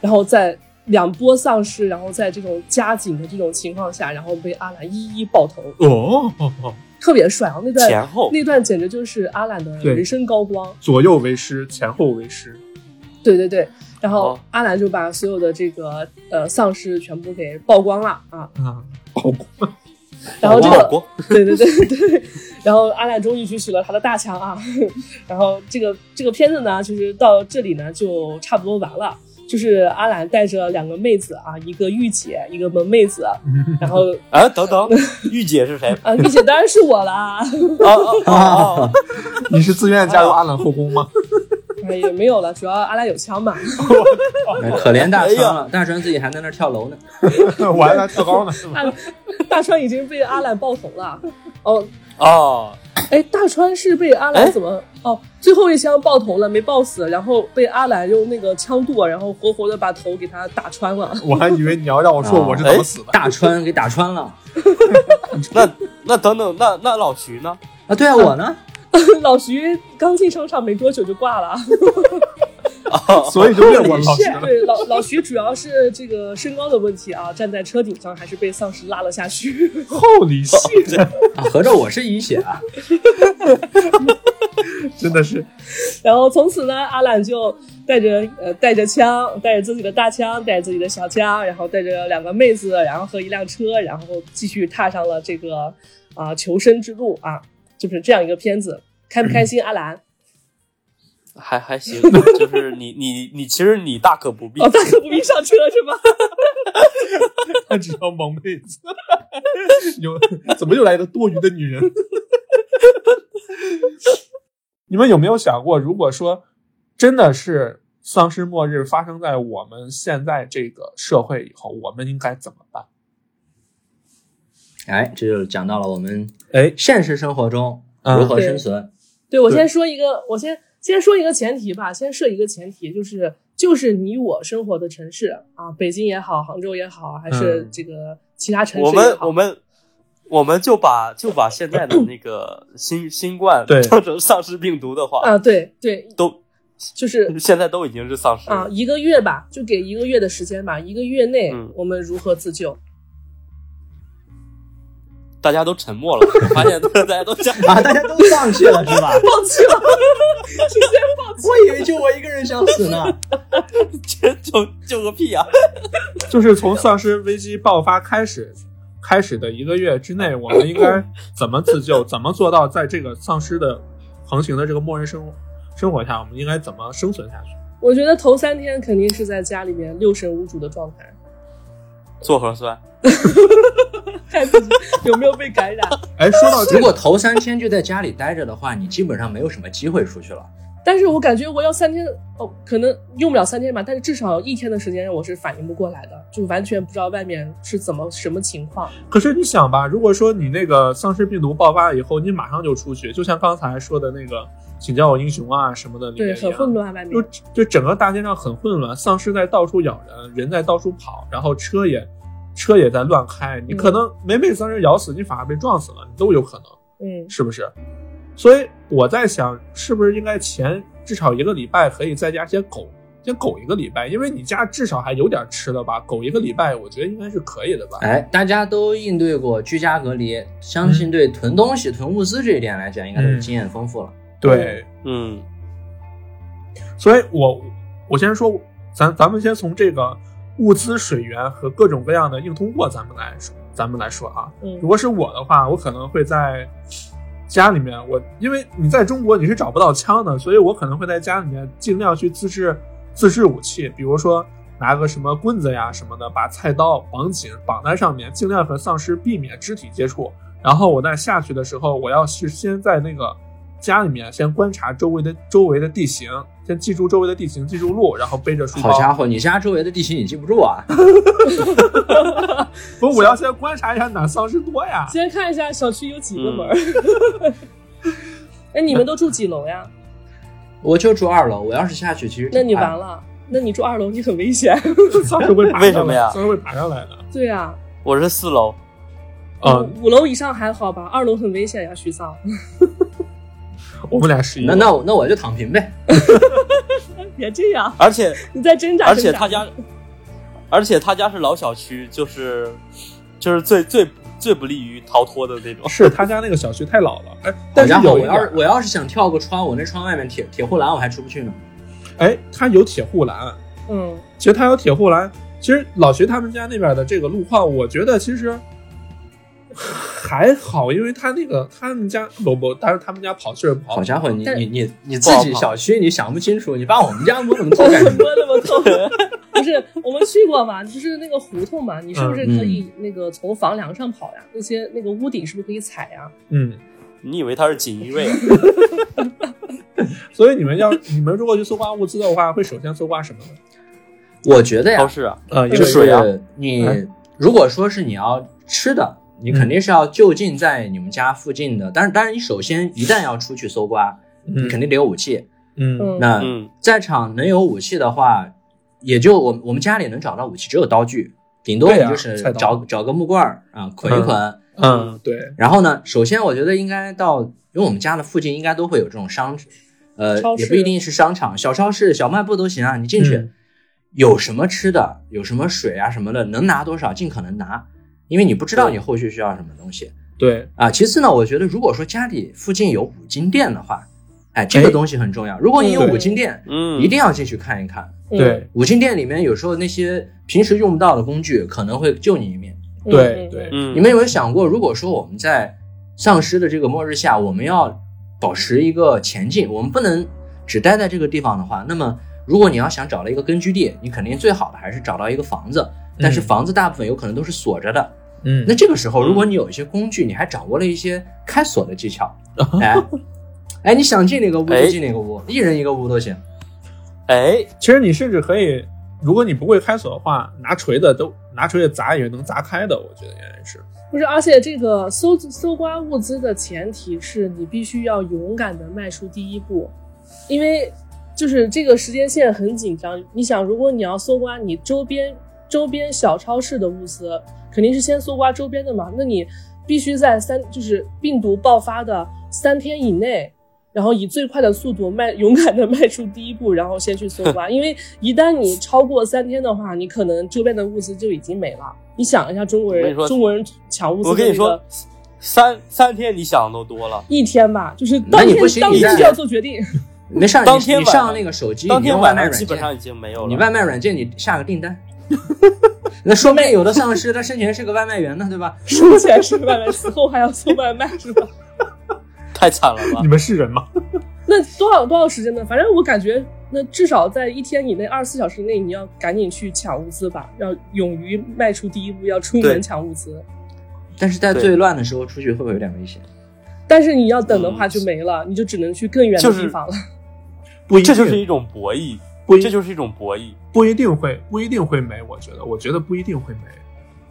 [SPEAKER 3] 然后在两波丧尸，然后在这种加紧的这种情况下，然后被阿兰一一爆头，
[SPEAKER 2] 哦，
[SPEAKER 3] 特别帅啊！那段
[SPEAKER 4] 前后
[SPEAKER 3] 那段简直就是阿兰的
[SPEAKER 2] 对
[SPEAKER 3] 人生高光。
[SPEAKER 2] 左右为师，前后为师，
[SPEAKER 3] 对对对，然后
[SPEAKER 4] 哦
[SPEAKER 3] 阿兰就把所有的这个呃丧尸全部给曝光了啊，
[SPEAKER 2] 啊，哦，
[SPEAKER 3] 然后这
[SPEAKER 4] 老
[SPEAKER 3] 个
[SPEAKER 4] 郭，
[SPEAKER 3] 对对对对，然后阿兰终于举起了他的大枪啊， 然后这个这个片子呢，就是到这里呢就差不多完了。就是阿兰带着两个妹子啊，一个御姐，一个萌妹子，然后
[SPEAKER 4] 啊，等 等，御姐是谁？
[SPEAKER 3] 啊，御姐当然是我啦，
[SPEAKER 4] 啊啊啊！啊
[SPEAKER 2] 你是自愿加入阿兰后宫吗？
[SPEAKER 3] 哎也没有了，主要阿兰有枪嘛。
[SPEAKER 5] 哎可怜大川
[SPEAKER 4] 哎
[SPEAKER 5] 了，大川自己还在那儿跳楼呢。
[SPEAKER 2] 我还来跳高呢，
[SPEAKER 3] 阿大川已经被阿兰爆头了。哦，
[SPEAKER 4] 啊！
[SPEAKER 3] 哎，大川是被阿兰
[SPEAKER 4] 哎
[SPEAKER 3] 怎么哦，最后一枪爆头了，没爆死，然后被阿兰用那个枪剁，然后活活的把头给他打穿了。
[SPEAKER 2] 我还以为你要让我说我是怎么死的。
[SPEAKER 5] 大川给打穿了
[SPEAKER 4] 那那等等，那那老徐呢？
[SPEAKER 5] 啊！对啊，我呢？
[SPEAKER 3] 老徐刚进商场没多久就挂了。
[SPEAKER 2] 所以就变我老师了。
[SPEAKER 3] 对老老徐主要是这个身高的问题啊，站在车顶上还是被丧尸拉了下去。
[SPEAKER 2] 厚礼系
[SPEAKER 5] 啊，合着我是一血啊！
[SPEAKER 2] 真的是
[SPEAKER 3] 然后从此呢，阿懒就带着呃带着枪，带着自己的大枪，带着自己的小枪，然后带着两个妹子，然后和一辆车，然后继续踏上了这个啊、求生之路啊，就是这样一个片子，开不开心？阿兰
[SPEAKER 4] 还还行，就是你你你，其实你大可不必
[SPEAKER 3] 哦，。大可不必上车是吧？
[SPEAKER 2] 他只要萌妹子， 有怎么又来一个多余的女人？ 你们有没有想过，如果说真的是丧尸末日发生在我们现在这个社会以后，我们应该怎么办？
[SPEAKER 5] 哎，这就讲到了我们
[SPEAKER 2] 哎，
[SPEAKER 5] 现实生活中
[SPEAKER 2] 嗯
[SPEAKER 5] 如何 生存。
[SPEAKER 3] 对，我
[SPEAKER 2] 对
[SPEAKER 3] 先说一个，我先先说一个前提吧，先设一个前提，就是就是你我生活的城市啊，北京也好，杭州也好，还是
[SPEAKER 2] 嗯
[SPEAKER 3] 这个其他城市
[SPEAKER 4] 我
[SPEAKER 3] 也
[SPEAKER 4] 们
[SPEAKER 3] 好，
[SPEAKER 4] 我们我们就把就把现在的那个新新冠
[SPEAKER 2] 对
[SPEAKER 4] 当成丧尸病毒的话，
[SPEAKER 3] 啊，对对，
[SPEAKER 4] 都
[SPEAKER 3] 就是
[SPEAKER 4] 现在都已经是丧尸
[SPEAKER 3] 啊，
[SPEAKER 4] 了。
[SPEAKER 3] 一个月吧，就给一个月的时间吧，一个月内
[SPEAKER 4] 嗯
[SPEAKER 3] 我们如何自 救？
[SPEAKER 4] 大家都沉默了，我发现大家都 讲。
[SPEAKER 5] 啊，大家都放弃了是吧？
[SPEAKER 3] 放弃了，直接放弃。
[SPEAKER 5] 我以为就我一个人想死呢。
[SPEAKER 4] 这救救个屁呀、啊
[SPEAKER 2] 就是从丧尸危机爆发开始，开始的一个月之内，我们应 该怎么自救？怎么做到在这个丧尸的横行的这个末日生活生活下，我们应该怎么生存下去？
[SPEAKER 3] 我觉得头三天肯定是在家里面六神无主的状态，
[SPEAKER 4] 做核酸，
[SPEAKER 3] 看自己 有没有被感染。
[SPEAKER 2] 哎，说到
[SPEAKER 5] 如
[SPEAKER 2] 这个，
[SPEAKER 5] 果头三天就在家里待着的话，你基本上没有什么机会出去了。
[SPEAKER 3] 但是我感觉我要三天，哦，可能用不了三天吧，但是至少有一天的时间我是反应不过来的，就完全不知道外面是怎么什么情况。
[SPEAKER 2] 可是你想吧，如果说你那个丧尸病毒爆发以后，你马上就出去，就像刚才说的那个《请叫我英雄》啊什么的里面
[SPEAKER 3] 对，
[SPEAKER 2] 一
[SPEAKER 3] 很
[SPEAKER 2] 样
[SPEAKER 3] 混乱，外面
[SPEAKER 2] 就就整个大街上很混乱，丧尸在到处咬人，人在到处跑，然后车也车也在乱开，你
[SPEAKER 3] 嗯
[SPEAKER 2] 可能没被丧尸咬死，你反而被撞死了，你都有可能，
[SPEAKER 3] 嗯，
[SPEAKER 2] 是不是？所以我在想，是不是应该前至少一个礼拜可以在家先苟先苟一个礼拜，因为你家至少还有点吃的吧，苟一个礼拜，我觉得应该是可以的吧。
[SPEAKER 5] 哎，大家都应对过居家隔离，相信对囤东西、囤物资这一点来讲，应该都是经验丰富了。
[SPEAKER 2] 对，
[SPEAKER 4] 嗯，
[SPEAKER 2] 所以我我先说，咱咱们先从这个物资、水源和各种各样的硬通货，咱们来说，咱们来说啊。
[SPEAKER 3] 嗯
[SPEAKER 2] 如果是我的话，我可能会在家里面，我因为你在中国你是找不到枪的，所以我可能会在家里面尽量去自制自制武器，比如说拿个什么棍子呀什么的，把菜刀绑紧，绑在上面，尽量和丧尸避免肢体接触。然后我在下去的时候，我要是先在那个家里面先观察周围的周围的地形，先记住周围的地形，记住路，然后背着书包。
[SPEAKER 5] 好家伙，你家周围的地形你记不住 啊？
[SPEAKER 2] 不，我要先观察一下哪丧尸多呀。
[SPEAKER 3] 先看一下小区有几个门儿。 哎，你们都住几楼 呀？
[SPEAKER 5] 我就住二楼，我要是下去，其实挺
[SPEAKER 3] 那你
[SPEAKER 5] 快
[SPEAKER 3] 完
[SPEAKER 5] 的
[SPEAKER 3] 了，那你住二楼，你很危险。
[SPEAKER 2] 丧尸会爬上来
[SPEAKER 4] 为什么呀
[SPEAKER 2] 丧尸会爬上来的。
[SPEAKER 3] 对啊，
[SPEAKER 4] 我是四楼，
[SPEAKER 2] 嗯，
[SPEAKER 3] 五楼以上还好吧，二楼很危险呀，徐桑。
[SPEAKER 2] 我们俩是一
[SPEAKER 5] 那
[SPEAKER 2] 个。
[SPEAKER 5] 那我那我就躺平呗。
[SPEAKER 3] 别这样，
[SPEAKER 4] 而且
[SPEAKER 3] 你在挣扎。
[SPEAKER 4] 而且
[SPEAKER 3] 挣扎
[SPEAKER 4] 他家，而且他家是老小区，就是就是最最最不利于逃脱的那种。
[SPEAKER 2] 是他家那个小区太老了，哎，但是
[SPEAKER 5] 好家伙，
[SPEAKER 2] 有一
[SPEAKER 5] 我要
[SPEAKER 2] 点
[SPEAKER 5] 是，我要是想跳个窗，我那窗外面铁铁护栏我还出不去呢。
[SPEAKER 2] 哎，它有铁护栏，
[SPEAKER 3] 嗯，
[SPEAKER 2] 其实它有铁护栏。其实老徐他们家那边的这个路况，我觉得其实还好，因为他那个他们家不不，但是他们家跑确实跑
[SPEAKER 5] 好家伙，你
[SPEAKER 3] 但
[SPEAKER 5] 你你你
[SPEAKER 4] 不
[SPEAKER 5] 自
[SPEAKER 4] 好
[SPEAKER 5] 己
[SPEAKER 4] 跑
[SPEAKER 5] 小区你想不清楚，你把我们家摸得么
[SPEAKER 3] 我
[SPEAKER 5] 透
[SPEAKER 3] 们
[SPEAKER 5] 干 什么？
[SPEAKER 3] 摸那么透，不是我们去过嘛？就是那个胡同嘛，你是不是可以那个从房梁上跑呀？那些那个屋顶是不是可以踩呀？
[SPEAKER 2] 嗯，
[SPEAKER 4] 你以为他是锦衣卫啊？
[SPEAKER 2] 所以你们要你们如果去搜刮物资的话，会首先搜刮什么 呢？
[SPEAKER 5] 我觉得呀
[SPEAKER 4] 超，市啊？
[SPEAKER 2] 呃，
[SPEAKER 5] 就是
[SPEAKER 4] 水啊
[SPEAKER 5] 你
[SPEAKER 2] 嗯
[SPEAKER 5] 如果说是你要吃的，你
[SPEAKER 2] 嗯
[SPEAKER 5] 肯定是要就近在你们家附近的。但是，当然你首先一旦要出去搜刮，你肯定得有武器。
[SPEAKER 2] 嗯
[SPEAKER 3] 嗯，
[SPEAKER 5] 那
[SPEAKER 4] 嗯
[SPEAKER 5] 在场能有武器的话，也就我我们家里能找到武器只有刀具，顶多
[SPEAKER 2] 对
[SPEAKER 5] 也
[SPEAKER 2] 啊
[SPEAKER 5] 就是
[SPEAKER 2] 菜刀
[SPEAKER 5] 找找个木棍儿啊捆一
[SPEAKER 2] 嗯
[SPEAKER 5] 捆。
[SPEAKER 2] 嗯，对，
[SPEAKER 5] 然后呢，首先我觉得应该到，因为我们家的附近应该都会有这种商，呃
[SPEAKER 3] 超，市
[SPEAKER 5] 也不一定是商场，小超市、小卖部都行啊。你进去、
[SPEAKER 2] 嗯
[SPEAKER 5] 有什么吃的，有什么水啊什么的，能拿多少尽可能拿，因为你不知道你后续需要什么东西
[SPEAKER 2] 对，
[SPEAKER 5] 啊。其次呢，我觉得如果说家里附近有五金店的话，哎，这个
[SPEAKER 2] 哎
[SPEAKER 5] 东西很重要。如果你有
[SPEAKER 2] 对
[SPEAKER 5] 五金店，
[SPEAKER 4] 嗯，
[SPEAKER 5] 一定要进去看一看。
[SPEAKER 3] 嗯
[SPEAKER 2] 对，
[SPEAKER 5] 五金店里面有时候那些平时用不到的工具，可能会救你一命。
[SPEAKER 3] 嗯
[SPEAKER 2] 对
[SPEAKER 3] 嗯
[SPEAKER 2] 对
[SPEAKER 4] 嗯，
[SPEAKER 5] 你们有没有想过，如果说我们在丧尸的这个末日下，我们要保持一个前进，我们不能只待在这个地方的话，那么如果你要想找到一个根据地，你肯定最好的还是找到一个房子，但
[SPEAKER 4] 嗯
[SPEAKER 5] 是房子大部分有可能都是锁着的。
[SPEAKER 2] 嗯
[SPEAKER 5] 那这个时候，如果你有一些工具，你还掌握了一些开锁的技 巧，哎，哎，你想进哪个屋
[SPEAKER 4] 哎
[SPEAKER 5] 就进哪个屋，一人一个屋都行。
[SPEAKER 4] 哎，
[SPEAKER 2] 其实你甚至可以，如果你不会开锁的话，拿锤子都拿锤子砸也能砸开的，我觉得应该是。
[SPEAKER 3] 不是，而且这个搜搜刮物资的前提是你必须要勇敢的迈出第一步，因为就是这个时间线很紧张。你想，如果你要搜刮你周边周边小超市的物资，肯定是先搜刮周边的嘛。那你必须在三就是病毒爆发的三天以内，然后以最快的速度迈勇敢的迈出第一步，然后先去搜 刮，因为一旦你超过三天的话，你可能周边的物资就已经没了。你想一下，中国
[SPEAKER 4] 我跟你
[SPEAKER 3] 人
[SPEAKER 4] 说
[SPEAKER 3] 中国人抢物资、
[SPEAKER 4] 我
[SPEAKER 3] 这个，
[SPEAKER 4] 跟你说，三三天你想的都多了。
[SPEAKER 3] 一天吧，就是
[SPEAKER 5] 那
[SPEAKER 3] 当
[SPEAKER 5] 你
[SPEAKER 3] 天
[SPEAKER 5] 不行
[SPEAKER 3] 当
[SPEAKER 5] 你
[SPEAKER 3] 天
[SPEAKER 5] 在
[SPEAKER 3] 就要做决定。
[SPEAKER 5] 没事儿，
[SPEAKER 4] 当
[SPEAKER 5] 你
[SPEAKER 4] 天
[SPEAKER 5] 你
[SPEAKER 4] 晚
[SPEAKER 5] 上那个手机，
[SPEAKER 4] 当
[SPEAKER 5] 你
[SPEAKER 4] 天
[SPEAKER 5] 用外
[SPEAKER 4] 晚
[SPEAKER 5] 卖
[SPEAKER 4] 上
[SPEAKER 5] 软
[SPEAKER 4] 基本
[SPEAKER 5] 件。
[SPEAKER 4] 上已经没有了。
[SPEAKER 5] 你外卖软件你下个订单， 那说不定有的丧尸他生前是个外卖员呢，对吧？
[SPEAKER 3] 收钱是外卖，伺候还要送外卖是吧？
[SPEAKER 4] 太惨了吧
[SPEAKER 2] 你？们是人吗？
[SPEAKER 3] 那多少多少时间呢？反正我感觉，那至少在一天以内，二十四小时以内，你要赶紧去抢物资吧，要勇于迈出第一步，要出
[SPEAKER 4] 对
[SPEAKER 3] 门抢物资。
[SPEAKER 5] 但是在
[SPEAKER 4] 对
[SPEAKER 5] 最乱的时候出去会不会有点危险？
[SPEAKER 3] 但是你要等的话
[SPEAKER 4] 嗯
[SPEAKER 3] 就没了，你就只能去更远的
[SPEAKER 4] 就是
[SPEAKER 3] 地方了。
[SPEAKER 2] 不一
[SPEAKER 4] 这
[SPEAKER 2] 定，
[SPEAKER 4] 就是一种博弈，
[SPEAKER 2] 不一
[SPEAKER 4] 这就是一种博弈。
[SPEAKER 2] 不一定会不一定会没，我觉得，我觉得不一定会没，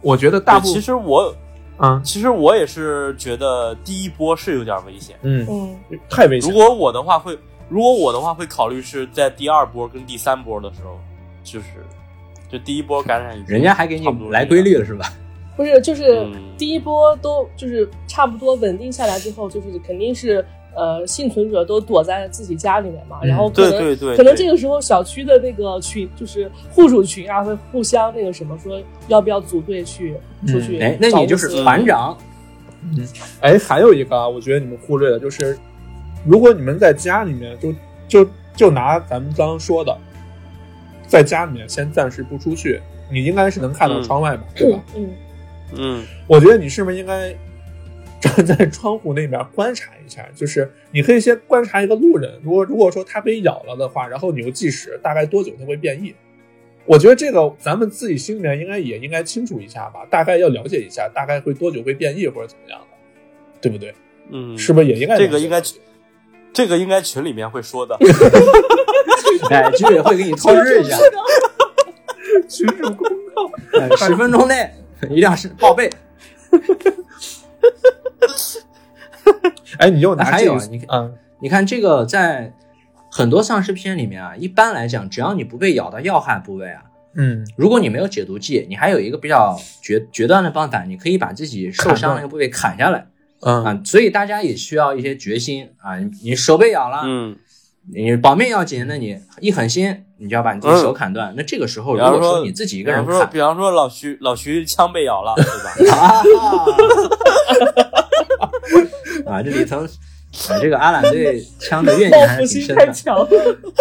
[SPEAKER 2] 我觉得大
[SPEAKER 4] 对
[SPEAKER 2] 部
[SPEAKER 4] 其
[SPEAKER 2] 分
[SPEAKER 4] 实我
[SPEAKER 2] 啊，
[SPEAKER 4] 其实我也是觉得第一波是有点危险。
[SPEAKER 2] 嗯，
[SPEAKER 3] 嗯，
[SPEAKER 2] 太危
[SPEAKER 4] 如
[SPEAKER 2] 险了，
[SPEAKER 4] 果我的话会，如果我的话会考虑是在第二波跟第三波的时候，就是就第一波感染已经
[SPEAKER 5] 人家还给你
[SPEAKER 4] 差不多
[SPEAKER 5] 来规律了是吧？
[SPEAKER 3] 不是，就是
[SPEAKER 4] 嗯
[SPEAKER 3] 第一波都就是差不多稳定下来之后，就是肯定是呃幸存者都躲在自己家里面嘛，
[SPEAKER 2] 嗯
[SPEAKER 3] 然后可
[SPEAKER 4] 对
[SPEAKER 3] 能
[SPEAKER 4] 对对
[SPEAKER 3] 可能
[SPEAKER 4] 对
[SPEAKER 3] 这个时候小区的那个群就是户主群啊，会互相那个什么说要不要组队去出去、
[SPEAKER 5] 哎，那你就是团长，
[SPEAKER 2] 哎，还有一个啊，我觉得你们忽略的就是，如果你们在家里面就就就拿咱们刚刚说的，在家里面先暂时不出去，你应该是能看到
[SPEAKER 4] 嗯
[SPEAKER 2] 窗外吧，对吧？
[SPEAKER 3] 嗯，
[SPEAKER 4] 嗯
[SPEAKER 2] 我觉得你是不是应该站在窗户那边观察一下？就是你可以先观察一个路人，如果如果说他被咬了的话，然后你就计时，大概多久他会变异？我觉得这个咱们自己心里面应该也应该清楚一下吧，大概要了解一下，大概会多久会变异或者怎么样的，对不对？
[SPEAKER 4] 嗯，
[SPEAKER 2] 是不是也应该了解
[SPEAKER 4] 这个应该这个应该群里面会说的。嗯
[SPEAKER 5] 哎，居委会给你通知 一下，
[SPEAKER 2] 群主公告？
[SPEAKER 5] 哎十分钟内 一定要是报备。
[SPEAKER 2] 哎，你又拿
[SPEAKER 5] 还有啊
[SPEAKER 2] 这个
[SPEAKER 5] 你
[SPEAKER 2] 嗯
[SPEAKER 5] 你看这个在很多丧尸片里面啊，一般来讲，只要你不被咬到要害部位啊，
[SPEAKER 2] 嗯
[SPEAKER 5] 如果你没有解毒剂，你还有一个比较决决断的办法，你可以把自己受伤那个部位砍下来。
[SPEAKER 2] 嗯
[SPEAKER 5] 啊，所以大家也需要一些决心啊！你你手被咬了，
[SPEAKER 4] 嗯，
[SPEAKER 5] 你保命要紧，那你一狠心，你就要把你自己手砍断。那这个时候，
[SPEAKER 4] 比
[SPEAKER 5] 如
[SPEAKER 4] 方
[SPEAKER 5] 果
[SPEAKER 4] 说
[SPEAKER 5] 说你自己一
[SPEAKER 4] 比
[SPEAKER 5] 个人
[SPEAKER 4] 方
[SPEAKER 5] 砍
[SPEAKER 4] 说，比方说老徐老徐枪被咬了，对吧？
[SPEAKER 5] 啊， 啊，这里头，啊，这个阿懒对枪的怨
[SPEAKER 3] 报
[SPEAKER 5] 念还
[SPEAKER 3] 复
[SPEAKER 5] 是挺
[SPEAKER 3] 心
[SPEAKER 5] 深
[SPEAKER 3] 太
[SPEAKER 5] 的。
[SPEAKER 3] 强了。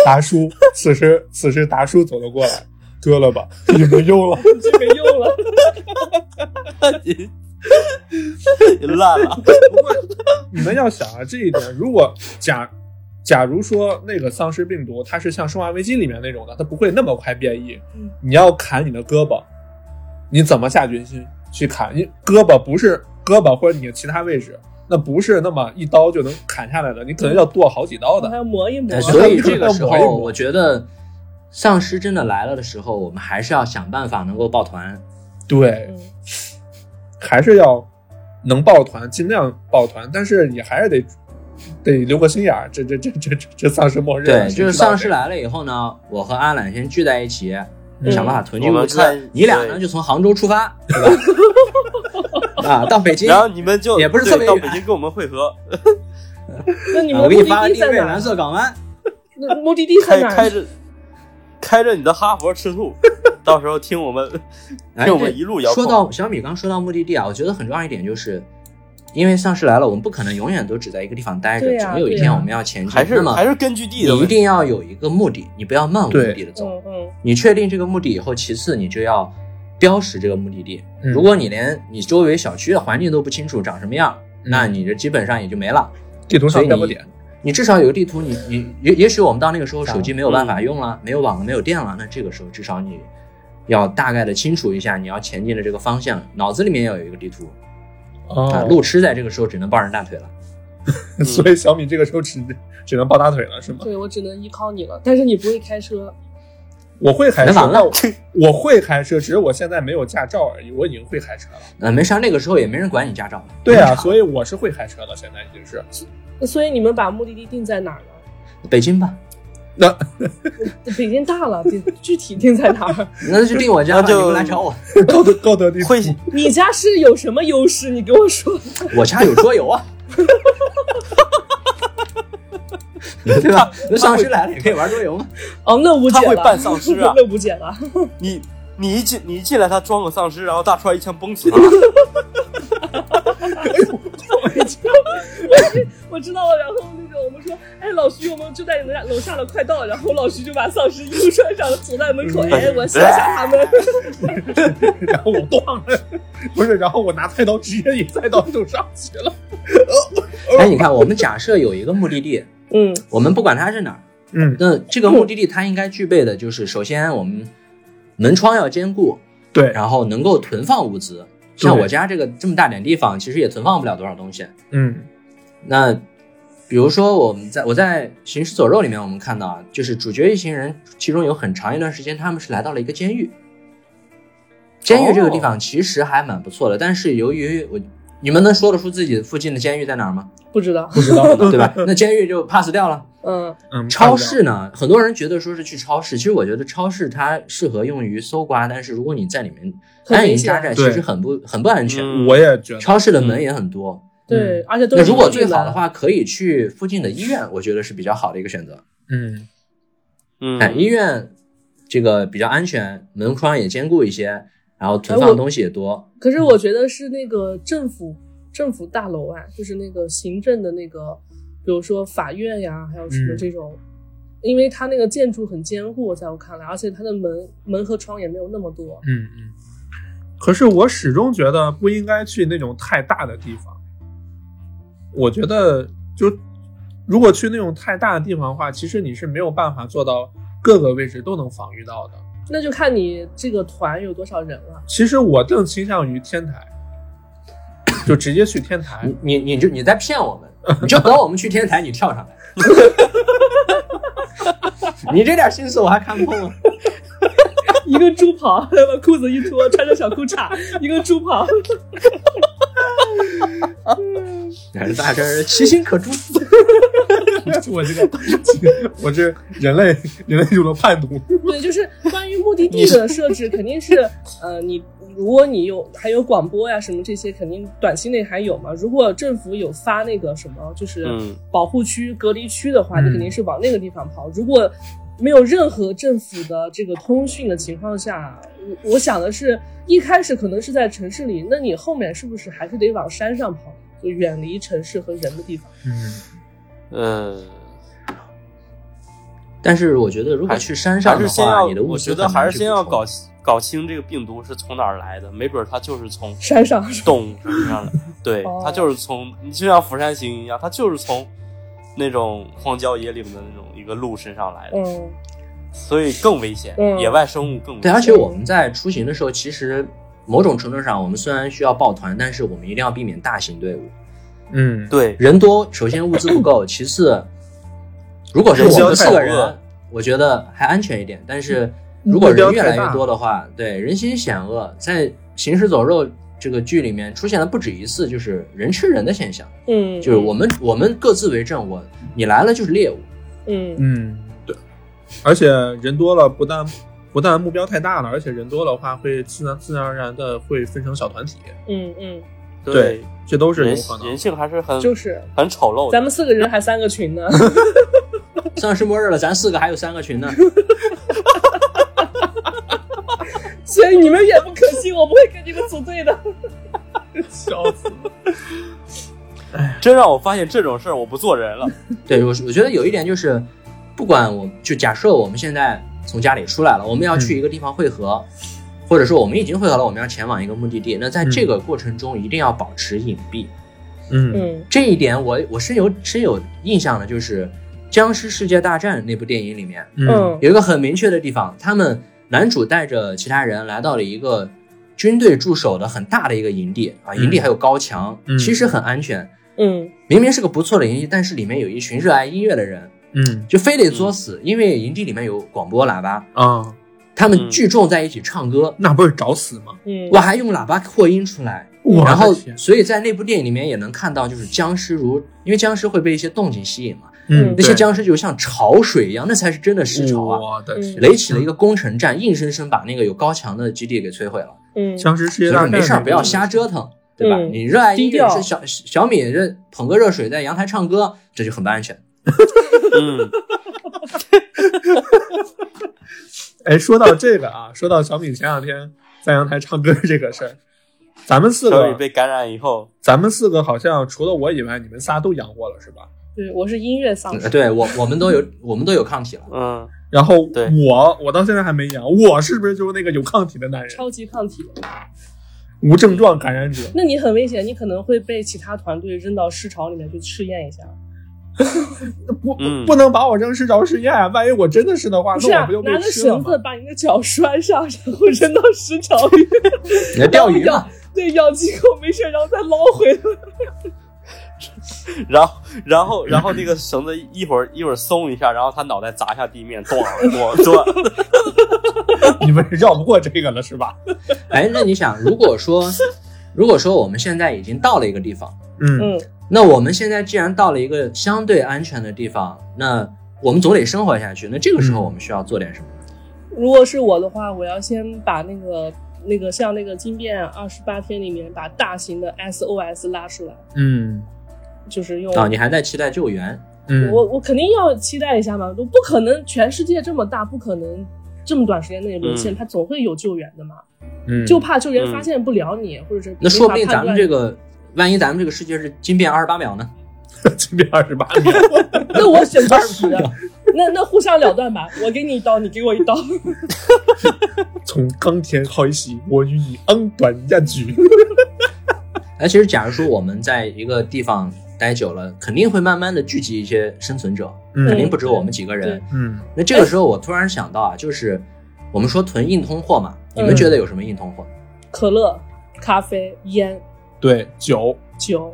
[SPEAKER 2] 达叔， 此时此时达叔走了过来，割了吧，你们用了。
[SPEAKER 3] 这没用了，
[SPEAKER 4] 你 你烂了。
[SPEAKER 2] 不过你们要想啊，这一点，如果假假如说那个丧尸病毒它是像《生化危机》里面那种的，它不会那么快变异
[SPEAKER 3] 嗯。
[SPEAKER 2] 你要砍你的胳膊，你怎么下决心去砍？你胳膊不是胳膊或者你的其他位置，那不是那么一刀就能砍下来的，你可能要剁好几刀
[SPEAKER 3] 还
[SPEAKER 2] 的。
[SPEAKER 3] 要磨 一磨
[SPEAKER 5] 呃。所以
[SPEAKER 2] 我
[SPEAKER 5] 这个时
[SPEAKER 2] 我
[SPEAKER 5] 候，我觉得丧尸真的来了的时候，我们还是要想办法能够抱团。
[SPEAKER 2] 对，
[SPEAKER 3] 嗯
[SPEAKER 2] 还是要能抱团，尽量抱团，但是你还是得得留个心眼儿，这这这这这这丧尸末日，啊
[SPEAKER 5] 对，就是丧尸
[SPEAKER 2] 了。
[SPEAKER 5] 来了以后呢，我和阿懒先聚在一起，
[SPEAKER 2] 嗯
[SPEAKER 5] 想办法囤积
[SPEAKER 4] 我们
[SPEAKER 5] 物资
[SPEAKER 4] 看。
[SPEAKER 5] 你俩呢
[SPEAKER 4] 对
[SPEAKER 5] 就从杭州出发，对 吧？啊，到北京
[SPEAKER 4] 然，后你们就
[SPEAKER 5] 也不是
[SPEAKER 4] 对
[SPEAKER 5] 特别
[SPEAKER 4] 到
[SPEAKER 5] 远
[SPEAKER 4] 北京跟我们会合，
[SPEAKER 3] 那你
[SPEAKER 5] 啊
[SPEAKER 3] 们
[SPEAKER 5] 我
[SPEAKER 3] 目
[SPEAKER 5] 给
[SPEAKER 3] 的
[SPEAKER 5] 你发个
[SPEAKER 3] 地
[SPEAKER 5] 地
[SPEAKER 3] 在
[SPEAKER 5] 位，
[SPEAKER 3] 哪
[SPEAKER 5] 蓝？色港湾。
[SPEAKER 3] 那目的地在
[SPEAKER 4] 开
[SPEAKER 3] 哪
[SPEAKER 4] 开
[SPEAKER 3] 儿？
[SPEAKER 4] 着开着你的哈佛 吃醋，到时候听我们
[SPEAKER 5] 哎，
[SPEAKER 4] 听我们
[SPEAKER 5] 对
[SPEAKER 4] 一路遥控
[SPEAKER 5] 说到小米刚说到目的地啊，我觉得很重要一点就是，因为丧尸来了，我们不可能永远都只在一个地方待着，
[SPEAKER 3] 对呀
[SPEAKER 5] 总有一
[SPEAKER 3] 对
[SPEAKER 5] 天
[SPEAKER 3] 呀
[SPEAKER 5] 我们要前进。
[SPEAKER 4] 还是
[SPEAKER 5] 那么
[SPEAKER 4] 还是根据地的
[SPEAKER 5] 你一
[SPEAKER 4] 问题，
[SPEAKER 5] 定要有一个目的，你不要漫无目
[SPEAKER 2] 对
[SPEAKER 5] 的的走。
[SPEAKER 3] 嗯嗯，
[SPEAKER 5] 你确定这个目的以后，其次你就要标识这个目的地。
[SPEAKER 2] 嗯
[SPEAKER 5] 如果你连你周围小区的环境都不清楚长什么样，
[SPEAKER 2] 嗯
[SPEAKER 5] 那你这基本上也就没了。
[SPEAKER 2] 地图
[SPEAKER 5] 所
[SPEAKER 2] 上
[SPEAKER 5] 以
[SPEAKER 2] 标个
[SPEAKER 5] 你
[SPEAKER 2] 点，
[SPEAKER 5] 你至少有个地图，你你也也许我们到那个时候手机没有办法用了，没有网了，没有电了，那这个时候至少你要大概的清楚一下你要前进的这个方向，脑子里面要有一个地图啊。
[SPEAKER 2] 哦，
[SPEAKER 5] 路痴在这个时候只能抱人大腿了。
[SPEAKER 2] 所以小米这个时候只只能抱大腿了，是吗？
[SPEAKER 3] 对我只能依靠你了，但是你不会开车，
[SPEAKER 2] 我会开
[SPEAKER 5] 那
[SPEAKER 2] 车，
[SPEAKER 5] 完了，
[SPEAKER 2] 我会开车，只是我现在没有驾照而已，我已经会开车了。
[SPEAKER 5] 呃，没啥，那个时候也没人管你驾照了。
[SPEAKER 2] 对啊，
[SPEAKER 5] 以
[SPEAKER 2] 所以我是会开车的，现在已经是。
[SPEAKER 3] 那所以你们把目的地定在哪儿呢？
[SPEAKER 5] 北京吧，
[SPEAKER 2] 那
[SPEAKER 3] 北京大了，定具体定在哪儿？
[SPEAKER 5] 那就定我家
[SPEAKER 4] 那
[SPEAKER 5] 吧，你
[SPEAKER 4] 就
[SPEAKER 5] 不来找我，
[SPEAKER 2] 高德高德地图
[SPEAKER 4] 会
[SPEAKER 3] 你家是有什么优势？你给我说。
[SPEAKER 5] 我家有桌游啊。对吧？那丧尸来了也可以玩桌游嘛。
[SPEAKER 3] 哦，那无解
[SPEAKER 4] 他
[SPEAKER 3] 了，
[SPEAKER 4] 会扮丧尸 啊
[SPEAKER 3] 那无解了。
[SPEAKER 4] 你你一进你一进来，他装个丧尸，然后大川一枪崩死他。
[SPEAKER 3] 我知道了，然后那个我们说，哎，老徐，我们就在你们家楼下了，快到了。然后老徐就把丧尸衣服穿上了，走在门口，哎，我吓吓他们。
[SPEAKER 2] 然后我撞了，不是，然后我拿菜刀直接一菜刀就上去了。
[SPEAKER 5] 哎，你看，我们假设有一个目的地，
[SPEAKER 3] 嗯
[SPEAKER 5] 我们不管它是哪儿，
[SPEAKER 2] 嗯，
[SPEAKER 5] 那这个目的地它应该具备的就是，首先我们门窗要兼顾，
[SPEAKER 2] 对，
[SPEAKER 5] 然后能够囤放物资。
[SPEAKER 2] 对
[SPEAKER 5] 像我家这个这么大点地方，其实也囤放不了多少东西。
[SPEAKER 2] 嗯
[SPEAKER 5] 那比如说我们在我在《行尸走肉》里面，我们看到啊，就是主角一行人，其中有很长一段时间他们是来到了一个监狱。监狱这个地方其实还蛮不错的，但是由于我你们能说得出自己附近的监狱在哪儿吗？
[SPEAKER 3] 不知道。
[SPEAKER 5] 不知道， 对吧？那监狱就 pass 掉了。
[SPEAKER 3] 嗯
[SPEAKER 2] 嗯，
[SPEAKER 5] 超市呢，很多人觉得说是去超市，其实我觉得超市它适合用于搜刮，但是如果你在里面
[SPEAKER 3] 很
[SPEAKER 5] 安
[SPEAKER 3] 危
[SPEAKER 5] 营
[SPEAKER 3] 险
[SPEAKER 5] 扎寨，其实很不很不安全。
[SPEAKER 4] 嗯
[SPEAKER 2] 我也觉得，
[SPEAKER 5] 超市的门也很多，
[SPEAKER 3] 对，而且都
[SPEAKER 5] 那
[SPEAKER 3] 是
[SPEAKER 5] 如果
[SPEAKER 3] 独立
[SPEAKER 5] 最好的
[SPEAKER 3] 门，
[SPEAKER 5] 话，可以去附近的医院，我觉得是比较好的一个选择。
[SPEAKER 2] 嗯
[SPEAKER 4] 嗯
[SPEAKER 5] 哎，医院这个比较安全，门框也坚固一些，然后囤
[SPEAKER 3] 哎我
[SPEAKER 5] 放东西也多。
[SPEAKER 3] 可是我觉得是那个政府政府大楼啊，就是那个行政的那个，比如说法院呀，还有什么
[SPEAKER 2] 嗯
[SPEAKER 3] 这种。因为它那个建筑很坚固，在我看来，而且它的门门和窗也没有那么多。
[SPEAKER 2] 嗯嗯。可是我始终觉得不应该去那种太大的地方。我觉得就如果去那种太大的地方的话，其实你是没有办法做到各个位置都能防御到的。
[SPEAKER 3] 那就看你这个团有多少人了。
[SPEAKER 2] 其实我更倾向于天台，就直接去天台
[SPEAKER 4] 哎
[SPEAKER 5] 你。你你就你在骗我们，你就等我们去天台，你跳上来。 你这点心思我还看不透 吗？
[SPEAKER 3] 一个猪跑，把裤子一脱，穿着小裤衩，一个猪跑。
[SPEAKER 5] 哎大真是其心可诛。
[SPEAKER 2] 我这个，我这人类人类有了叛徒。
[SPEAKER 3] 对，就是关于目的地的设置，肯定是呃，你如果你有还有广播呀、什么这些，肯定短期内还有嘛。如果政府有发那个什么，就是
[SPEAKER 4] 嗯
[SPEAKER 3] 保护区、隔离区的话，
[SPEAKER 2] 嗯
[SPEAKER 3] 你肯定是往那个地方跑。如果没有任何政府的这个通讯的情况下，我我想的是一开始可能是在城市里，那你后面是不是还是得往山上跑，就远离城市和人的地方？
[SPEAKER 2] 嗯，
[SPEAKER 4] 呃，
[SPEAKER 5] 嗯但是我觉得，如果去山上
[SPEAKER 4] 还
[SPEAKER 5] 的
[SPEAKER 4] 是
[SPEAKER 5] 话，
[SPEAKER 4] 先要，
[SPEAKER 5] 你的物
[SPEAKER 4] 我
[SPEAKER 5] 资
[SPEAKER 4] 觉
[SPEAKER 5] 很难
[SPEAKER 4] 得
[SPEAKER 5] 去
[SPEAKER 4] 还是先要
[SPEAKER 5] 补充
[SPEAKER 4] 搞搞清这个病毒是从哪儿来的，没准它就是从
[SPEAKER 3] 山上
[SPEAKER 4] 动物身上来，对
[SPEAKER 3] 哦，
[SPEAKER 4] 它就是从，你就像釜山行一样，它就是从那种荒郊野岭的那种一个鹿身上来的，
[SPEAKER 3] 嗯，
[SPEAKER 4] 所以更危险
[SPEAKER 3] 嗯，
[SPEAKER 4] 野外生物更危
[SPEAKER 5] 对，
[SPEAKER 4] 险。
[SPEAKER 5] 而且我们在出行的时候，其实某种程度上，我们虽然需要抱团，但是我们一定要避免大型队伍，
[SPEAKER 2] 嗯，
[SPEAKER 4] 对，
[SPEAKER 5] 人多，首先物资不够，其次，如果是
[SPEAKER 4] 人
[SPEAKER 5] 我
[SPEAKER 4] 心
[SPEAKER 5] 们四
[SPEAKER 4] 太
[SPEAKER 5] 个
[SPEAKER 4] 多
[SPEAKER 5] 人
[SPEAKER 4] 了，
[SPEAKER 5] 我觉得还安全一
[SPEAKER 4] 嗯
[SPEAKER 5] 点。但是如果
[SPEAKER 2] 目标
[SPEAKER 5] 人越
[SPEAKER 2] 太
[SPEAKER 5] 来越
[SPEAKER 2] 大
[SPEAKER 5] 多的话，对人心险恶，在行尸走肉这个剧里面出现了不止一次，就是人吃人的现象，
[SPEAKER 3] 嗯，
[SPEAKER 5] 就是我们我们各自为政，我你来了就是猎物，
[SPEAKER 3] 嗯，
[SPEAKER 2] 嗯，对，而且人多了，不但不但目标太大了，而且人多的话会自然自然而然的会分成小团体，
[SPEAKER 3] 嗯嗯
[SPEAKER 2] 对这都是有
[SPEAKER 4] 人
[SPEAKER 2] 可能
[SPEAKER 4] 人。性还是很
[SPEAKER 3] 嗯，就是
[SPEAKER 4] 很丑陋的。
[SPEAKER 3] 咱们四个人还三个群呢，
[SPEAKER 5] 丧尸末日了，咱四个还有三个群呢，
[SPEAKER 3] 所以你们也不可惜，我不会跟你们组队的。
[SPEAKER 2] 笑死了！
[SPEAKER 4] 真让我发现这种事儿，我不做人了。
[SPEAKER 5] 对我我觉得有一点就是，不管我就假设我们现在从家里出来了，我们要去一个地方汇合，或者说我们已经汇合了，我们要前往一个目的地，那在这个过程中一定要保持隐蔽，
[SPEAKER 2] 嗯
[SPEAKER 3] 嗯
[SPEAKER 5] 这一点我我深有深有印象的，就是《僵尸世界大战》那部电影里面
[SPEAKER 2] 嗯
[SPEAKER 3] 嗯
[SPEAKER 5] 有一个很明确的地方，他们男主带着其他人来到了一个军队驻守的很大的一个营地啊，营地还有高墙，
[SPEAKER 2] 嗯
[SPEAKER 5] 其实很安全。
[SPEAKER 3] 嗯
[SPEAKER 5] 明明是个不错的营地，但是里面有一群热爱音乐的人，
[SPEAKER 2] 嗯
[SPEAKER 5] 就非得作死，因为营地里面有广播喇叭，
[SPEAKER 2] 啊，
[SPEAKER 5] 他们
[SPEAKER 4] 嗯
[SPEAKER 5] 聚众在一起唱歌，
[SPEAKER 2] 那不是找死吗？
[SPEAKER 3] 嗯，
[SPEAKER 5] 我还用喇叭扩音出来，
[SPEAKER 2] 我的
[SPEAKER 5] 然后
[SPEAKER 2] 天，
[SPEAKER 5] 所以在那部电影里面也能看到，就是僵尸如因为僵尸会被一些动静吸引嘛，
[SPEAKER 2] 嗯，
[SPEAKER 5] 那些
[SPEAKER 2] 对哦
[SPEAKER 5] 僵尸就像潮水一样，那才是真的尸潮啊！
[SPEAKER 2] 我的天
[SPEAKER 3] 嗯
[SPEAKER 5] 垒起了一个攻城战，硬生生把那个有高墙的基地给摧毁了。
[SPEAKER 3] 嗯
[SPEAKER 2] 僵尸世
[SPEAKER 5] 所
[SPEAKER 2] 界
[SPEAKER 5] 以
[SPEAKER 2] 大
[SPEAKER 5] 说
[SPEAKER 2] 战
[SPEAKER 5] 没事
[SPEAKER 2] 那
[SPEAKER 5] 儿，
[SPEAKER 2] 个
[SPEAKER 5] 不要瞎折腾，对吧？
[SPEAKER 3] 嗯
[SPEAKER 5] 你热爱音
[SPEAKER 3] 低
[SPEAKER 5] 乐，
[SPEAKER 3] 调
[SPEAKER 5] 是小小米这捧个热水在阳台唱歌，这就很不安全。
[SPEAKER 4] 嗯，
[SPEAKER 2] 哎，说到这个啊，说到小米前两天在阳台唱歌这个事儿，咱们四
[SPEAKER 4] 小米
[SPEAKER 2] 个，
[SPEAKER 4] 被感染以后，
[SPEAKER 2] 咱们四个好像除了我以外，你们仨都阳过了是吧？
[SPEAKER 3] 对，我是音乐
[SPEAKER 2] 哦
[SPEAKER 3] 丧尸，
[SPEAKER 5] 呃对我，我们都有，我们都有抗体了。
[SPEAKER 4] 嗯，
[SPEAKER 2] 然后
[SPEAKER 4] 对
[SPEAKER 2] 我，我到现在还没阳，我是不是就是那个有抗体的男人，
[SPEAKER 3] 超级抗体。
[SPEAKER 2] 无症状感染者？
[SPEAKER 3] 那你很危险，你可能会被其他团队扔到尸潮里面去试验一下。
[SPEAKER 2] 啊不、
[SPEAKER 4] 嗯
[SPEAKER 2] 不能把我扔尸潮试验啊，万一我真的是的话，
[SPEAKER 3] 不是
[SPEAKER 2] 那我
[SPEAKER 3] 啊
[SPEAKER 2] 不就，
[SPEAKER 3] 拿
[SPEAKER 2] 被
[SPEAKER 3] 着
[SPEAKER 2] 吃了
[SPEAKER 3] 绳
[SPEAKER 2] 吗
[SPEAKER 3] 子？把你的脚拴上，然后扔到尸潮里，
[SPEAKER 5] 你在钓鱼
[SPEAKER 3] 然后
[SPEAKER 5] 嘛
[SPEAKER 3] 咬？对，咬几口没事，然后再捞回来。
[SPEAKER 4] 然后然后然后那个绳子一会儿一会儿松一下，然后他脑袋砸下地面，咚咚咚，
[SPEAKER 2] 你们绕不过这个了是吧？
[SPEAKER 5] 哎，那你想，如果说，如果说我们现在已经到了一个地方，
[SPEAKER 2] 嗯
[SPEAKER 3] 嗯
[SPEAKER 5] 那我们现在既然到了一个相对安全的地方，那我们总得生活下去。那这个时候
[SPEAKER 2] 嗯
[SPEAKER 5] 我们需要做点什么？
[SPEAKER 3] 如果是我的话，我要先把那个那个像那个惊变二十八天里面把大型的 SOS 拉出来，
[SPEAKER 2] 嗯
[SPEAKER 3] 就是用、
[SPEAKER 5] 啊，你还在期待救援？
[SPEAKER 2] 嗯，
[SPEAKER 3] 我我肯定要期待一下嘛，我不可能全世界这么大，不可能这么短时间内沦陷，
[SPEAKER 4] 嗯
[SPEAKER 3] 它总会有救援的嘛，
[SPEAKER 2] 嗯
[SPEAKER 3] 就怕救援发现不了你，或者是
[SPEAKER 5] 那说不定
[SPEAKER 3] 无法判
[SPEAKER 5] 咱
[SPEAKER 3] 断
[SPEAKER 5] 们这个，万一咱们这个世界是惊变二十八秒呢？
[SPEAKER 2] 今天二十 八秒，
[SPEAKER 3] 那我选择十，那那互相了断吧，我给你一刀，你给我一刀，
[SPEAKER 2] 从钢铁开始，我与你恩短下去。
[SPEAKER 5] 哎，其实假如说我们在一个地方待久了，肯定会慢慢的聚集一些生存者，肯定
[SPEAKER 2] 嗯
[SPEAKER 5] 不止我们几个人。
[SPEAKER 2] 嗯
[SPEAKER 5] 那这个时候我突然想到啊，就是我们说囤硬通货嘛，你们
[SPEAKER 3] 嗯
[SPEAKER 5] 觉得有什么硬通货？
[SPEAKER 3] 可乐、咖啡、烟、
[SPEAKER 2] 对酒，
[SPEAKER 3] 酒，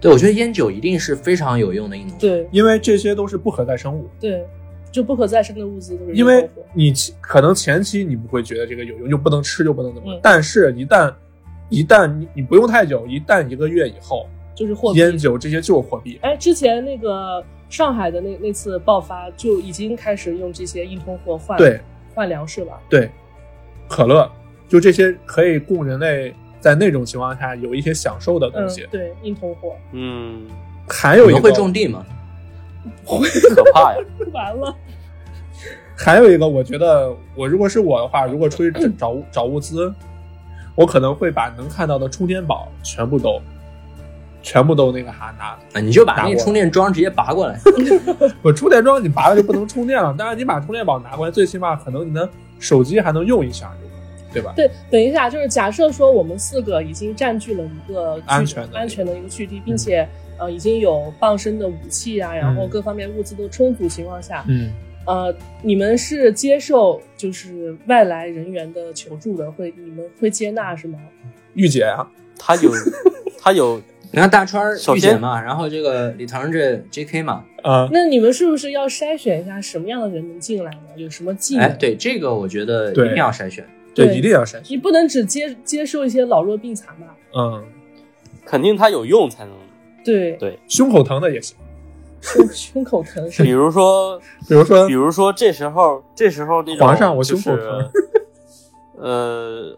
[SPEAKER 5] 对，我觉得烟酒一定是非常有用的硬通货。
[SPEAKER 3] 对
[SPEAKER 2] 因为这些都是不可再生物。
[SPEAKER 3] 对，就不可再生的物资都是
[SPEAKER 2] 因为
[SPEAKER 3] 人口
[SPEAKER 2] 你其可能前期你不会觉得这个有用，就不能吃，就不能怎么，
[SPEAKER 3] 嗯
[SPEAKER 2] 但是一旦一旦你你不用太久，一旦一个月以后，
[SPEAKER 3] 就是货币
[SPEAKER 2] 烟酒这些就是货币。
[SPEAKER 3] 哎，之前那个上海的那那次爆发，就已经开始用这些硬通货换
[SPEAKER 2] 对
[SPEAKER 3] 换粮食了。
[SPEAKER 2] 对，可乐就这些可以供人类在那种情况下有一些享受的东
[SPEAKER 3] 嗯
[SPEAKER 2] 西。，
[SPEAKER 3] 对，硬通货。
[SPEAKER 4] 嗯，
[SPEAKER 2] 还
[SPEAKER 5] 你
[SPEAKER 2] 有一
[SPEAKER 5] 们
[SPEAKER 2] 个
[SPEAKER 5] 会种地吗？
[SPEAKER 4] 可怕呀！
[SPEAKER 3] 完了，
[SPEAKER 2] 还有一个，我觉得我如果是我的话，如果出去 找找物资，我可能会把能看到的充电宝全部都全部都那个啥拿。
[SPEAKER 5] 啊，你就把
[SPEAKER 2] 拿
[SPEAKER 5] 那个
[SPEAKER 2] 过
[SPEAKER 5] 充电桩直接拔过来。
[SPEAKER 2] 我充电桩你拔了就不能充电了，但是你把充电宝拿过来，最起码可能你的手机还能用一下，对吧？
[SPEAKER 3] 对，等一下，就是假设说我们四个已经占据了一个据
[SPEAKER 2] 安全的
[SPEAKER 3] 安全的一个据地，并且、呃已经有傍身的武器啊，然后
[SPEAKER 2] 嗯
[SPEAKER 3] 各方面物资都充足情况下，
[SPEAKER 2] 嗯，
[SPEAKER 3] 呃，你们是接受就是外来人员的求助的，会你们会接纳是吗？
[SPEAKER 2] 御姐啊，
[SPEAKER 4] 他有他有
[SPEAKER 5] 你看大川儿
[SPEAKER 4] 首
[SPEAKER 5] 御姐
[SPEAKER 4] 先
[SPEAKER 5] 嘛，然后这个李唐这 J.K. 嘛，
[SPEAKER 2] 啊、
[SPEAKER 3] 那你们是不是要筛选一下什么样的人能进来呢？有什么技能？
[SPEAKER 5] 哎，对这个我觉得一
[SPEAKER 2] 对
[SPEAKER 5] 定要筛选。
[SPEAKER 3] 对
[SPEAKER 2] 一定要筛选。
[SPEAKER 3] 你不能只接接受一些老弱病残吧？
[SPEAKER 2] 嗯，
[SPEAKER 4] 肯定它有用才能。
[SPEAKER 3] 对，
[SPEAKER 4] 对
[SPEAKER 2] 胸口疼的也行，
[SPEAKER 3] 胸胸口疼 是
[SPEAKER 4] 比如说，
[SPEAKER 2] 比如说
[SPEAKER 4] 比如说这时候，这时候那种
[SPEAKER 2] 皇上我
[SPEAKER 4] 就
[SPEAKER 2] 胸口
[SPEAKER 4] 是
[SPEAKER 2] 疼
[SPEAKER 4] 呃，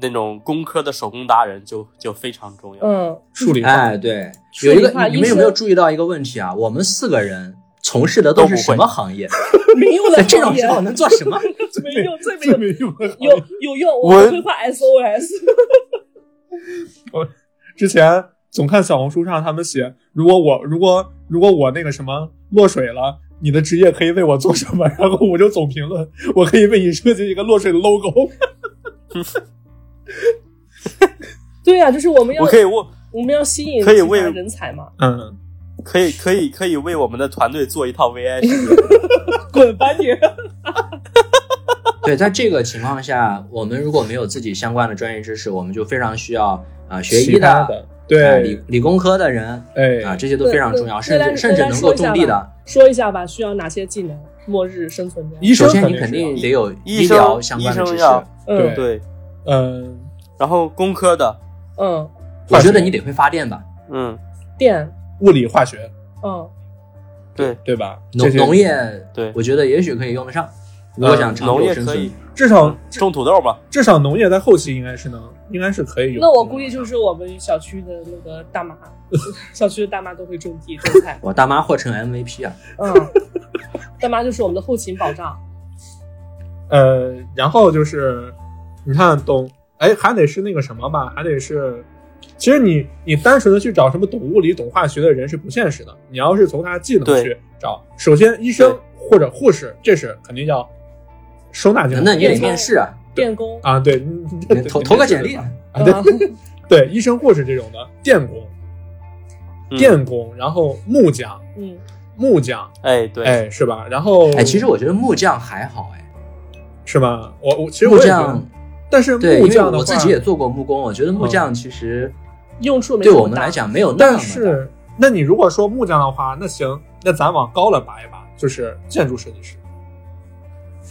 [SPEAKER 4] 那种工科的手工达人就就非常重要。
[SPEAKER 3] 嗯，
[SPEAKER 2] 数理化，
[SPEAKER 5] 哎，对，
[SPEAKER 3] 说
[SPEAKER 5] 有一个
[SPEAKER 3] 实话
[SPEAKER 5] 你
[SPEAKER 3] 医
[SPEAKER 5] 你们有没有
[SPEAKER 3] 生
[SPEAKER 5] 注意到一个问题啊？我们四个人从事的都
[SPEAKER 4] 都
[SPEAKER 5] 是
[SPEAKER 4] 不
[SPEAKER 5] 什
[SPEAKER 4] 会
[SPEAKER 5] 么行业？
[SPEAKER 3] 没用的
[SPEAKER 5] 在这种
[SPEAKER 3] 行业
[SPEAKER 5] 时候能做什么？
[SPEAKER 3] 没用，最没
[SPEAKER 2] 最
[SPEAKER 3] 用
[SPEAKER 2] 没用的行业
[SPEAKER 3] 有
[SPEAKER 4] 哎
[SPEAKER 3] 有用，我
[SPEAKER 4] 文
[SPEAKER 3] 会画 SOS。
[SPEAKER 2] 之前总看小红书上他们写，如果我如果如果我那个什么落水了，你的职业可以为我做什么？ 然后我就总评论，我可以为你设计一个落水的 logo。
[SPEAKER 3] 对呀、就是我们要
[SPEAKER 4] 我可以为
[SPEAKER 3] 我们要吸引
[SPEAKER 4] 可以
[SPEAKER 3] 其他
[SPEAKER 4] 为
[SPEAKER 3] 人才嘛，
[SPEAKER 2] 嗯，
[SPEAKER 4] 可以可以可以为我们的团队做一套 VI 视频。
[SPEAKER 3] 滚吧你！
[SPEAKER 5] 对，在这个情况下，我们如果没有自己相关的专业知识，我们就非常需要啊、呃学医
[SPEAKER 2] 其他
[SPEAKER 5] 的、
[SPEAKER 2] 的，
[SPEAKER 5] 啊理
[SPEAKER 2] 对，
[SPEAKER 5] 理工科的人啊，
[SPEAKER 2] 哎，
[SPEAKER 5] 这些都非常重要，
[SPEAKER 3] 对
[SPEAKER 5] 甚
[SPEAKER 3] 对
[SPEAKER 5] 至甚至能够种地的。
[SPEAKER 3] 说一下吧，需要哪些技能？末日生存者。
[SPEAKER 2] 医
[SPEAKER 5] 首
[SPEAKER 2] 生
[SPEAKER 5] 先，你
[SPEAKER 2] 肯
[SPEAKER 5] 肯定
[SPEAKER 2] 是
[SPEAKER 5] 得有
[SPEAKER 4] 医
[SPEAKER 5] 医
[SPEAKER 4] 生
[SPEAKER 5] 疗相关的知
[SPEAKER 4] 医
[SPEAKER 5] 识
[SPEAKER 4] 生，要
[SPEAKER 3] 嗯
[SPEAKER 2] 对
[SPEAKER 4] 对，
[SPEAKER 2] 要嗯，
[SPEAKER 4] 然后工科的，
[SPEAKER 3] 嗯，
[SPEAKER 5] 我觉得你得会发电吧，
[SPEAKER 4] 嗯，
[SPEAKER 3] 电，
[SPEAKER 2] 物理化学，
[SPEAKER 3] 嗯，
[SPEAKER 4] 对
[SPEAKER 2] 对吧？
[SPEAKER 5] 农
[SPEAKER 2] 这些
[SPEAKER 5] 农业，
[SPEAKER 4] 对，
[SPEAKER 5] 我觉得也许可以用得上。如果想长
[SPEAKER 4] 农
[SPEAKER 5] 久
[SPEAKER 4] 业
[SPEAKER 5] 生
[SPEAKER 4] 可
[SPEAKER 5] 存
[SPEAKER 4] 以，，
[SPEAKER 2] 至少
[SPEAKER 4] 种土豆吧。
[SPEAKER 2] 至少农业在后期应该是能，应该是可以有。
[SPEAKER 3] 那我估计就是我们小区的那个大妈， 小区的大妈都会种地种菜。
[SPEAKER 5] 我大妈或成 MVP 啊，
[SPEAKER 3] 嗯，大妈就是我们的后勤保障。
[SPEAKER 2] 呃，然后就是你看懂，哎，还得是那个什么吧，还得是，其实你你单纯的去找什么懂物理、懂化学的人是不现实的。你要是从他技能
[SPEAKER 4] 对
[SPEAKER 2] 去找，首先医生或者护士，这是肯定要收纳进来。
[SPEAKER 5] 那你
[SPEAKER 3] 也
[SPEAKER 5] 得
[SPEAKER 3] 对
[SPEAKER 5] 面试啊，
[SPEAKER 3] 电工，
[SPEAKER 2] 啊，对，你
[SPEAKER 5] 你投投个简历啊。
[SPEAKER 2] 啊，对
[SPEAKER 3] 嗯
[SPEAKER 2] 对，医生、护士这种的，电工、
[SPEAKER 4] 嗯
[SPEAKER 2] 电工，然后木匠、
[SPEAKER 3] 嗯，
[SPEAKER 2] 木匠，
[SPEAKER 4] 哎，对，
[SPEAKER 2] 哎，是吧？然后
[SPEAKER 5] 哎，其实我觉得木匠还好哎，
[SPEAKER 2] 是吧？我我其实
[SPEAKER 5] 木
[SPEAKER 2] 我也觉
[SPEAKER 5] 匠
[SPEAKER 2] 得，但是
[SPEAKER 5] 对，
[SPEAKER 2] 木
[SPEAKER 5] 因为
[SPEAKER 2] 匠的
[SPEAKER 5] 我
[SPEAKER 2] 话，
[SPEAKER 5] 自己也做过木工，我觉得木
[SPEAKER 2] 嗯
[SPEAKER 5] 匠其实
[SPEAKER 3] 用处没
[SPEAKER 5] 对
[SPEAKER 3] 那么
[SPEAKER 5] 我们
[SPEAKER 3] 大
[SPEAKER 5] 来，讲没有那么
[SPEAKER 2] 但
[SPEAKER 5] 大
[SPEAKER 2] 是，那你如果说木匠的话，那行，那咱往高了拔一拔，就是建筑设计师。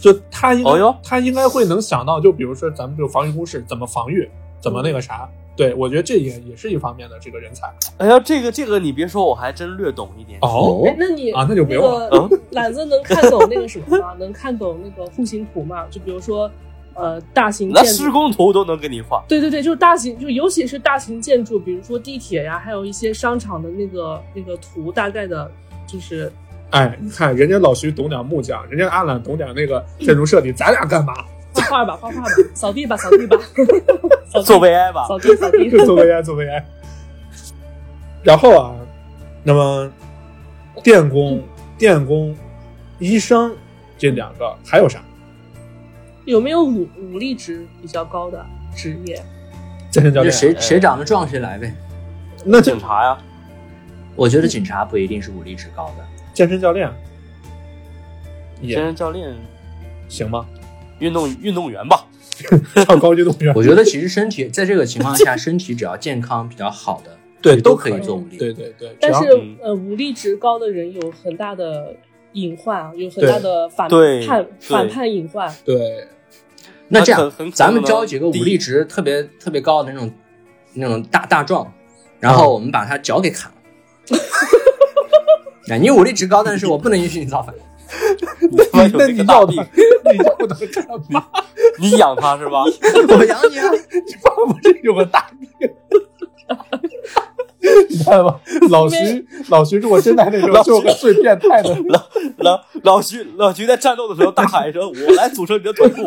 [SPEAKER 2] 就他应该、
[SPEAKER 4] 哦哟
[SPEAKER 2] 他应该会能想到，就比如说咱们这个防御工事怎么防御，怎么那个啥。
[SPEAKER 4] 嗯
[SPEAKER 2] 对，我觉得这也也是一方面的这个人才。
[SPEAKER 4] 哎呀，这个这个你别说，我还真略懂一点。
[SPEAKER 2] 哦，
[SPEAKER 3] 哎，那你
[SPEAKER 2] 啊那就不用了
[SPEAKER 3] 那个懒子能看懂那个什 么吗？能看懂那个户型图吗？就比如说，呃，大型
[SPEAKER 4] 那
[SPEAKER 3] 建
[SPEAKER 4] 施
[SPEAKER 3] 筑，
[SPEAKER 4] 工图都能给你画。
[SPEAKER 3] 对对对，就是大型，就尤其是大型建筑，比如说地铁呀，还有一些商场的那个那个图，大概的，就是
[SPEAKER 2] 哎，你看人家老徐懂点木匠，人家阿懒懂点那个建筑设计，咱俩干嘛？
[SPEAKER 3] 画画吧， 画画吧，扫地吧，扫地吧， 扫地
[SPEAKER 4] 做 VI 吧，
[SPEAKER 3] 扫地扫地。
[SPEAKER 2] 做 VI 做 VI。然后啊，那么电工、电工、医生这两个还有啥？
[SPEAKER 3] 有没有武武力值比较高的职业？
[SPEAKER 2] 健身教
[SPEAKER 5] 嘛，
[SPEAKER 2] 练啊，
[SPEAKER 5] 就谁谁长得壮谁来呗。
[SPEAKER 2] 那就
[SPEAKER 4] 警察呀，
[SPEAKER 5] 我觉得警察不一定是武力值高的，
[SPEAKER 2] 健身教练啊
[SPEAKER 4] 健
[SPEAKER 2] 也
[SPEAKER 4] 身教练，
[SPEAKER 2] 行吗？
[SPEAKER 4] 运动运动员吧。
[SPEAKER 2] 唱高级动物 园，
[SPEAKER 5] 我觉得其实身体在这个情况下，身体只要健康比较好的，
[SPEAKER 2] 对
[SPEAKER 5] 都
[SPEAKER 2] 可
[SPEAKER 5] 可
[SPEAKER 2] 以
[SPEAKER 5] 以做武力。
[SPEAKER 2] 对对对，
[SPEAKER 3] 但
[SPEAKER 2] 只
[SPEAKER 3] 是
[SPEAKER 2] 要
[SPEAKER 4] 嗯
[SPEAKER 3] 呃，武力值高的人有很大的隐患啊，有很大的反
[SPEAKER 4] 对
[SPEAKER 3] 叛
[SPEAKER 4] 对
[SPEAKER 3] 反叛隐患。
[SPEAKER 2] 对
[SPEAKER 5] 那这
[SPEAKER 4] 那
[SPEAKER 5] 样
[SPEAKER 4] 很很可能
[SPEAKER 5] 咱们招几个武
[SPEAKER 4] 第一
[SPEAKER 5] 力值特别特别高的那种那种大大壮，然
[SPEAKER 4] 啊
[SPEAKER 5] 后我们把他脚给砍了。哎，你武力值高，但是我不能允许你造 反。
[SPEAKER 4] 他妈有
[SPEAKER 2] 那
[SPEAKER 4] 那
[SPEAKER 2] 你
[SPEAKER 4] 个
[SPEAKER 2] 要他
[SPEAKER 4] 大病，，
[SPEAKER 2] 你要他干 嘛？
[SPEAKER 4] 你养他是吧？
[SPEAKER 5] 我养你啊！
[SPEAKER 2] 爸爸这有个大病。 你看吧，老徐，老徐，如果真来那时候，就是个最变态的。
[SPEAKER 4] 老老老徐老徐在战斗的时候大喊一声：“我来组成你的腿部。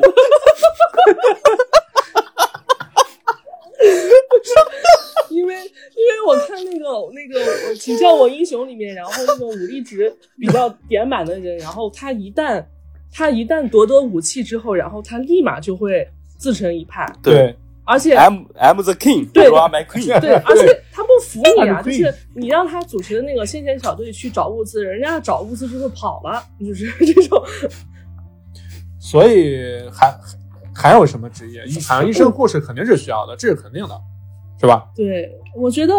[SPEAKER 3] 因为因为我看那个那个《请叫我英雄》里面，然后那个武力值比较点满的人，然后他一旦他一旦夺得武器之后，然后他立马就会自成一派，
[SPEAKER 2] 对，
[SPEAKER 3] 而且
[SPEAKER 4] ，M M，M，M the King，
[SPEAKER 3] 对
[SPEAKER 4] you are my Queen。
[SPEAKER 3] 对，而且他不服你啊，
[SPEAKER 2] 对
[SPEAKER 3] 就是你让他组织的那个先遣小队去找物资，人家找物资之后跑了，就是 这种。
[SPEAKER 2] 所以还还有什么职业？医好像医生、护士肯定是需要的，这是肯定的，是吧？
[SPEAKER 3] 对，我觉得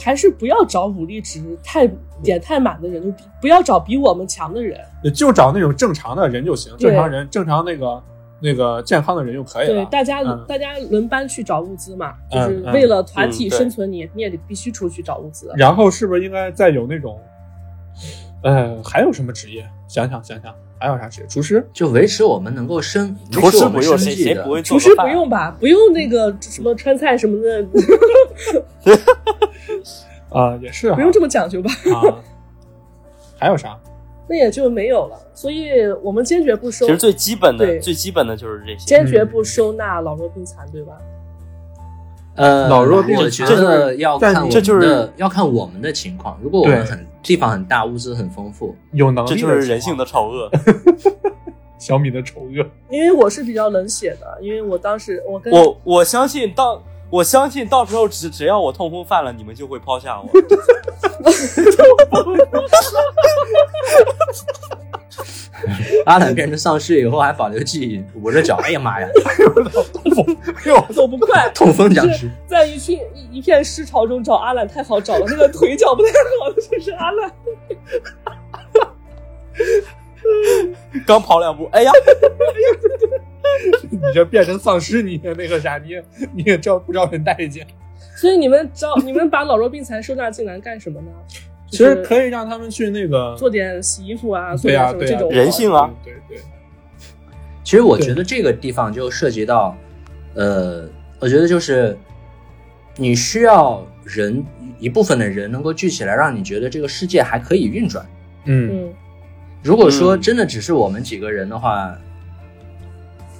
[SPEAKER 3] 还是不要找武力值太点太满的人，就比不要找比我们强的人。
[SPEAKER 2] 就找那种正常的人就行，
[SPEAKER 3] 对
[SPEAKER 2] 正常人，正常那个那个健康的人就可以
[SPEAKER 3] 对
[SPEAKER 2] 了，。
[SPEAKER 3] 大家、
[SPEAKER 2] 嗯
[SPEAKER 3] 大家轮班去找物资嘛，就
[SPEAKER 2] 嗯
[SPEAKER 3] 是为了团
[SPEAKER 4] 哎嗯
[SPEAKER 3] 体
[SPEAKER 4] 对
[SPEAKER 3] 生存你，你、也得必须出去找物资。
[SPEAKER 2] 然后是不是应该再有那种，呃，还有什么职业？想想想想，还有啥职业？厨师？
[SPEAKER 5] 就维持我们能够生，
[SPEAKER 4] 厨
[SPEAKER 5] 维持
[SPEAKER 4] 师
[SPEAKER 5] 我
[SPEAKER 4] 不
[SPEAKER 5] 们
[SPEAKER 4] 用
[SPEAKER 5] 生
[SPEAKER 4] 谁
[SPEAKER 5] 计
[SPEAKER 4] 谁
[SPEAKER 5] 的
[SPEAKER 4] 不。会做
[SPEAKER 3] 厨
[SPEAKER 4] 个
[SPEAKER 3] 师
[SPEAKER 4] 饭啊
[SPEAKER 3] 不用吧，不用那个什么川菜什么 的，
[SPEAKER 2] 啊、也是啊
[SPEAKER 3] 不用这么讲究吧？
[SPEAKER 2] 啊。还有啥？
[SPEAKER 3] 那也就没有了。所以我们坚决不收
[SPEAKER 4] 其，实最嗯基本的
[SPEAKER 3] 对
[SPEAKER 4] 最基本的就是这些。
[SPEAKER 3] 坚决不收纳老弱病残，对吧？
[SPEAKER 5] 呃，
[SPEAKER 2] 老弱病
[SPEAKER 5] 我觉
[SPEAKER 2] 残
[SPEAKER 5] 得要看
[SPEAKER 2] 但
[SPEAKER 5] 我们
[SPEAKER 4] 这就是
[SPEAKER 5] 的要看我们的情况。如果我们
[SPEAKER 2] 对
[SPEAKER 5] 很地方很大，物资很丰富，
[SPEAKER 2] 有能力
[SPEAKER 4] 这
[SPEAKER 2] 的
[SPEAKER 4] 就是
[SPEAKER 2] 情
[SPEAKER 4] 人性
[SPEAKER 2] 况
[SPEAKER 4] 的丑恶，
[SPEAKER 2] 小米的丑恶。
[SPEAKER 3] 因为我是比较冷血的，因为我当时我跟
[SPEAKER 4] 我我相信到我相信到时候只只要我痛风犯了，你们就会抛下我。
[SPEAKER 5] 阿兰变成丧尸以后还保留记忆，捂着脚，哎呀妈呀，，
[SPEAKER 3] 走不快
[SPEAKER 5] 痛风僵尸。
[SPEAKER 3] 在一群一一片尸潮中找阿懒太好找了，那个腿脚不太好的就是阿懒。
[SPEAKER 4] 刚跑两步，哎呀，
[SPEAKER 2] 你这变成丧尸，你也那个啥，你也你也招不招人待见？
[SPEAKER 3] 所以你们招你们把老弱病残收纳进来干什么呢？
[SPEAKER 2] 其实
[SPEAKER 3] 以
[SPEAKER 2] 可以让他们去那个
[SPEAKER 3] 做点洗衣服啊，
[SPEAKER 2] 嗯
[SPEAKER 3] 做
[SPEAKER 2] 对
[SPEAKER 3] 点
[SPEAKER 2] 呀
[SPEAKER 3] 什么
[SPEAKER 2] 对
[SPEAKER 3] 这
[SPEAKER 2] 呀
[SPEAKER 3] 种
[SPEAKER 4] 人性啊，
[SPEAKER 2] 对对对，
[SPEAKER 5] 其实我觉得这个地方就涉及到，呃，我觉得就是你需要人一部分的人能够聚起来，让你觉得这个世界还可以运转。
[SPEAKER 2] 嗯，
[SPEAKER 3] 嗯，
[SPEAKER 5] 如果说
[SPEAKER 4] 嗯
[SPEAKER 5] 真的只是我们几个人的话，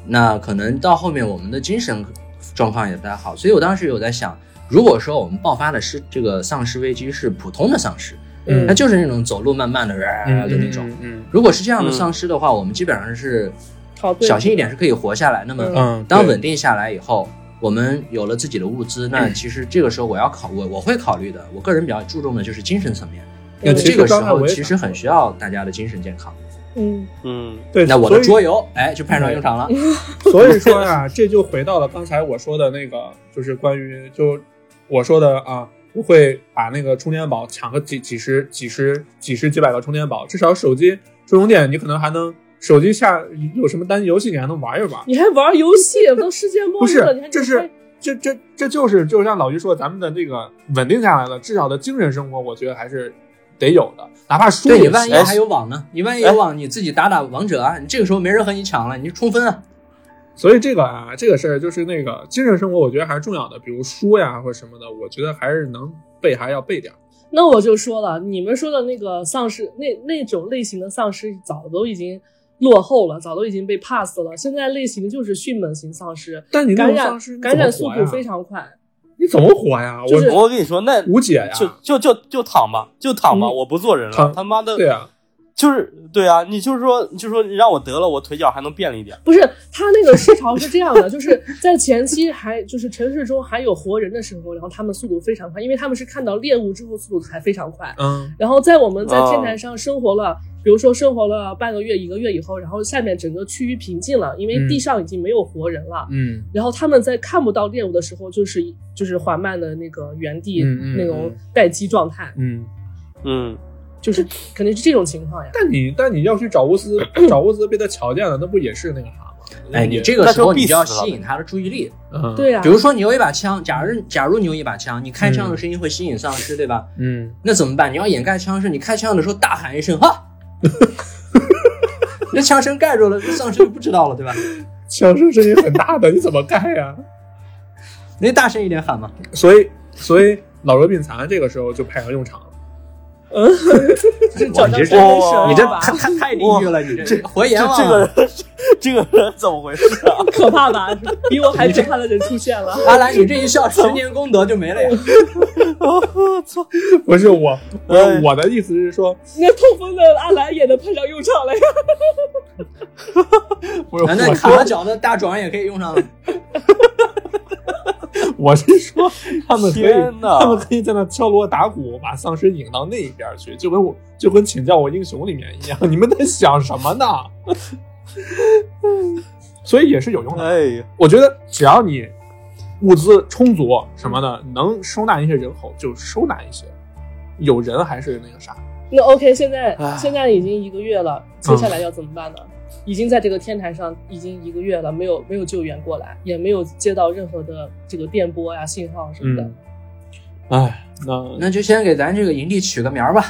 [SPEAKER 5] 那可能到后面我们的精神状况也不太好。所以我当时有在想，如果说我们爆发的是这个丧尸危机是普通的丧尸，
[SPEAKER 2] 嗯
[SPEAKER 5] 那就是那种走路慢慢的呃的那种。
[SPEAKER 2] 嗯
[SPEAKER 5] 如果是这样的
[SPEAKER 4] 嗯
[SPEAKER 5] 丧尸的话，我们基本上是
[SPEAKER 3] 好对
[SPEAKER 5] 小心一点是可以活下来。那么
[SPEAKER 3] 嗯
[SPEAKER 2] 嗯，
[SPEAKER 5] 当
[SPEAKER 2] 对
[SPEAKER 5] 稳定下来以后，我们有了自己的物资，那
[SPEAKER 2] 嗯
[SPEAKER 5] 其实这个时候我要考我我会考虑的，我个人比较注重的就是精神层面。
[SPEAKER 2] 那
[SPEAKER 3] 嗯
[SPEAKER 2] 其
[SPEAKER 5] 这
[SPEAKER 2] 实
[SPEAKER 5] 个时
[SPEAKER 2] 刚才我
[SPEAKER 5] 候
[SPEAKER 2] 也
[SPEAKER 5] 其实
[SPEAKER 2] 想
[SPEAKER 5] 很
[SPEAKER 2] 说
[SPEAKER 5] 需要大家的精神健康。
[SPEAKER 3] 嗯
[SPEAKER 4] 嗯，
[SPEAKER 2] 对，
[SPEAKER 5] 那我的
[SPEAKER 2] 所
[SPEAKER 5] 桌
[SPEAKER 2] 以嗯
[SPEAKER 5] 游哎就派上用场了。
[SPEAKER 2] 所以说呀，这就回到了刚才我说的那个，就是关于就我说的啊，不会把那个充电宝抢个几几十几十几十几百个充电宝，至少手机充充电，你可能还能手机下有什么单机游戏你还能玩一玩。
[SPEAKER 3] 你还玩游戏？都世界末
[SPEAKER 2] 不
[SPEAKER 3] 日了，你
[SPEAKER 2] 是
[SPEAKER 3] 还，
[SPEAKER 2] 这是这这这就是就像老于说，咱们的那个稳定下来了，至少的精神生活，我觉得还是得有的，哪怕输
[SPEAKER 5] 对你
[SPEAKER 2] 也
[SPEAKER 5] 万一
[SPEAKER 2] 行。
[SPEAKER 5] 还有网呢？你万一
[SPEAKER 2] 哎
[SPEAKER 5] 有网，你自己打打王者啊，你这个时候没人和你抢了，你就冲锋啊。
[SPEAKER 2] 所以这个啊，这个事儿就是那个精神生活，我觉得还是重要的，比如书呀或者什么的，我觉得还是能背还要背点儿。
[SPEAKER 3] 那我就说了，你们说的那个丧尸，那那种类型的丧尸早都已经落后了，早都已经被 pass 了。现在类型就是迅猛型丧尸，
[SPEAKER 2] 但你那
[SPEAKER 3] 感
[SPEAKER 2] 种
[SPEAKER 3] 染
[SPEAKER 2] 丧尸
[SPEAKER 3] 感染速度非
[SPEAKER 2] 常，
[SPEAKER 3] 常快。
[SPEAKER 2] 你怎么活呀？我
[SPEAKER 3] 就是
[SPEAKER 4] 我跟你说，那
[SPEAKER 2] 无解呀。
[SPEAKER 4] 就就就就躺吧，就躺吧，
[SPEAKER 2] 嗯
[SPEAKER 4] 我不做人了
[SPEAKER 2] 躺，
[SPEAKER 4] 他妈的，
[SPEAKER 2] 对啊呀，
[SPEAKER 4] 就是对啊，你就是说，你就说你让我得了，我腿脚还能变了一点。
[SPEAKER 3] 不是，他那个尸潮是这样的，就是在前期还就是城市中还有活人的时候，然后他们速度非常快，因为他们是看到猎物之后速度才非常快。
[SPEAKER 2] 嗯
[SPEAKER 3] 然后在我们在
[SPEAKER 4] 哦
[SPEAKER 3] 天台上生活了，比如说生活了半个月、一个月以后，然后下面整个区域平静了，因为
[SPEAKER 2] 嗯
[SPEAKER 3] 地上已经没有活人了。
[SPEAKER 2] 嗯
[SPEAKER 3] 然后他们在看不到猎物的时候，就是就是缓慢的那个原地、
[SPEAKER 2] 嗯嗯
[SPEAKER 3] 那种待机状态，
[SPEAKER 2] 嗯。
[SPEAKER 4] 嗯，
[SPEAKER 3] 就是肯定是这种情况呀。
[SPEAKER 2] 但你但你要去找物资，找物资被他瞧见了，那不也是那个啥吗？
[SPEAKER 5] 哎，你
[SPEAKER 2] 也
[SPEAKER 5] 这个时候你就要
[SPEAKER 4] 那就必死了
[SPEAKER 5] 吸引他的注意力。
[SPEAKER 2] 嗯
[SPEAKER 3] 对呀、
[SPEAKER 5] 比如说你有一把枪，假如假如你有一把枪，你开枪的声音会吸引丧尸，对吧？
[SPEAKER 2] 嗯，
[SPEAKER 5] 那怎么办？你要掩盖枪声，你开枪的时候大喊一声哈， 那枪声盖住了，丧尸就不知道了，对吧？
[SPEAKER 2] 枪声声音很大的，你怎么盖呀、
[SPEAKER 5] 你大声一点喊嘛。
[SPEAKER 2] 所以，所以老弱病残这个时候就派上用场了。
[SPEAKER 3] 就是找到
[SPEAKER 5] 你这
[SPEAKER 3] 三根绳
[SPEAKER 4] 哇
[SPEAKER 3] 儿
[SPEAKER 5] 你这
[SPEAKER 3] 吧
[SPEAKER 5] 太太太地狱了，你这活
[SPEAKER 4] 这
[SPEAKER 5] 阎王
[SPEAKER 4] 这个
[SPEAKER 5] 啊。
[SPEAKER 4] 人， 这个人怎么回事啊？
[SPEAKER 3] 可怕吧？比我还可怕的人出现了。
[SPEAKER 5] 阿兰，你这一 笑，十年功德就没了 呀！
[SPEAKER 4] 我操！
[SPEAKER 2] 不是我，我、
[SPEAKER 4] 哎
[SPEAKER 2] 我的意思是说，
[SPEAKER 3] 那痛风的阿兰也能派上用场了呀。
[SPEAKER 2] 不
[SPEAKER 3] 哎
[SPEAKER 2] 是我
[SPEAKER 5] 那啊那卡了脚的大壮也可以用上了。
[SPEAKER 2] 我是说 他们可以
[SPEAKER 4] 天，哪
[SPEAKER 2] 他们可以在那敲锣打鼓，把丧尸引到那一边去，就跟我就跟请教我英雄里面一样。你们在想什么呢？ 所以也是有用的。
[SPEAKER 4] 哎呀，
[SPEAKER 2] 我觉得只要你物资充足什么的，能收纳一些人口就收纳一些，有人还是那个啥。
[SPEAKER 3] 那 OK，现在
[SPEAKER 4] 唉
[SPEAKER 3] 现在已经一个月了，接下来要怎么办呢？已经在这个天台上已经一个月了，没有没有救援过来，也没有接到任何的这个电波呀、信号什么的。
[SPEAKER 2] 嗯哎，那
[SPEAKER 5] 那就先给咱这个营地取个名儿吧。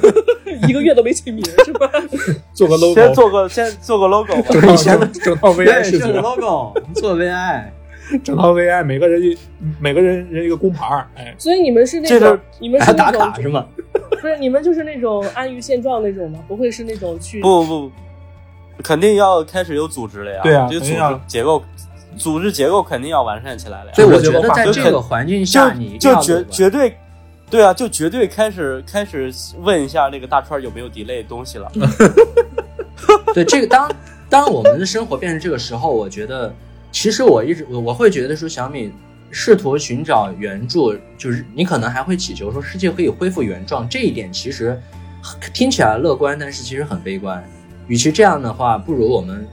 [SPEAKER 3] 一个月都没起名是吧？
[SPEAKER 2] 做个 logo，
[SPEAKER 4] 先做个先做个 logo 吧。
[SPEAKER 2] 整套整整套 VI 视
[SPEAKER 5] 这个
[SPEAKER 2] 觉，
[SPEAKER 5] logo 做 VI，
[SPEAKER 2] 整套 VI，每个人一每个人人一个工牌儿，哎，
[SPEAKER 3] 所以你们是那
[SPEAKER 4] 这
[SPEAKER 3] 种
[SPEAKER 4] 个
[SPEAKER 3] 你们
[SPEAKER 5] 还
[SPEAKER 3] 是
[SPEAKER 5] 要打
[SPEAKER 3] 那
[SPEAKER 5] 卡
[SPEAKER 3] 种
[SPEAKER 5] 是 吗？
[SPEAKER 3] 不是你们就是那种安于现状那种吗？不会是那种去
[SPEAKER 4] 不不，不肯定要开始有组织了呀。
[SPEAKER 2] 对啊
[SPEAKER 4] 这个
[SPEAKER 2] 肯
[SPEAKER 4] 组
[SPEAKER 2] 定
[SPEAKER 4] 织
[SPEAKER 2] 要
[SPEAKER 4] 结构，组织结构肯定要完善起来了呀。
[SPEAKER 5] 所以我
[SPEAKER 2] 觉
[SPEAKER 5] 觉
[SPEAKER 2] 得
[SPEAKER 5] 得在
[SPEAKER 2] 就
[SPEAKER 5] 这
[SPEAKER 4] 肯
[SPEAKER 5] 个环境下，你一
[SPEAKER 4] 就
[SPEAKER 5] 定
[SPEAKER 4] 就
[SPEAKER 5] 要
[SPEAKER 4] 绝
[SPEAKER 5] 乐观
[SPEAKER 4] 绝对，对啊，就绝对开始开始问一下那个大川有没有 delay 东西了。
[SPEAKER 5] 对这个当当我们的生活变成这个时候，我觉得其实我一直我我会觉得说小米试图寻找原著，就是你可能还会祈求说世界可以恢复原状，这一点其实听起来乐观，但是其实很悲观。与其这样的话，不如我们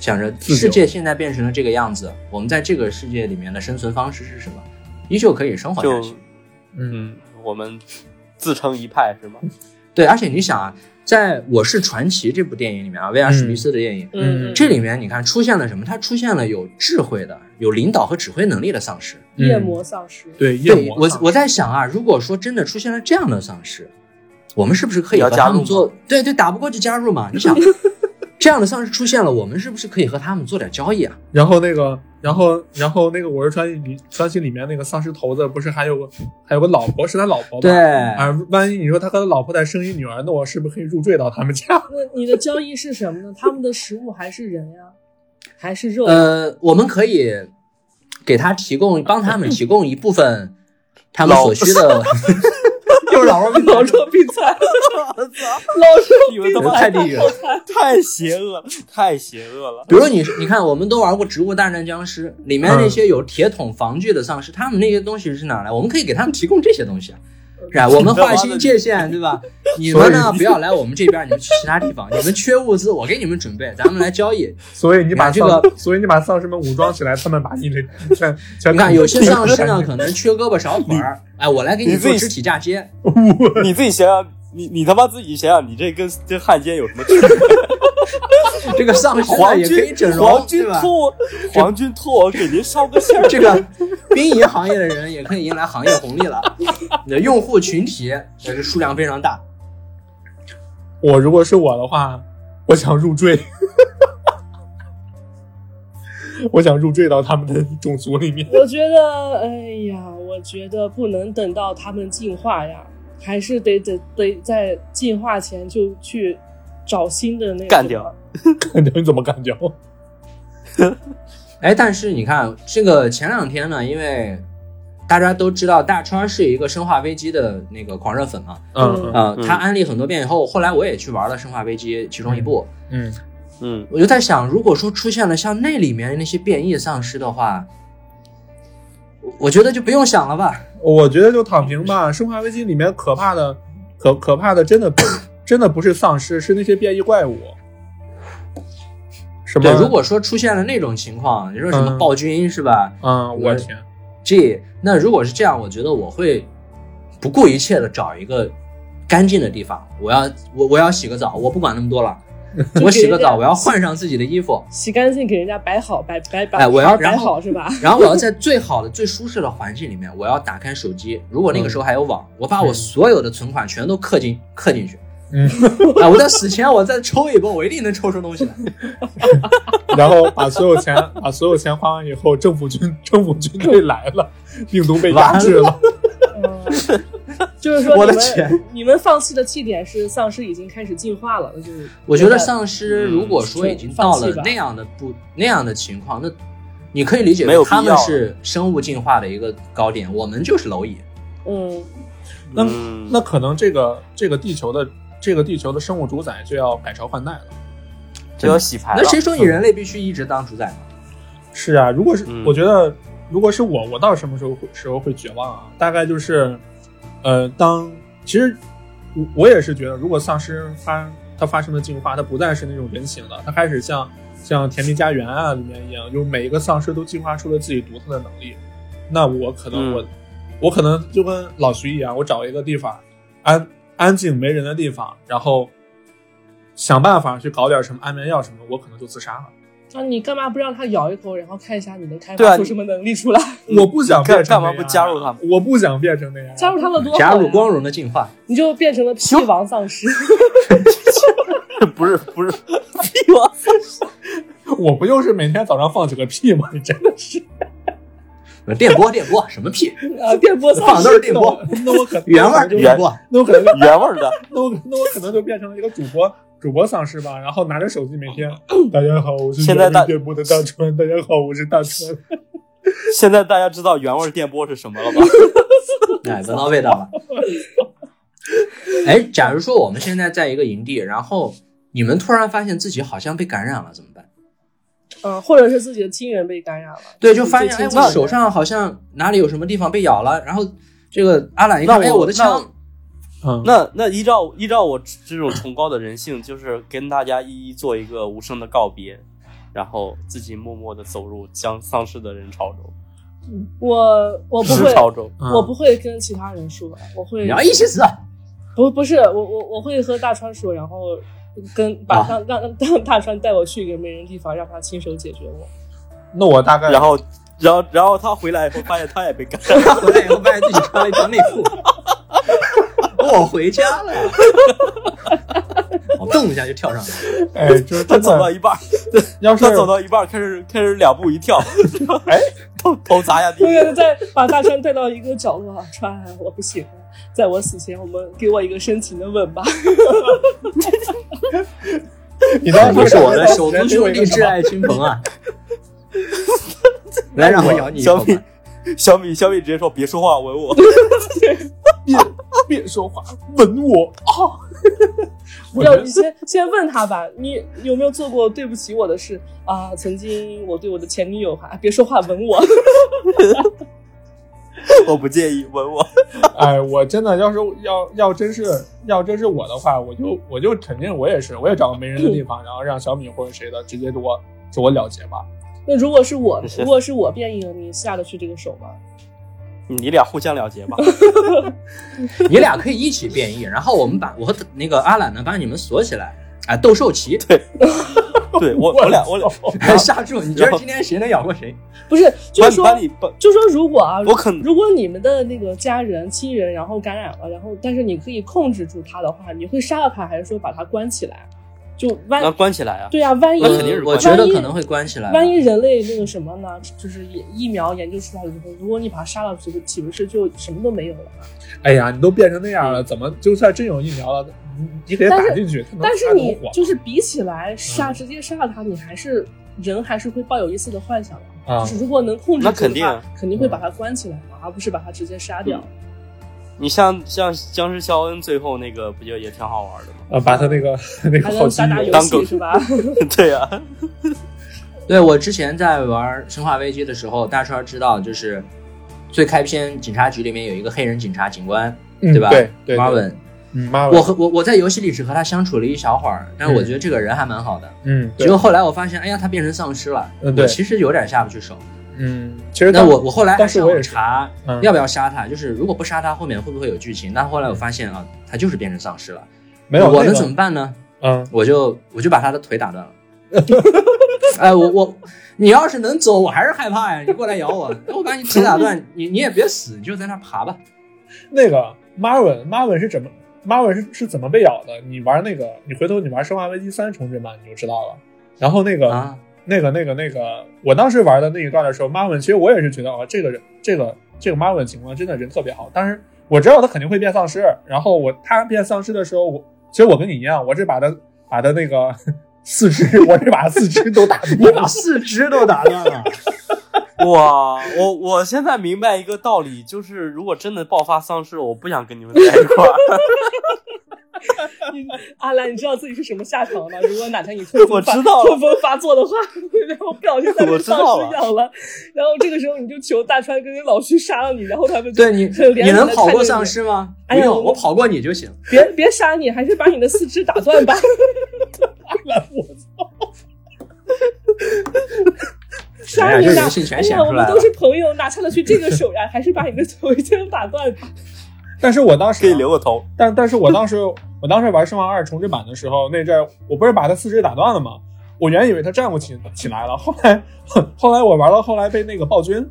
[SPEAKER 5] 想着
[SPEAKER 2] 由
[SPEAKER 5] 世界现在变成了这个样子，我们在这个世界里面的生存方式是什么？依旧可以生活下
[SPEAKER 4] 就
[SPEAKER 5] 去。
[SPEAKER 4] 嗯，我们自成一派 是吗？
[SPEAKER 5] 对，而且你想啊，在《我是传奇》这部电影里面啊，威尔史密斯的电影，
[SPEAKER 3] 嗯
[SPEAKER 5] 这里面你看出现了什么？它出现了有智慧的、有领导和指挥能力的丧尸。
[SPEAKER 3] 夜魔丧尸？
[SPEAKER 2] 嗯对夜
[SPEAKER 5] 对
[SPEAKER 2] 魔，
[SPEAKER 5] 我我在想啊，如果说真的出现了这样的丧尸，我们是不是可以
[SPEAKER 4] 要
[SPEAKER 5] 和
[SPEAKER 4] 加
[SPEAKER 5] 他
[SPEAKER 4] 入吗
[SPEAKER 5] 们做？对对，打不过就加入嘛。你想，这样的丧尸出现了，我们是不是可以和他们做点交易啊？
[SPEAKER 2] 然后那个，然后然后那个《我是传奇》里传奇里面那个丧尸头子，不是还有个还有个老婆是他老婆吗？
[SPEAKER 5] 对
[SPEAKER 2] 啊，万一你说他和他老婆再生一女儿，那我是不是可以入赘到他们家？
[SPEAKER 3] 那你的交易是什么呢？他们的食物还是人呀，还是肉呀？
[SPEAKER 5] 呃，我们可以给他提供，帮他们提供一部分他们所需的。又是老弱 病
[SPEAKER 3] 老弱病残，
[SPEAKER 4] 我
[SPEAKER 3] 老
[SPEAKER 4] 操！
[SPEAKER 3] 弱
[SPEAKER 4] 你们他妈
[SPEAKER 5] 太地狱了。
[SPEAKER 4] 太邪恶了，太邪恶了。
[SPEAKER 5] 比如你，你看，我们都玩过《植物大战僵尸》，里面那些有铁桶防具的丧尸，他们那些东西是哪来？我们可以给他们提供这些东西啊，是吧？我们划清界限，对吧？你们呢，不要来我们这边，你们去其他地方。你们缺物资，我给你们准备，咱们来交易。
[SPEAKER 2] 所以你把
[SPEAKER 5] 那这
[SPEAKER 2] 丧，
[SPEAKER 5] 个
[SPEAKER 2] 所以你把丧尸们武装起来，他们把你的全全
[SPEAKER 5] 你看，有些丧尸 呢，可能缺胳膊少腿儿，哎，我来给你
[SPEAKER 4] 你自
[SPEAKER 5] 做
[SPEAKER 4] 己
[SPEAKER 5] 肢体嫁接。
[SPEAKER 4] 你自己想想，你你他妈自己想想，你这跟跟汉奸有什么 区别？
[SPEAKER 5] 这个丧尸呢
[SPEAKER 4] 皇
[SPEAKER 5] 也可以
[SPEAKER 4] 军
[SPEAKER 5] 整容
[SPEAKER 4] 皇，军
[SPEAKER 5] 对吧？
[SPEAKER 4] 托我，皇军托我给您捎个信儿。
[SPEAKER 5] 这个殡仪行业的人也可以迎来行业红利了，你的用户群体这个数量非常大。
[SPEAKER 2] 我如果是我的话，我想入赘， 我想入赘到他们的种族里面。
[SPEAKER 3] 我觉得，哎呀，我觉得不能等到他们进化呀，还是得得得在进化前就去找新的那个
[SPEAKER 4] 干掉。
[SPEAKER 2] 你怎么干掉？
[SPEAKER 5] 哎，但是你看，这个前两天呢，因为大家都知道大川是一个《生化危机》的那个狂热粉嘛，
[SPEAKER 2] 嗯嗯
[SPEAKER 5] 呃，
[SPEAKER 4] 嗯
[SPEAKER 5] 他安利很多遍以后，后来我也去玩了《生化危机》其中一部，
[SPEAKER 2] 嗯，
[SPEAKER 4] 嗯，
[SPEAKER 5] 我就在想，如果说出现了像那里面那些变异丧尸的话，我我觉得就不用想了吧。
[SPEAKER 2] 我觉得就躺平 吧。生化危机里面可怕的、可可怕的，真的不真的不是丧尸，是那些变异怪物。什么？
[SPEAKER 5] 对，如果说出现了那种情况，你说什么
[SPEAKER 2] 嗯
[SPEAKER 5] 暴君、是吧？
[SPEAKER 2] 嗯，我天，
[SPEAKER 5] 这那如果是这样，我觉得我会不顾一切的找一个干净的地方，我要我我要洗个澡，我不管那么多了，我洗个澡，我要换上自己的衣服，
[SPEAKER 3] 洗干净给人家摆好，摆摆摆，
[SPEAKER 5] 哎我要
[SPEAKER 3] 摆
[SPEAKER 5] 然后
[SPEAKER 3] 好是 吧？
[SPEAKER 5] 然后我要在最好的、最舒适的环境里面，我要打开手机，如果那个时候还有网，我把我所有的存款全都氪进氪进去。
[SPEAKER 2] 嗯，
[SPEAKER 5] 啊！我在死前我再抽一波，我一定能抽出东西来。
[SPEAKER 2] 然后把所有 钱把所有钱花完以后，政府军政府军队来 了，病毒被压制了。
[SPEAKER 3] 嗯，就是说
[SPEAKER 5] 我的
[SPEAKER 3] 你
[SPEAKER 5] 天
[SPEAKER 3] 们你们放弃的气点是丧尸已经开始进化了，那就是
[SPEAKER 5] 我觉得丧尸如果说已经到
[SPEAKER 3] 放
[SPEAKER 5] 了
[SPEAKER 3] 弃吧
[SPEAKER 5] 那样的不那样的情况，那你可以理解
[SPEAKER 4] 没有
[SPEAKER 5] 为
[SPEAKER 4] 必要
[SPEAKER 5] 他们是生物进化的一个高点，我们就是蝼蚁。
[SPEAKER 3] 嗯，
[SPEAKER 2] 那
[SPEAKER 4] 嗯
[SPEAKER 2] 那可能这个这个地球的这个地球的生物主宰就要改朝换代了。
[SPEAKER 4] 就要洗牌了
[SPEAKER 5] 那。谁说你人类必须一直当主宰呢？
[SPEAKER 2] 是啊，如果是、
[SPEAKER 4] 嗯
[SPEAKER 2] 我觉得，如果是我，我到什么时候会时候会绝望啊？大概就是，呃，当其实我我也是觉得，如果丧尸发它发生了进化，它不再是那种人形了，它开始像像《甜蜜家园啊》里面一样，就是每一个丧尸都进化出了自己独特的能力，那我可能我、
[SPEAKER 4] 嗯
[SPEAKER 2] 我可能就跟老徐一样，我找一个地方安安静没人的地方，然后想办法去搞点什么安眠药什么，我可能就自杀了。
[SPEAKER 3] 那你干嘛不让它咬一口，然后看一下你能开
[SPEAKER 4] 对啊
[SPEAKER 3] 发出什么能力出来？
[SPEAKER 2] 我不想变
[SPEAKER 4] 干
[SPEAKER 2] 成
[SPEAKER 4] 干
[SPEAKER 2] 那
[SPEAKER 4] 嘛
[SPEAKER 2] 样
[SPEAKER 4] 不加入他们？
[SPEAKER 2] 我不想变成那样。
[SPEAKER 3] 加入他们多好呀
[SPEAKER 5] 加入光荣的进化，
[SPEAKER 3] 你就变成了屁王丧尸。
[SPEAKER 4] 不是不是，屁王
[SPEAKER 2] 我不就是每天早上放几个屁吗？你真的是
[SPEAKER 5] 电波电波什么屁，
[SPEAKER 3] 啊，电波丧
[SPEAKER 5] 放
[SPEAKER 3] 尸
[SPEAKER 5] 都是电波，
[SPEAKER 2] 那我可
[SPEAKER 5] 原味儿
[SPEAKER 2] 就
[SPEAKER 5] 电波，
[SPEAKER 2] 那我可能就
[SPEAKER 4] 原味儿的，
[SPEAKER 2] 那我那我可能就变成了一个主播。主播丧尸吧，然后拿着手机每天，大家好，我是
[SPEAKER 4] 现在
[SPEAKER 2] 原味
[SPEAKER 4] 大
[SPEAKER 2] 电波的大川，大家好，我是大川。
[SPEAKER 4] 现在大家知道原味儿电波是什么了吧？
[SPEAKER 5] 哎，闻到味道了。哎，假如说我们现在在一个营地，然后你们突然发现自己好像被感染了，怎么办？
[SPEAKER 3] 嗯，或者是自己的亲人被感染了，
[SPEAKER 5] 对，就发现
[SPEAKER 3] 自己
[SPEAKER 5] 哎，
[SPEAKER 3] 亲近的
[SPEAKER 5] 我手上好像哪里有什么地方被咬了，然后这个阿懒一看，
[SPEAKER 4] 那我
[SPEAKER 5] 哎，我的
[SPEAKER 4] 那
[SPEAKER 5] 枪
[SPEAKER 4] 我，
[SPEAKER 2] 嗯，
[SPEAKER 4] 那那依照依照我这种崇高的人性，就是跟大家一一做一个无声的告别，然后自己默默的走入将丧尸的人潮中，
[SPEAKER 3] 我我不
[SPEAKER 4] 尸
[SPEAKER 3] 会，
[SPEAKER 4] 潮中。
[SPEAKER 2] 嗯
[SPEAKER 3] 我不会跟其他人说，我会
[SPEAKER 5] 你要一起死。啊
[SPEAKER 3] 不不是我我我会和大川说，然后跟把
[SPEAKER 2] 啊
[SPEAKER 3] 让让让让大川带我去一个没人地方，让他亲手解决我。
[SPEAKER 2] 那我大概
[SPEAKER 4] 然后，然后，然后他回来以后发现他也被感染，
[SPEAKER 5] 回来以后发现自己穿了一条内裤， 我回家了。 我蹬一下就跳上 来了，
[SPEAKER 2] 哎，就是
[SPEAKER 4] 他
[SPEAKER 2] 真
[SPEAKER 4] 走到
[SPEAKER 2] 的，
[SPEAKER 4] 一半儿，
[SPEAKER 2] 要是
[SPEAKER 4] 他走到一半儿开始开始两步一跳，
[SPEAKER 2] 哎，
[SPEAKER 4] 头头砸下地
[SPEAKER 3] 永，远再把大川带到一个角落，川，我不行了，在我死前，我们给我一个深情的吻吧。
[SPEAKER 2] 你当时
[SPEAKER 5] 你是我的手足兄弟挚爱亲朋 啊！来，让我咬你一口
[SPEAKER 4] 小
[SPEAKER 5] 吧。
[SPEAKER 4] 米，小米，小米直接说别说话，吻我。
[SPEAKER 2] 别别说话，吻我啊！我觉
[SPEAKER 3] 要
[SPEAKER 2] 得
[SPEAKER 3] 你先先问他吧，你有没有做过对不起我的事啊？曾经我对我的前女友还别说话吻我，
[SPEAKER 4] 我不介意吻我。
[SPEAKER 2] 哎，我真的要是要要真是要真是我的话，我
[SPEAKER 3] 嗯
[SPEAKER 2] 就我就肯定我也是，我也找个没人的地方，然后让小米或者谁的直接给我给我了结吧。
[SPEAKER 3] 那如果是我呢，
[SPEAKER 4] 是
[SPEAKER 3] 如果是我变异了，你下得去这个手吗？
[SPEAKER 4] 你俩互相了结吧。
[SPEAKER 5] 你俩可以一起变异，然后我们把我和那个阿懒呢，把你们锁起来，哎，斗兽 棋，
[SPEAKER 4] 对我，我俩，我俩，
[SPEAKER 5] 刹住！你觉得今天谁能咬过谁？
[SPEAKER 3] 不是，就
[SPEAKER 4] 把
[SPEAKER 3] 是
[SPEAKER 4] 你
[SPEAKER 3] 说，
[SPEAKER 4] 把你把，
[SPEAKER 3] 就说如果啊，
[SPEAKER 4] 我肯
[SPEAKER 3] 如果你们的那个家人、亲人，然后感染了，然后但是你可以控制住他的话，你会杀了他，还是说把他关起来？就万
[SPEAKER 4] 那关起来啊。
[SPEAKER 3] 对呀、万一
[SPEAKER 4] 那肯定是
[SPEAKER 5] 我
[SPEAKER 4] 关
[SPEAKER 5] 觉得可能会关起来吧。
[SPEAKER 3] 万一人类那个什么呢？就是疫疫苗研究出来了以后，如果你把它杀了，岂不岂不是就什么都没有了？
[SPEAKER 2] 哎呀，你都变成那样了，怎么就算真有疫苗了，你你给它打进去，它能
[SPEAKER 3] 嗯但是
[SPEAKER 2] 它能
[SPEAKER 3] 你
[SPEAKER 2] 活嗯
[SPEAKER 3] 就是比起来杀直接杀了他，你还是人还是会抱有一丝的幻想的。
[SPEAKER 2] 啊
[SPEAKER 3] 就？是如果能控制住
[SPEAKER 4] 那
[SPEAKER 3] 的
[SPEAKER 4] 肯定
[SPEAKER 3] 话，肯定会把它关起来嘛，而不是把它直接杀掉。
[SPEAKER 4] 你像像僵尸肖恩最后那个不就也挺好玩的 吗？
[SPEAKER 2] 啊，把它那个 那个
[SPEAKER 3] 还
[SPEAKER 2] 好
[SPEAKER 3] 能
[SPEAKER 2] 基
[SPEAKER 3] 打打
[SPEAKER 2] 友
[SPEAKER 3] 游
[SPEAKER 4] 当狗
[SPEAKER 3] 戏是吧？
[SPEAKER 4] 对呀、
[SPEAKER 5] 对我之前在玩《生化危机》的时候，大川知道就是最开篇警察局里面有一个黑人警察警官，
[SPEAKER 2] 嗯
[SPEAKER 5] 吧？
[SPEAKER 2] 对对
[SPEAKER 5] 马
[SPEAKER 2] 对
[SPEAKER 5] 文，
[SPEAKER 2] 嗯，妈
[SPEAKER 5] 我和我我在游戏里只和他相处了一小会儿，但是我觉得这个人还蛮好的。
[SPEAKER 2] 嗯，
[SPEAKER 5] 结
[SPEAKER 2] 对，
[SPEAKER 5] 果后来我发现，哎呀，他变成丧尸了，
[SPEAKER 2] 嗯对
[SPEAKER 5] 我其实有点下不去手。
[SPEAKER 2] 嗯，其实
[SPEAKER 5] 那
[SPEAKER 2] 当
[SPEAKER 5] 我我后来还
[SPEAKER 2] 但是
[SPEAKER 5] 上
[SPEAKER 2] 我也
[SPEAKER 5] 网
[SPEAKER 2] 是
[SPEAKER 5] 查
[SPEAKER 2] 嗯
[SPEAKER 5] 要不要杀他，就是如果不杀他，后面会不会有剧情？但后来我发现啊，他就是变成丧尸了，
[SPEAKER 2] 没有
[SPEAKER 5] 我
[SPEAKER 2] 那
[SPEAKER 5] 能
[SPEAKER 2] 个
[SPEAKER 5] 怎么办呢？
[SPEAKER 2] 嗯，
[SPEAKER 5] 我就我就把他的腿打断了。 哎，我我，你要是能走，我还是害怕呀。你过来咬我，我把你腿打断，你你也别死，你就在那爬吧。
[SPEAKER 2] 那个 Marvin Marvin 是怎么 Marvin 是是怎么被咬的？你玩那个，你回头你玩《生化危机三》重置版你就知道了。然后那个、
[SPEAKER 5] 啊，
[SPEAKER 2] 那个那个那个，我当时玩的那一段的时候，Marvin 其实我也是觉得啊，这个人这个这个 Marvin 情况真的人特别好。当时我知道他肯定会变丧尸，然后我他变丧尸的时候，我其实我跟你一样，我是把他把他那个 四肢，我是把他四肢都打
[SPEAKER 5] 你
[SPEAKER 2] 断
[SPEAKER 5] 把
[SPEAKER 2] 了。
[SPEAKER 5] 四肢都打断了，
[SPEAKER 4] 哇，我我现在明白一个道理，就是如果真的爆发丧尸，我不想跟你们在一块儿。
[SPEAKER 3] 你阿兰，你知道自己是什么下场吗？如果哪天你痛
[SPEAKER 4] 我
[SPEAKER 3] 风发
[SPEAKER 4] 知道了
[SPEAKER 3] 痛风发作的话， 然后不小心在
[SPEAKER 4] 我
[SPEAKER 3] 被
[SPEAKER 4] 知
[SPEAKER 3] 丧
[SPEAKER 4] 道了
[SPEAKER 3] 尸咬了，然后这个时候你就求大川跟老徐杀了你，然后他们就
[SPEAKER 5] 对你
[SPEAKER 3] 很怜悯地
[SPEAKER 5] 你能跑
[SPEAKER 3] 看着
[SPEAKER 5] 过
[SPEAKER 3] 你
[SPEAKER 5] 丧，尸吗？不
[SPEAKER 3] 哎呀
[SPEAKER 5] 用，
[SPEAKER 3] 我
[SPEAKER 5] 我跑过你就行。
[SPEAKER 3] 别别杀你，还是把你的四肢打断吧。
[SPEAKER 5] 哎
[SPEAKER 3] 杀
[SPEAKER 5] 呀
[SPEAKER 3] 你
[SPEAKER 5] 就
[SPEAKER 3] 哪
[SPEAKER 5] 人性全
[SPEAKER 3] 哎
[SPEAKER 5] 显
[SPEAKER 3] 呀，我
[SPEAKER 5] 出
[SPEAKER 3] 们
[SPEAKER 5] 来了
[SPEAKER 3] 都。是朋友，哪下得去这个手呀？还是把你的腿先打断吧。
[SPEAKER 2] 但是我当时啊
[SPEAKER 4] 给你留个头，
[SPEAKER 2] 但但是我当时，我当时玩《生化二》重置版的时候，那阵儿我不是把他四肢打断了吗？我原以为他站不起起来了，后来后来我玩到后来被那个暴君，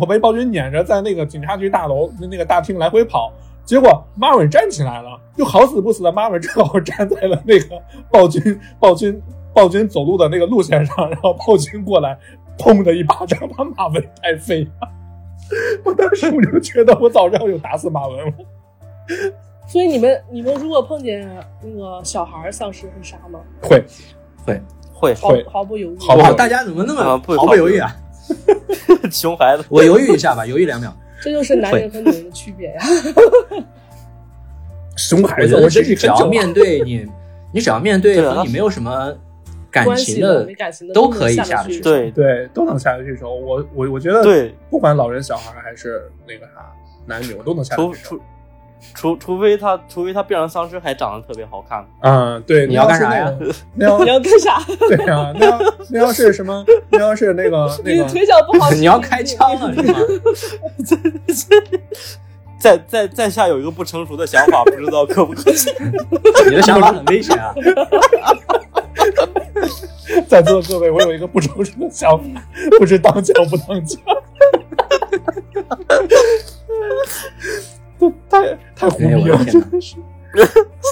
[SPEAKER 2] 我被暴君撵着在那个警察局大楼那个大厅来回跑，结果马尾站起来了，就好死不死的马尾正好站在了那个暴君暴君暴君走路的那个路线上，然后暴君过来，砰的一巴掌把马文拍飞了。 我当时我就觉得我早知道就打死马文了。
[SPEAKER 3] 所以你们你们如果碰见那个小孩儿丧尸会杀吗？
[SPEAKER 2] 会，
[SPEAKER 4] 会
[SPEAKER 3] 毫
[SPEAKER 2] 会
[SPEAKER 3] 毫不犹豫。
[SPEAKER 2] 毫不
[SPEAKER 5] 哇，
[SPEAKER 2] 犹
[SPEAKER 5] 大家怎么那么
[SPEAKER 4] 啊
[SPEAKER 5] 毫
[SPEAKER 4] 不
[SPEAKER 5] 不犹豫啊？
[SPEAKER 4] 熊孩子，
[SPEAKER 5] 我犹豫一下吧，犹豫两 秒。
[SPEAKER 3] 这就是男人和女人的区别呀。
[SPEAKER 2] 熊
[SPEAKER 5] 哎我
[SPEAKER 2] 孩
[SPEAKER 5] 觉
[SPEAKER 2] 子，
[SPEAKER 5] 得
[SPEAKER 2] 我
[SPEAKER 5] 这
[SPEAKER 2] 真是
[SPEAKER 5] 只
[SPEAKER 2] 很
[SPEAKER 5] 要
[SPEAKER 2] 久
[SPEAKER 5] 面对你，你只要面对和你没有什么感
[SPEAKER 3] 啊关
[SPEAKER 5] 情
[SPEAKER 3] 系
[SPEAKER 5] 的
[SPEAKER 3] 没，感情的
[SPEAKER 5] 都可以
[SPEAKER 3] 能
[SPEAKER 5] 下
[SPEAKER 3] 得
[SPEAKER 5] 得去
[SPEAKER 4] 对
[SPEAKER 2] 对都能下得去手。我我我觉得，
[SPEAKER 4] 对，
[SPEAKER 2] 不管老人小孩还是那个啥男女，我都能下得
[SPEAKER 4] 除
[SPEAKER 2] 去手。
[SPEAKER 4] 除除除非他，除非他变成丧尸还长得特别好看，
[SPEAKER 2] 嗯，对，
[SPEAKER 5] 你要干
[SPEAKER 2] 是
[SPEAKER 5] 啥呀
[SPEAKER 2] 那样？
[SPEAKER 3] 你
[SPEAKER 2] 那要
[SPEAKER 3] 要干啥？
[SPEAKER 2] 对呀，那要那要是什么？那要是那 个那
[SPEAKER 3] 你
[SPEAKER 2] 个
[SPEAKER 3] 腿脚不好
[SPEAKER 5] ，你要开枪啊了是 吗？
[SPEAKER 4] 在在在下有一个不成熟的想法，不知道可不可 行？
[SPEAKER 5] 你的想法很危险啊！
[SPEAKER 2] 在座各位，我有一个不成熟的想法，不知当讲不当讲。 这太太胡
[SPEAKER 5] 哎呦
[SPEAKER 2] 逼
[SPEAKER 5] 我
[SPEAKER 2] 了
[SPEAKER 5] 的，天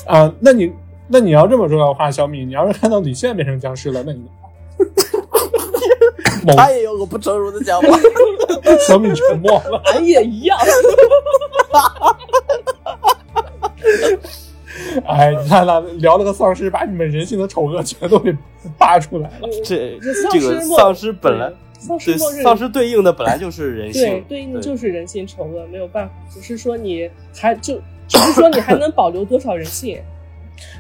[SPEAKER 5] 哪！
[SPEAKER 2] 啊，那你那你要这么说的话，小米，你要是看到你现在变成僵尸了，那你 猛
[SPEAKER 4] 他也有个不成熟的想 法，
[SPEAKER 2] 小米沉默了。
[SPEAKER 3] 俺也一样。
[SPEAKER 2] 哎，你看那聊了个丧尸，把你们人性的丑恶全都给扒出来了。
[SPEAKER 4] 这
[SPEAKER 3] 丧
[SPEAKER 4] 这
[SPEAKER 3] 尸
[SPEAKER 4] 个
[SPEAKER 3] 末
[SPEAKER 4] 丧尸本来
[SPEAKER 3] 丧尸
[SPEAKER 4] 对
[SPEAKER 3] 末日，
[SPEAKER 4] 丧尸对应的本来就是人
[SPEAKER 3] 对
[SPEAKER 4] 性，
[SPEAKER 3] 对应的就是人性丑恶，没有办法，只是说你还就只是说你还能保留多少人性。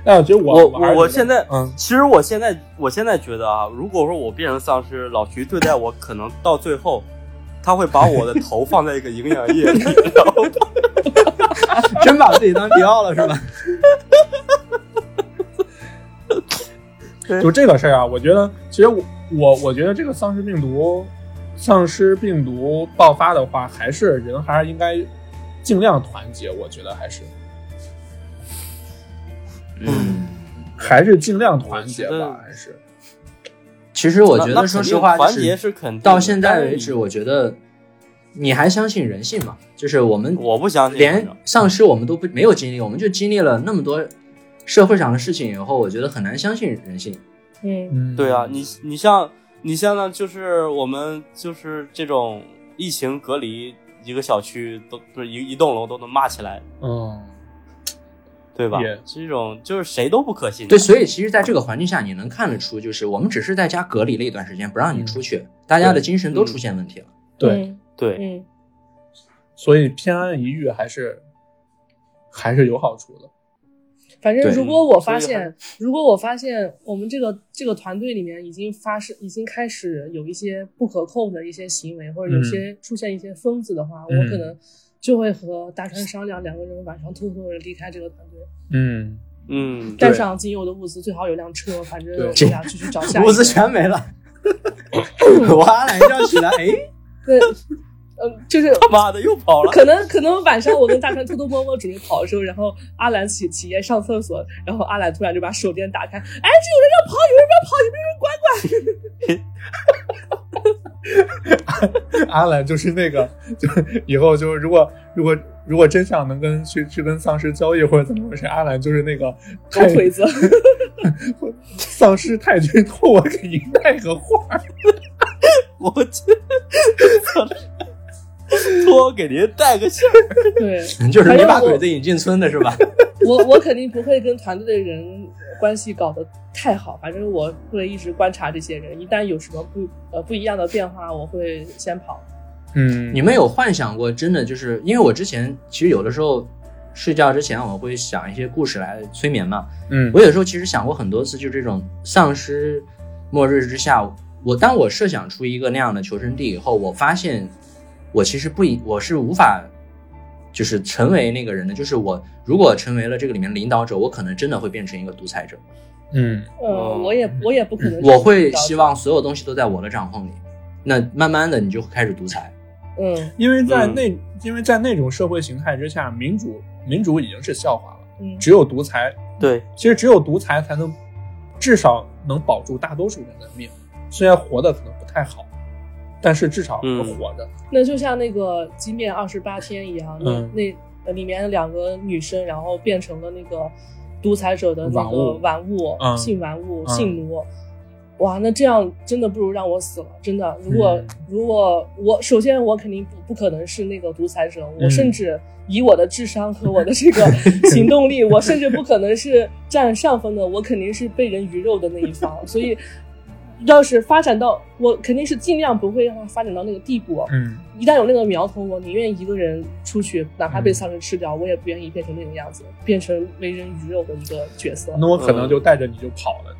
[SPEAKER 2] 哎，我觉得
[SPEAKER 4] 我
[SPEAKER 2] 我
[SPEAKER 4] 我我现
[SPEAKER 2] 在
[SPEAKER 4] 在，
[SPEAKER 2] 嗯
[SPEAKER 4] 其实我现在我现在觉得啊，如果说我变成丧尸，老徐对待我可能到最后，他会把我的头放在一个营养液里，然后
[SPEAKER 5] 真把自己当迪奥了 是吧？
[SPEAKER 2] 就这个事儿啊，我觉得其实我我我觉得这个丧尸病毒，丧尸病毒爆发的话，还是人还是应该尽量团结。我觉得还是
[SPEAKER 5] 嗯，
[SPEAKER 2] 还是尽量团结
[SPEAKER 4] 我觉得
[SPEAKER 2] 吧，还是
[SPEAKER 5] 其实 我觉
[SPEAKER 4] 那
[SPEAKER 5] 得
[SPEAKER 4] 那
[SPEAKER 5] 说
[SPEAKER 4] 肯定
[SPEAKER 5] 实话，就
[SPEAKER 4] 团
[SPEAKER 5] 是
[SPEAKER 4] 结是肯定的
[SPEAKER 5] 到现在为
[SPEAKER 4] 但是
[SPEAKER 5] 止，我觉得你还相信人性吗？就是我们
[SPEAKER 4] 我不相信
[SPEAKER 5] 连丧尸我们都不没有经历，我们就经历了那么多社会上的事情以后，我觉得很难相信人性。
[SPEAKER 3] 嗯，
[SPEAKER 2] 嗯，
[SPEAKER 4] 对啊，你你像你像呢，就是我们就是这种疫情隔离，一个小区都不是一一栋楼都能骂起来，
[SPEAKER 2] 嗯，
[SPEAKER 4] 对吧
[SPEAKER 2] Yeah
[SPEAKER 4] 这种就是谁都不可信。
[SPEAKER 5] 对，所以其实在这个环境下，你能看得出，就是我们只是在家隔离了一段时间，不让你出去，大家的精神都出现问题了。
[SPEAKER 2] 对，
[SPEAKER 4] 对，
[SPEAKER 3] 嗯，
[SPEAKER 2] 所以偏安一隅还是还是有好处的。
[SPEAKER 3] 反正
[SPEAKER 5] 对嗯
[SPEAKER 3] 如果我发
[SPEAKER 4] 所以
[SPEAKER 3] 现，如果我发现我们这个这个团队里面已经发生，已经开始有一些不可控的一些行为，或者有
[SPEAKER 5] 嗯
[SPEAKER 3] 些出现一些疯子的话，
[SPEAKER 2] 嗯
[SPEAKER 3] 我可能就会和大川商量，两个人晚上偷偷的离开这个团队，
[SPEAKER 2] 嗯，
[SPEAKER 4] 嗯，
[SPEAKER 3] 带上仅有的物资，最好有辆车，反正
[SPEAKER 2] 对
[SPEAKER 3] 我俩继续找下一个。
[SPEAKER 5] 物资全没了，我哈懒一觉起来，哎，
[SPEAKER 3] 对，嗯，就是
[SPEAKER 4] 他 妈的又跑了。
[SPEAKER 3] 可能可能晚上我跟大川偷偷摸摸准备跑的时候，然后阿兰起起夜上厕所，然后阿兰突然就把手电打开，哎，这有人要跑，有人要跑，有没有人管管？
[SPEAKER 2] 阿兰就是那个，就是以后就是如果如果如果真想能跟去去跟丧尸交易或者怎么回事，阿兰就是那个
[SPEAKER 3] 狗腿子，
[SPEAKER 2] 丧尸太君托我给您带个话儿，
[SPEAKER 4] 我去，托给您带个信儿。
[SPEAKER 3] 对
[SPEAKER 5] 就是你把鬼子引进村的是吧？
[SPEAKER 3] 我我肯定不会跟团队的人关系搞得太好，反正我会一直观察这些人，一旦有什么不呃不一样的变化，我会先跑。
[SPEAKER 2] 嗯
[SPEAKER 5] 你们有幻想过真的就是因为我之前其实有的时候睡觉之前我会想一些故事来催眠嘛，
[SPEAKER 2] 嗯
[SPEAKER 5] 我有时候其实想过很多次，就这种丧尸末日之下，我当我设想出一个那样的求生地以后，我发现我其实不一，我是无法就是成为那个人的。就是我如果成为了这个里面的领导者，我可能真的会变成一个独裁者，
[SPEAKER 2] 嗯
[SPEAKER 3] 呃，
[SPEAKER 4] 哦
[SPEAKER 3] 我也我也不可能。
[SPEAKER 5] 嗯我会希，望所有东西都在我的掌控里。那慢慢的你就会开始独裁，
[SPEAKER 3] 嗯
[SPEAKER 2] 因为在
[SPEAKER 4] 嗯
[SPEAKER 2] 那、因为在那种社会形态之下，民主民主已经是笑话了，
[SPEAKER 3] 嗯，
[SPEAKER 2] 只有独裁
[SPEAKER 4] 对，
[SPEAKER 2] 其实只有独裁才能，至少能保住大多数人的命，虽然活的可能不太好，但是至少能
[SPEAKER 4] 嗯
[SPEAKER 2] 活着。
[SPEAKER 3] 那就像那个《击灭二十八天》一样，那、
[SPEAKER 2] 嗯
[SPEAKER 3] 那呃里面的两个女生，然后变成了那个独裁者的那
[SPEAKER 2] 玩
[SPEAKER 3] 个
[SPEAKER 2] 物
[SPEAKER 3] 玩物，
[SPEAKER 2] 嗯
[SPEAKER 3] 性玩物、
[SPEAKER 2] 嗯
[SPEAKER 3] 性奴。哇，那这样真的不如让我死了，真的。如果、
[SPEAKER 2] 嗯
[SPEAKER 3] 如果我首先我肯定不不可能是那个独裁者，我
[SPEAKER 2] 嗯
[SPEAKER 3] 甚至以我的智商和我的 这个行动力，我甚至不可能是占上风的，我肯定是被人鱼肉的那一方。所以，要是发展到我肯定是尽量不会让它发展到那个地步。
[SPEAKER 2] 嗯
[SPEAKER 3] 一旦有那个苗头，我宁愿一个人出去，哪怕被丧尸吃
[SPEAKER 5] 嗯
[SPEAKER 3] 掉，我也不愿意变成那种样子，变成为人鱼肉的一个角色。
[SPEAKER 2] 那我可
[SPEAKER 4] 嗯
[SPEAKER 2] 能就带着你就跑了。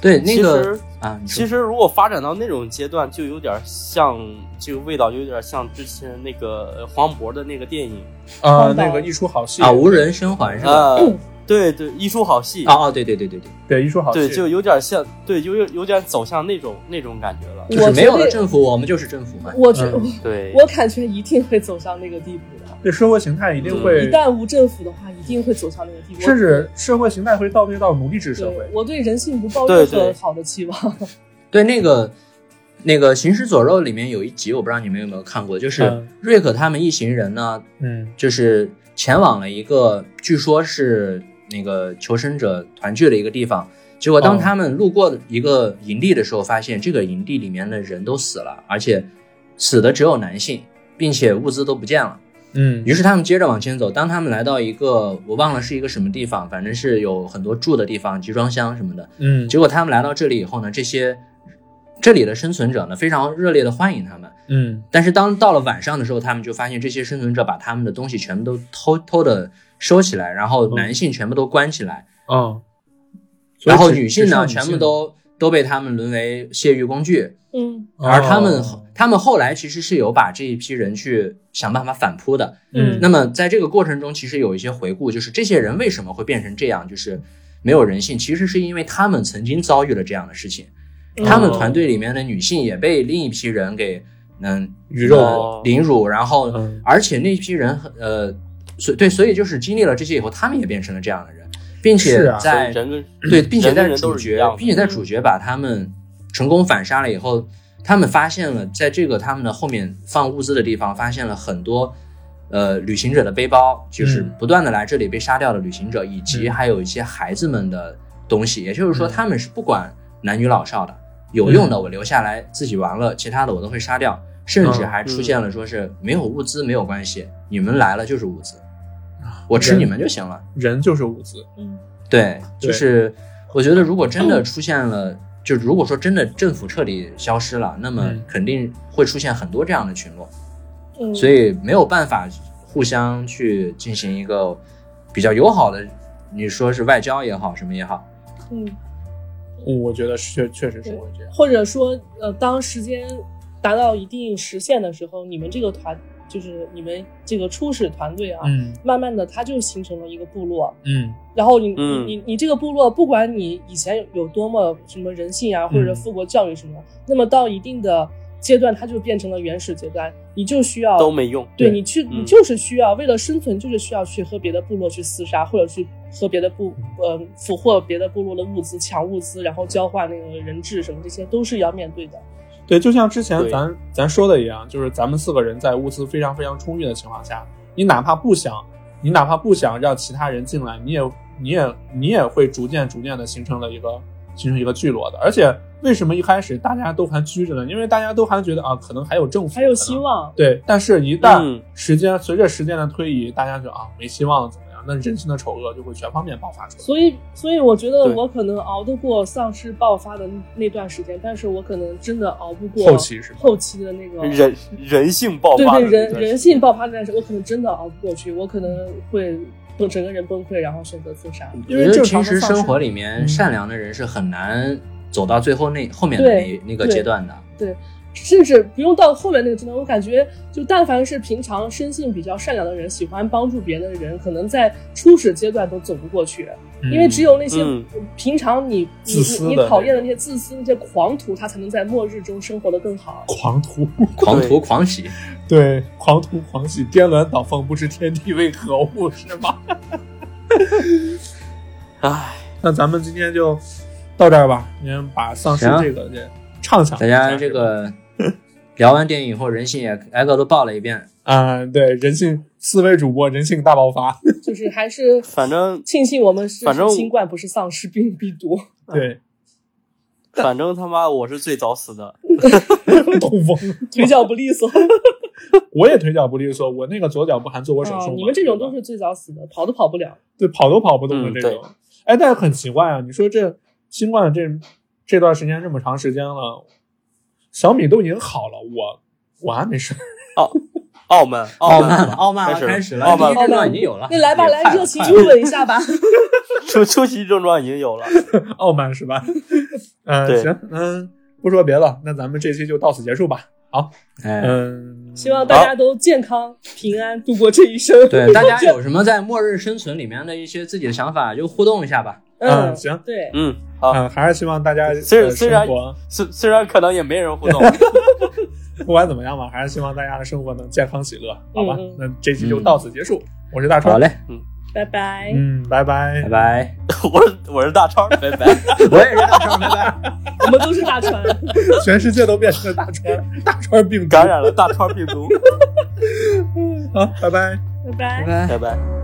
[SPEAKER 5] 对，那个
[SPEAKER 4] 其实
[SPEAKER 5] 啊，你说
[SPEAKER 4] 其实如果发展到那种阶段，就有点像这个味道，就有点像之前那个呃黄渤的那个电影，
[SPEAKER 2] 啊、
[SPEAKER 3] 荒岛
[SPEAKER 2] 那个一出好戏
[SPEAKER 5] 啊，无人生还是吧？
[SPEAKER 4] 呃，对对，一出好戏，
[SPEAKER 5] 哦哦，对对对对对，
[SPEAKER 2] 对一出好戏，
[SPEAKER 4] 对，就有点像，对，有有有点走向那种那种感觉了，
[SPEAKER 5] 就是
[SPEAKER 3] 我
[SPEAKER 5] 没有
[SPEAKER 3] 绝
[SPEAKER 5] 了
[SPEAKER 3] 对
[SPEAKER 5] 政府，我们就是政府嘛。
[SPEAKER 3] 我觉、
[SPEAKER 2] 嗯
[SPEAKER 4] 对，
[SPEAKER 3] 我感觉一定会走向那个地步的。
[SPEAKER 2] 对社会形态一定会
[SPEAKER 3] 嗯一，旦无政府的话，一定会走向那个地步。
[SPEAKER 2] 甚至社会形态会倒退到奴隶制
[SPEAKER 3] 我
[SPEAKER 2] 社会
[SPEAKER 3] 对。我对人性不抱
[SPEAKER 4] 对
[SPEAKER 3] 任
[SPEAKER 4] 对
[SPEAKER 3] 何好的期望。
[SPEAKER 5] 对，那个那个《行尸走肉》里面有一集，我不知道你们有没有看过，就是
[SPEAKER 2] 嗯
[SPEAKER 5] 瑞克他们一行人呢，
[SPEAKER 2] 嗯
[SPEAKER 5] 就是前往了一个据说是那个求生者团聚的一个地方。结果当
[SPEAKER 2] 哦
[SPEAKER 5] 他们路过一个营地的时候，发现这个营地里面的人都死了，而且死的只有男性，并且物资都不见了。
[SPEAKER 2] 嗯
[SPEAKER 5] 于是他们接着往前走，当他们来到一个我忘了是一个什么地方，反正是有很多住的地方，集装箱什么的。
[SPEAKER 2] 嗯
[SPEAKER 5] 结果他们来到这里以后呢，这些这里的生存者呢非常热烈的欢迎他们。
[SPEAKER 2] 嗯
[SPEAKER 5] 但是当到了晚上的时候，他们就发现这些生存者把他们的东西全部都偷偷的收起来，然后男性全部都关起来，
[SPEAKER 2] 啊，嗯所以
[SPEAKER 5] 然后
[SPEAKER 2] 只
[SPEAKER 5] 女性
[SPEAKER 2] 只
[SPEAKER 5] 呢
[SPEAKER 2] 剩
[SPEAKER 5] 全部都都被他们沦为泄欲工具。
[SPEAKER 3] 嗯
[SPEAKER 5] 而他们、
[SPEAKER 2] 哦
[SPEAKER 5] 他们后来其实是有把这一批人去想办法反扑的，
[SPEAKER 2] 嗯
[SPEAKER 5] 那么在这个过程中，其实有一些回顾，就是这些人为什么会变成这样，就是没有人性，其实是因为他们曾经遭遇了这样的事情。
[SPEAKER 3] 哦
[SPEAKER 5] 他们团队里面的女性也被另一批人给嗯
[SPEAKER 2] 鱼肉
[SPEAKER 5] 呃凌辱，然后、
[SPEAKER 2] 嗯
[SPEAKER 5] 而且那批人很呃，所对，所以就是经历了这些以后，他们也变成了这样的人，并且
[SPEAKER 2] 是啊
[SPEAKER 4] 所以
[SPEAKER 5] 在、
[SPEAKER 4] 人跟
[SPEAKER 5] 对，并且
[SPEAKER 4] 人跟
[SPEAKER 5] 在
[SPEAKER 4] 人
[SPEAKER 5] 主
[SPEAKER 4] 都是一
[SPEAKER 5] 角
[SPEAKER 4] 样的，
[SPEAKER 5] 并且在主角把他们成功反杀了以后，他们发现了在这个他们的后面放物资的地方，发现了很多呃旅行者的背包，就是
[SPEAKER 2] 嗯
[SPEAKER 5] 不断的来这里被杀掉的旅行者，以及
[SPEAKER 2] 嗯
[SPEAKER 5] 还有一些孩子们的东西。也就是说，他们是不管男女老少的，有用
[SPEAKER 2] 嗯
[SPEAKER 5] 的我留下来自己玩乐，其他的我都会杀掉。甚至
[SPEAKER 2] 嗯
[SPEAKER 5] 还出现了说是没有物资没有关系，你们来了就是物资，我吃
[SPEAKER 2] 啊人
[SPEAKER 5] 你们就行了。
[SPEAKER 2] 人就是物资，
[SPEAKER 3] 嗯，
[SPEAKER 5] 对，
[SPEAKER 2] 对
[SPEAKER 5] 就是我觉得如果真的出现了，就如果说真的政府彻底消失了，那么
[SPEAKER 2] 嗯
[SPEAKER 5] 肯定会出现很多这样的群落，
[SPEAKER 3] 嗯
[SPEAKER 5] 所以没有办法互相去进行一个比较友好的，你说是外交也好，什么也好，
[SPEAKER 3] 嗯。
[SPEAKER 2] 我觉得确确实是会这样。
[SPEAKER 3] 或者说，呃，当时间达到一定时限的时候，你们这个团就是你们这个初始团队啊，
[SPEAKER 2] 嗯
[SPEAKER 3] 慢慢的它就形成了一个部落。
[SPEAKER 2] 嗯
[SPEAKER 3] 然后你、
[SPEAKER 4] 嗯
[SPEAKER 3] 你你这个部落，不管你以前有多么什么人性啊，或
[SPEAKER 4] 嗯
[SPEAKER 3] 者富国教育什么，那么到一定的阶段，它就变成了原始阶段，你就需要
[SPEAKER 4] 都没用，
[SPEAKER 3] 对
[SPEAKER 2] 对
[SPEAKER 3] 你去，你
[SPEAKER 4] 嗯
[SPEAKER 3] 就是需要为了生存，就是需要去和别的部落去厮杀，或者去和别的部，
[SPEAKER 2] 嗯
[SPEAKER 3] 呃，俘获别的部落的物资，抢物资，然后交换那个人质什么，这些都是要面对的。
[SPEAKER 2] 对，就像之前
[SPEAKER 4] 对
[SPEAKER 2] 咱咱说的一样，就是咱们四个人在物资非常非常充裕的情况下，你哪怕不想，你哪怕不想让其他人进来，你也你也你也会逐渐逐渐的形成了一个形成一个聚落的。而且为什么一开始大家都还拘着呢？因为大家都还觉得啊，可能还有政府，
[SPEAKER 3] 还有
[SPEAKER 2] 可能
[SPEAKER 3] 希。望，
[SPEAKER 2] 对，但是一旦
[SPEAKER 4] 嗯
[SPEAKER 2] 时间、随着时间的推移，大家就啊没希望了，怎么样？那人性的丑恶就会全方面爆发出来。
[SPEAKER 3] 所以，所以我觉得
[SPEAKER 4] 对
[SPEAKER 3] 我可能熬得过丧尸爆发的那段时间，但是我可能真的熬不过
[SPEAKER 2] 后期是吧
[SPEAKER 3] 后期的那个
[SPEAKER 4] 人人性爆
[SPEAKER 3] 对
[SPEAKER 4] 发
[SPEAKER 3] 哦对
[SPEAKER 4] 的那
[SPEAKER 3] 人
[SPEAKER 4] 段
[SPEAKER 3] 人
[SPEAKER 4] 时
[SPEAKER 3] 性
[SPEAKER 4] 间
[SPEAKER 3] 爆发那段时间，我可能真的熬不过去，我可能会崩整个人崩溃，然后选择自杀。
[SPEAKER 2] 因
[SPEAKER 5] 我
[SPEAKER 2] 为
[SPEAKER 5] 觉
[SPEAKER 2] 正
[SPEAKER 5] 得嗯其
[SPEAKER 2] 常的
[SPEAKER 5] 实
[SPEAKER 2] 丧
[SPEAKER 5] 生
[SPEAKER 2] 尸
[SPEAKER 5] 活里面
[SPEAKER 2] 嗯
[SPEAKER 5] 善良的人是很难走到最后那后面的
[SPEAKER 3] 对
[SPEAKER 5] 那那个
[SPEAKER 3] 对
[SPEAKER 5] 阶段的，
[SPEAKER 3] 甚至不用到后面那个阶段，我感觉就但凡是平常生性比较善良的人，喜欢帮助别人的人，可能在初始阶段都走不过去，因为只有那些
[SPEAKER 4] 嗯
[SPEAKER 3] 平常你、你
[SPEAKER 2] 自私的
[SPEAKER 3] 你
[SPEAKER 2] 那
[SPEAKER 3] 你讨厌的
[SPEAKER 2] 种
[SPEAKER 3] 那些自私、那些狂徒，他才能在末日中生活的更好。
[SPEAKER 2] 狂徒。
[SPEAKER 5] 狂
[SPEAKER 4] 对
[SPEAKER 5] 徒狂喜。
[SPEAKER 2] 对，狂徒狂喜，颠鸾倒凤，不知天地为何物，是吧？
[SPEAKER 4] 唉，
[SPEAKER 2] 那咱们今天就到这儿吧，您把丧尸
[SPEAKER 5] 行
[SPEAKER 2] 这个这畅想一
[SPEAKER 5] 大
[SPEAKER 2] 下，
[SPEAKER 5] 家 这个聊完电影以后，人性也挨个都爆了一遍。
[SPEAKER 2] 啊、对人性四位主播人性大爆 发，
[SPEAKER 3] 就是还是
[SPEAKER 4] 反正
[SPEAKER 3] 庆幸我们是
[SPEAKER 4] 反正
[SPEAKER 3] 新冠，不是丧尸病病 毒。
[SPEAKER 2] 对，
[SPEAKER 4] 反正他妈我是最早死的，
[SPEAKER 2] 痛风，
[SPEAKER 3] 腿脚不利索。
[SPEAKER 2] 我也腿脚不利索，我那个左脚不还做过手术
[SPEAKER 3] 啊
[SPEAKER 2] 吗？
[SPEAKER 3] 你们这种
[SPEAKER 2] 对吧
[SPEAKER 3] 都是最早死的，跑都跑不了。
[SPEAKER 2] 对，跑都跑不动的
[SPEAKER 4] 嗯
[SPEAKER 2] 这种。哎，但是很奇怪啊，你说这新冠这这段时间这么长时间了，小米都已经好了，我我还没事儿。
[SPEAKER 4] 澳门，澳
[SPEAKER 5] 傲
[SPEAKER 4] 门，
[SPEAKER 5] 慢，傲慢
[SPEAKER 4] 开
[SPEAKER 5] 哦开
[SPEAKER 4] 始
[SPEAKER 5] 始
[SPEAKER 4] 了
[SPEAKER 5] 了，
[SPEAKER 4] 傲慢
[SPEAKER 5] 第一症状已经有了。
[SPEAKER 3] 那来吧，
[SPEAKER 5] 也
[SPEAKER 3] 来
[SPEAKER 5] 快
[SPEAKER 3] 热
[SPEAKER 5] 了
[SPEAKER 3] 情拥吻一下 吧。
[SPEAKER 4] 出出席症状已经有了。
[SPEAKER 2] 傲慢是吧？ 嗯、
[SPEAKER 4] 对
[SPEAKER 2] 行，嗯，不说别的，那咱们这期就到此结束吧。好，
[SPEAKER 5] 哎，
[SPEAKER 2] 嗯，
[SPEAKER 3] 希望大家都健康平安度过这一生。
[SPEAKER 5] 对，大家有什么在《末日生存》里面的一些自己的想法，就互动一下吧。
[SPEAKER 2] 嗯
[SPEAKER 3] 嗯，
[SPEAKER 2] 行
[SPEAKER 3] 对，
[SPEAKER 4] 嗯，好，
[SPEAKER 2] 嗯，还是希望大家
[SPEAKER 4] 虽
[SPEAKER 2] 的
[SPEAKER 4] 虽然
[SPEAKER 2] 生活
[SPEAKER 4] 虽虽然可能也没人互动，
[SPEAKER 2] 不管怎么样吧，还是希望大家的生活能健康喜乐，好吧？
[SPEAKER 3] 嗯嗯
[SPEAKER 2] 那这期就到此结束，我是大川，
[SPEAKER 5] 好，嘞，
[SPEAKER 3] 拜拜。
[SPEAKER 2] 嗯，拜
[SPEAKER 5] 拜。 拜。
[SPEAKER 4] 我是我是大超，拜拜。
[SPEAKER 5] 我也是大川，拜拜。
[SPEAKER 3] 我们都是大 船。
[SPEAKER 2] 全世界都变成了大川， 大川病毒啊
[SPEAKER 4] 感染了大超病毒，
[SPEAKER 2] 好，拜拜。
[SPEAKER 3] 拜拜
[SPEAKER 5] 拜。拜
[SPEAKER 4] 拜拜。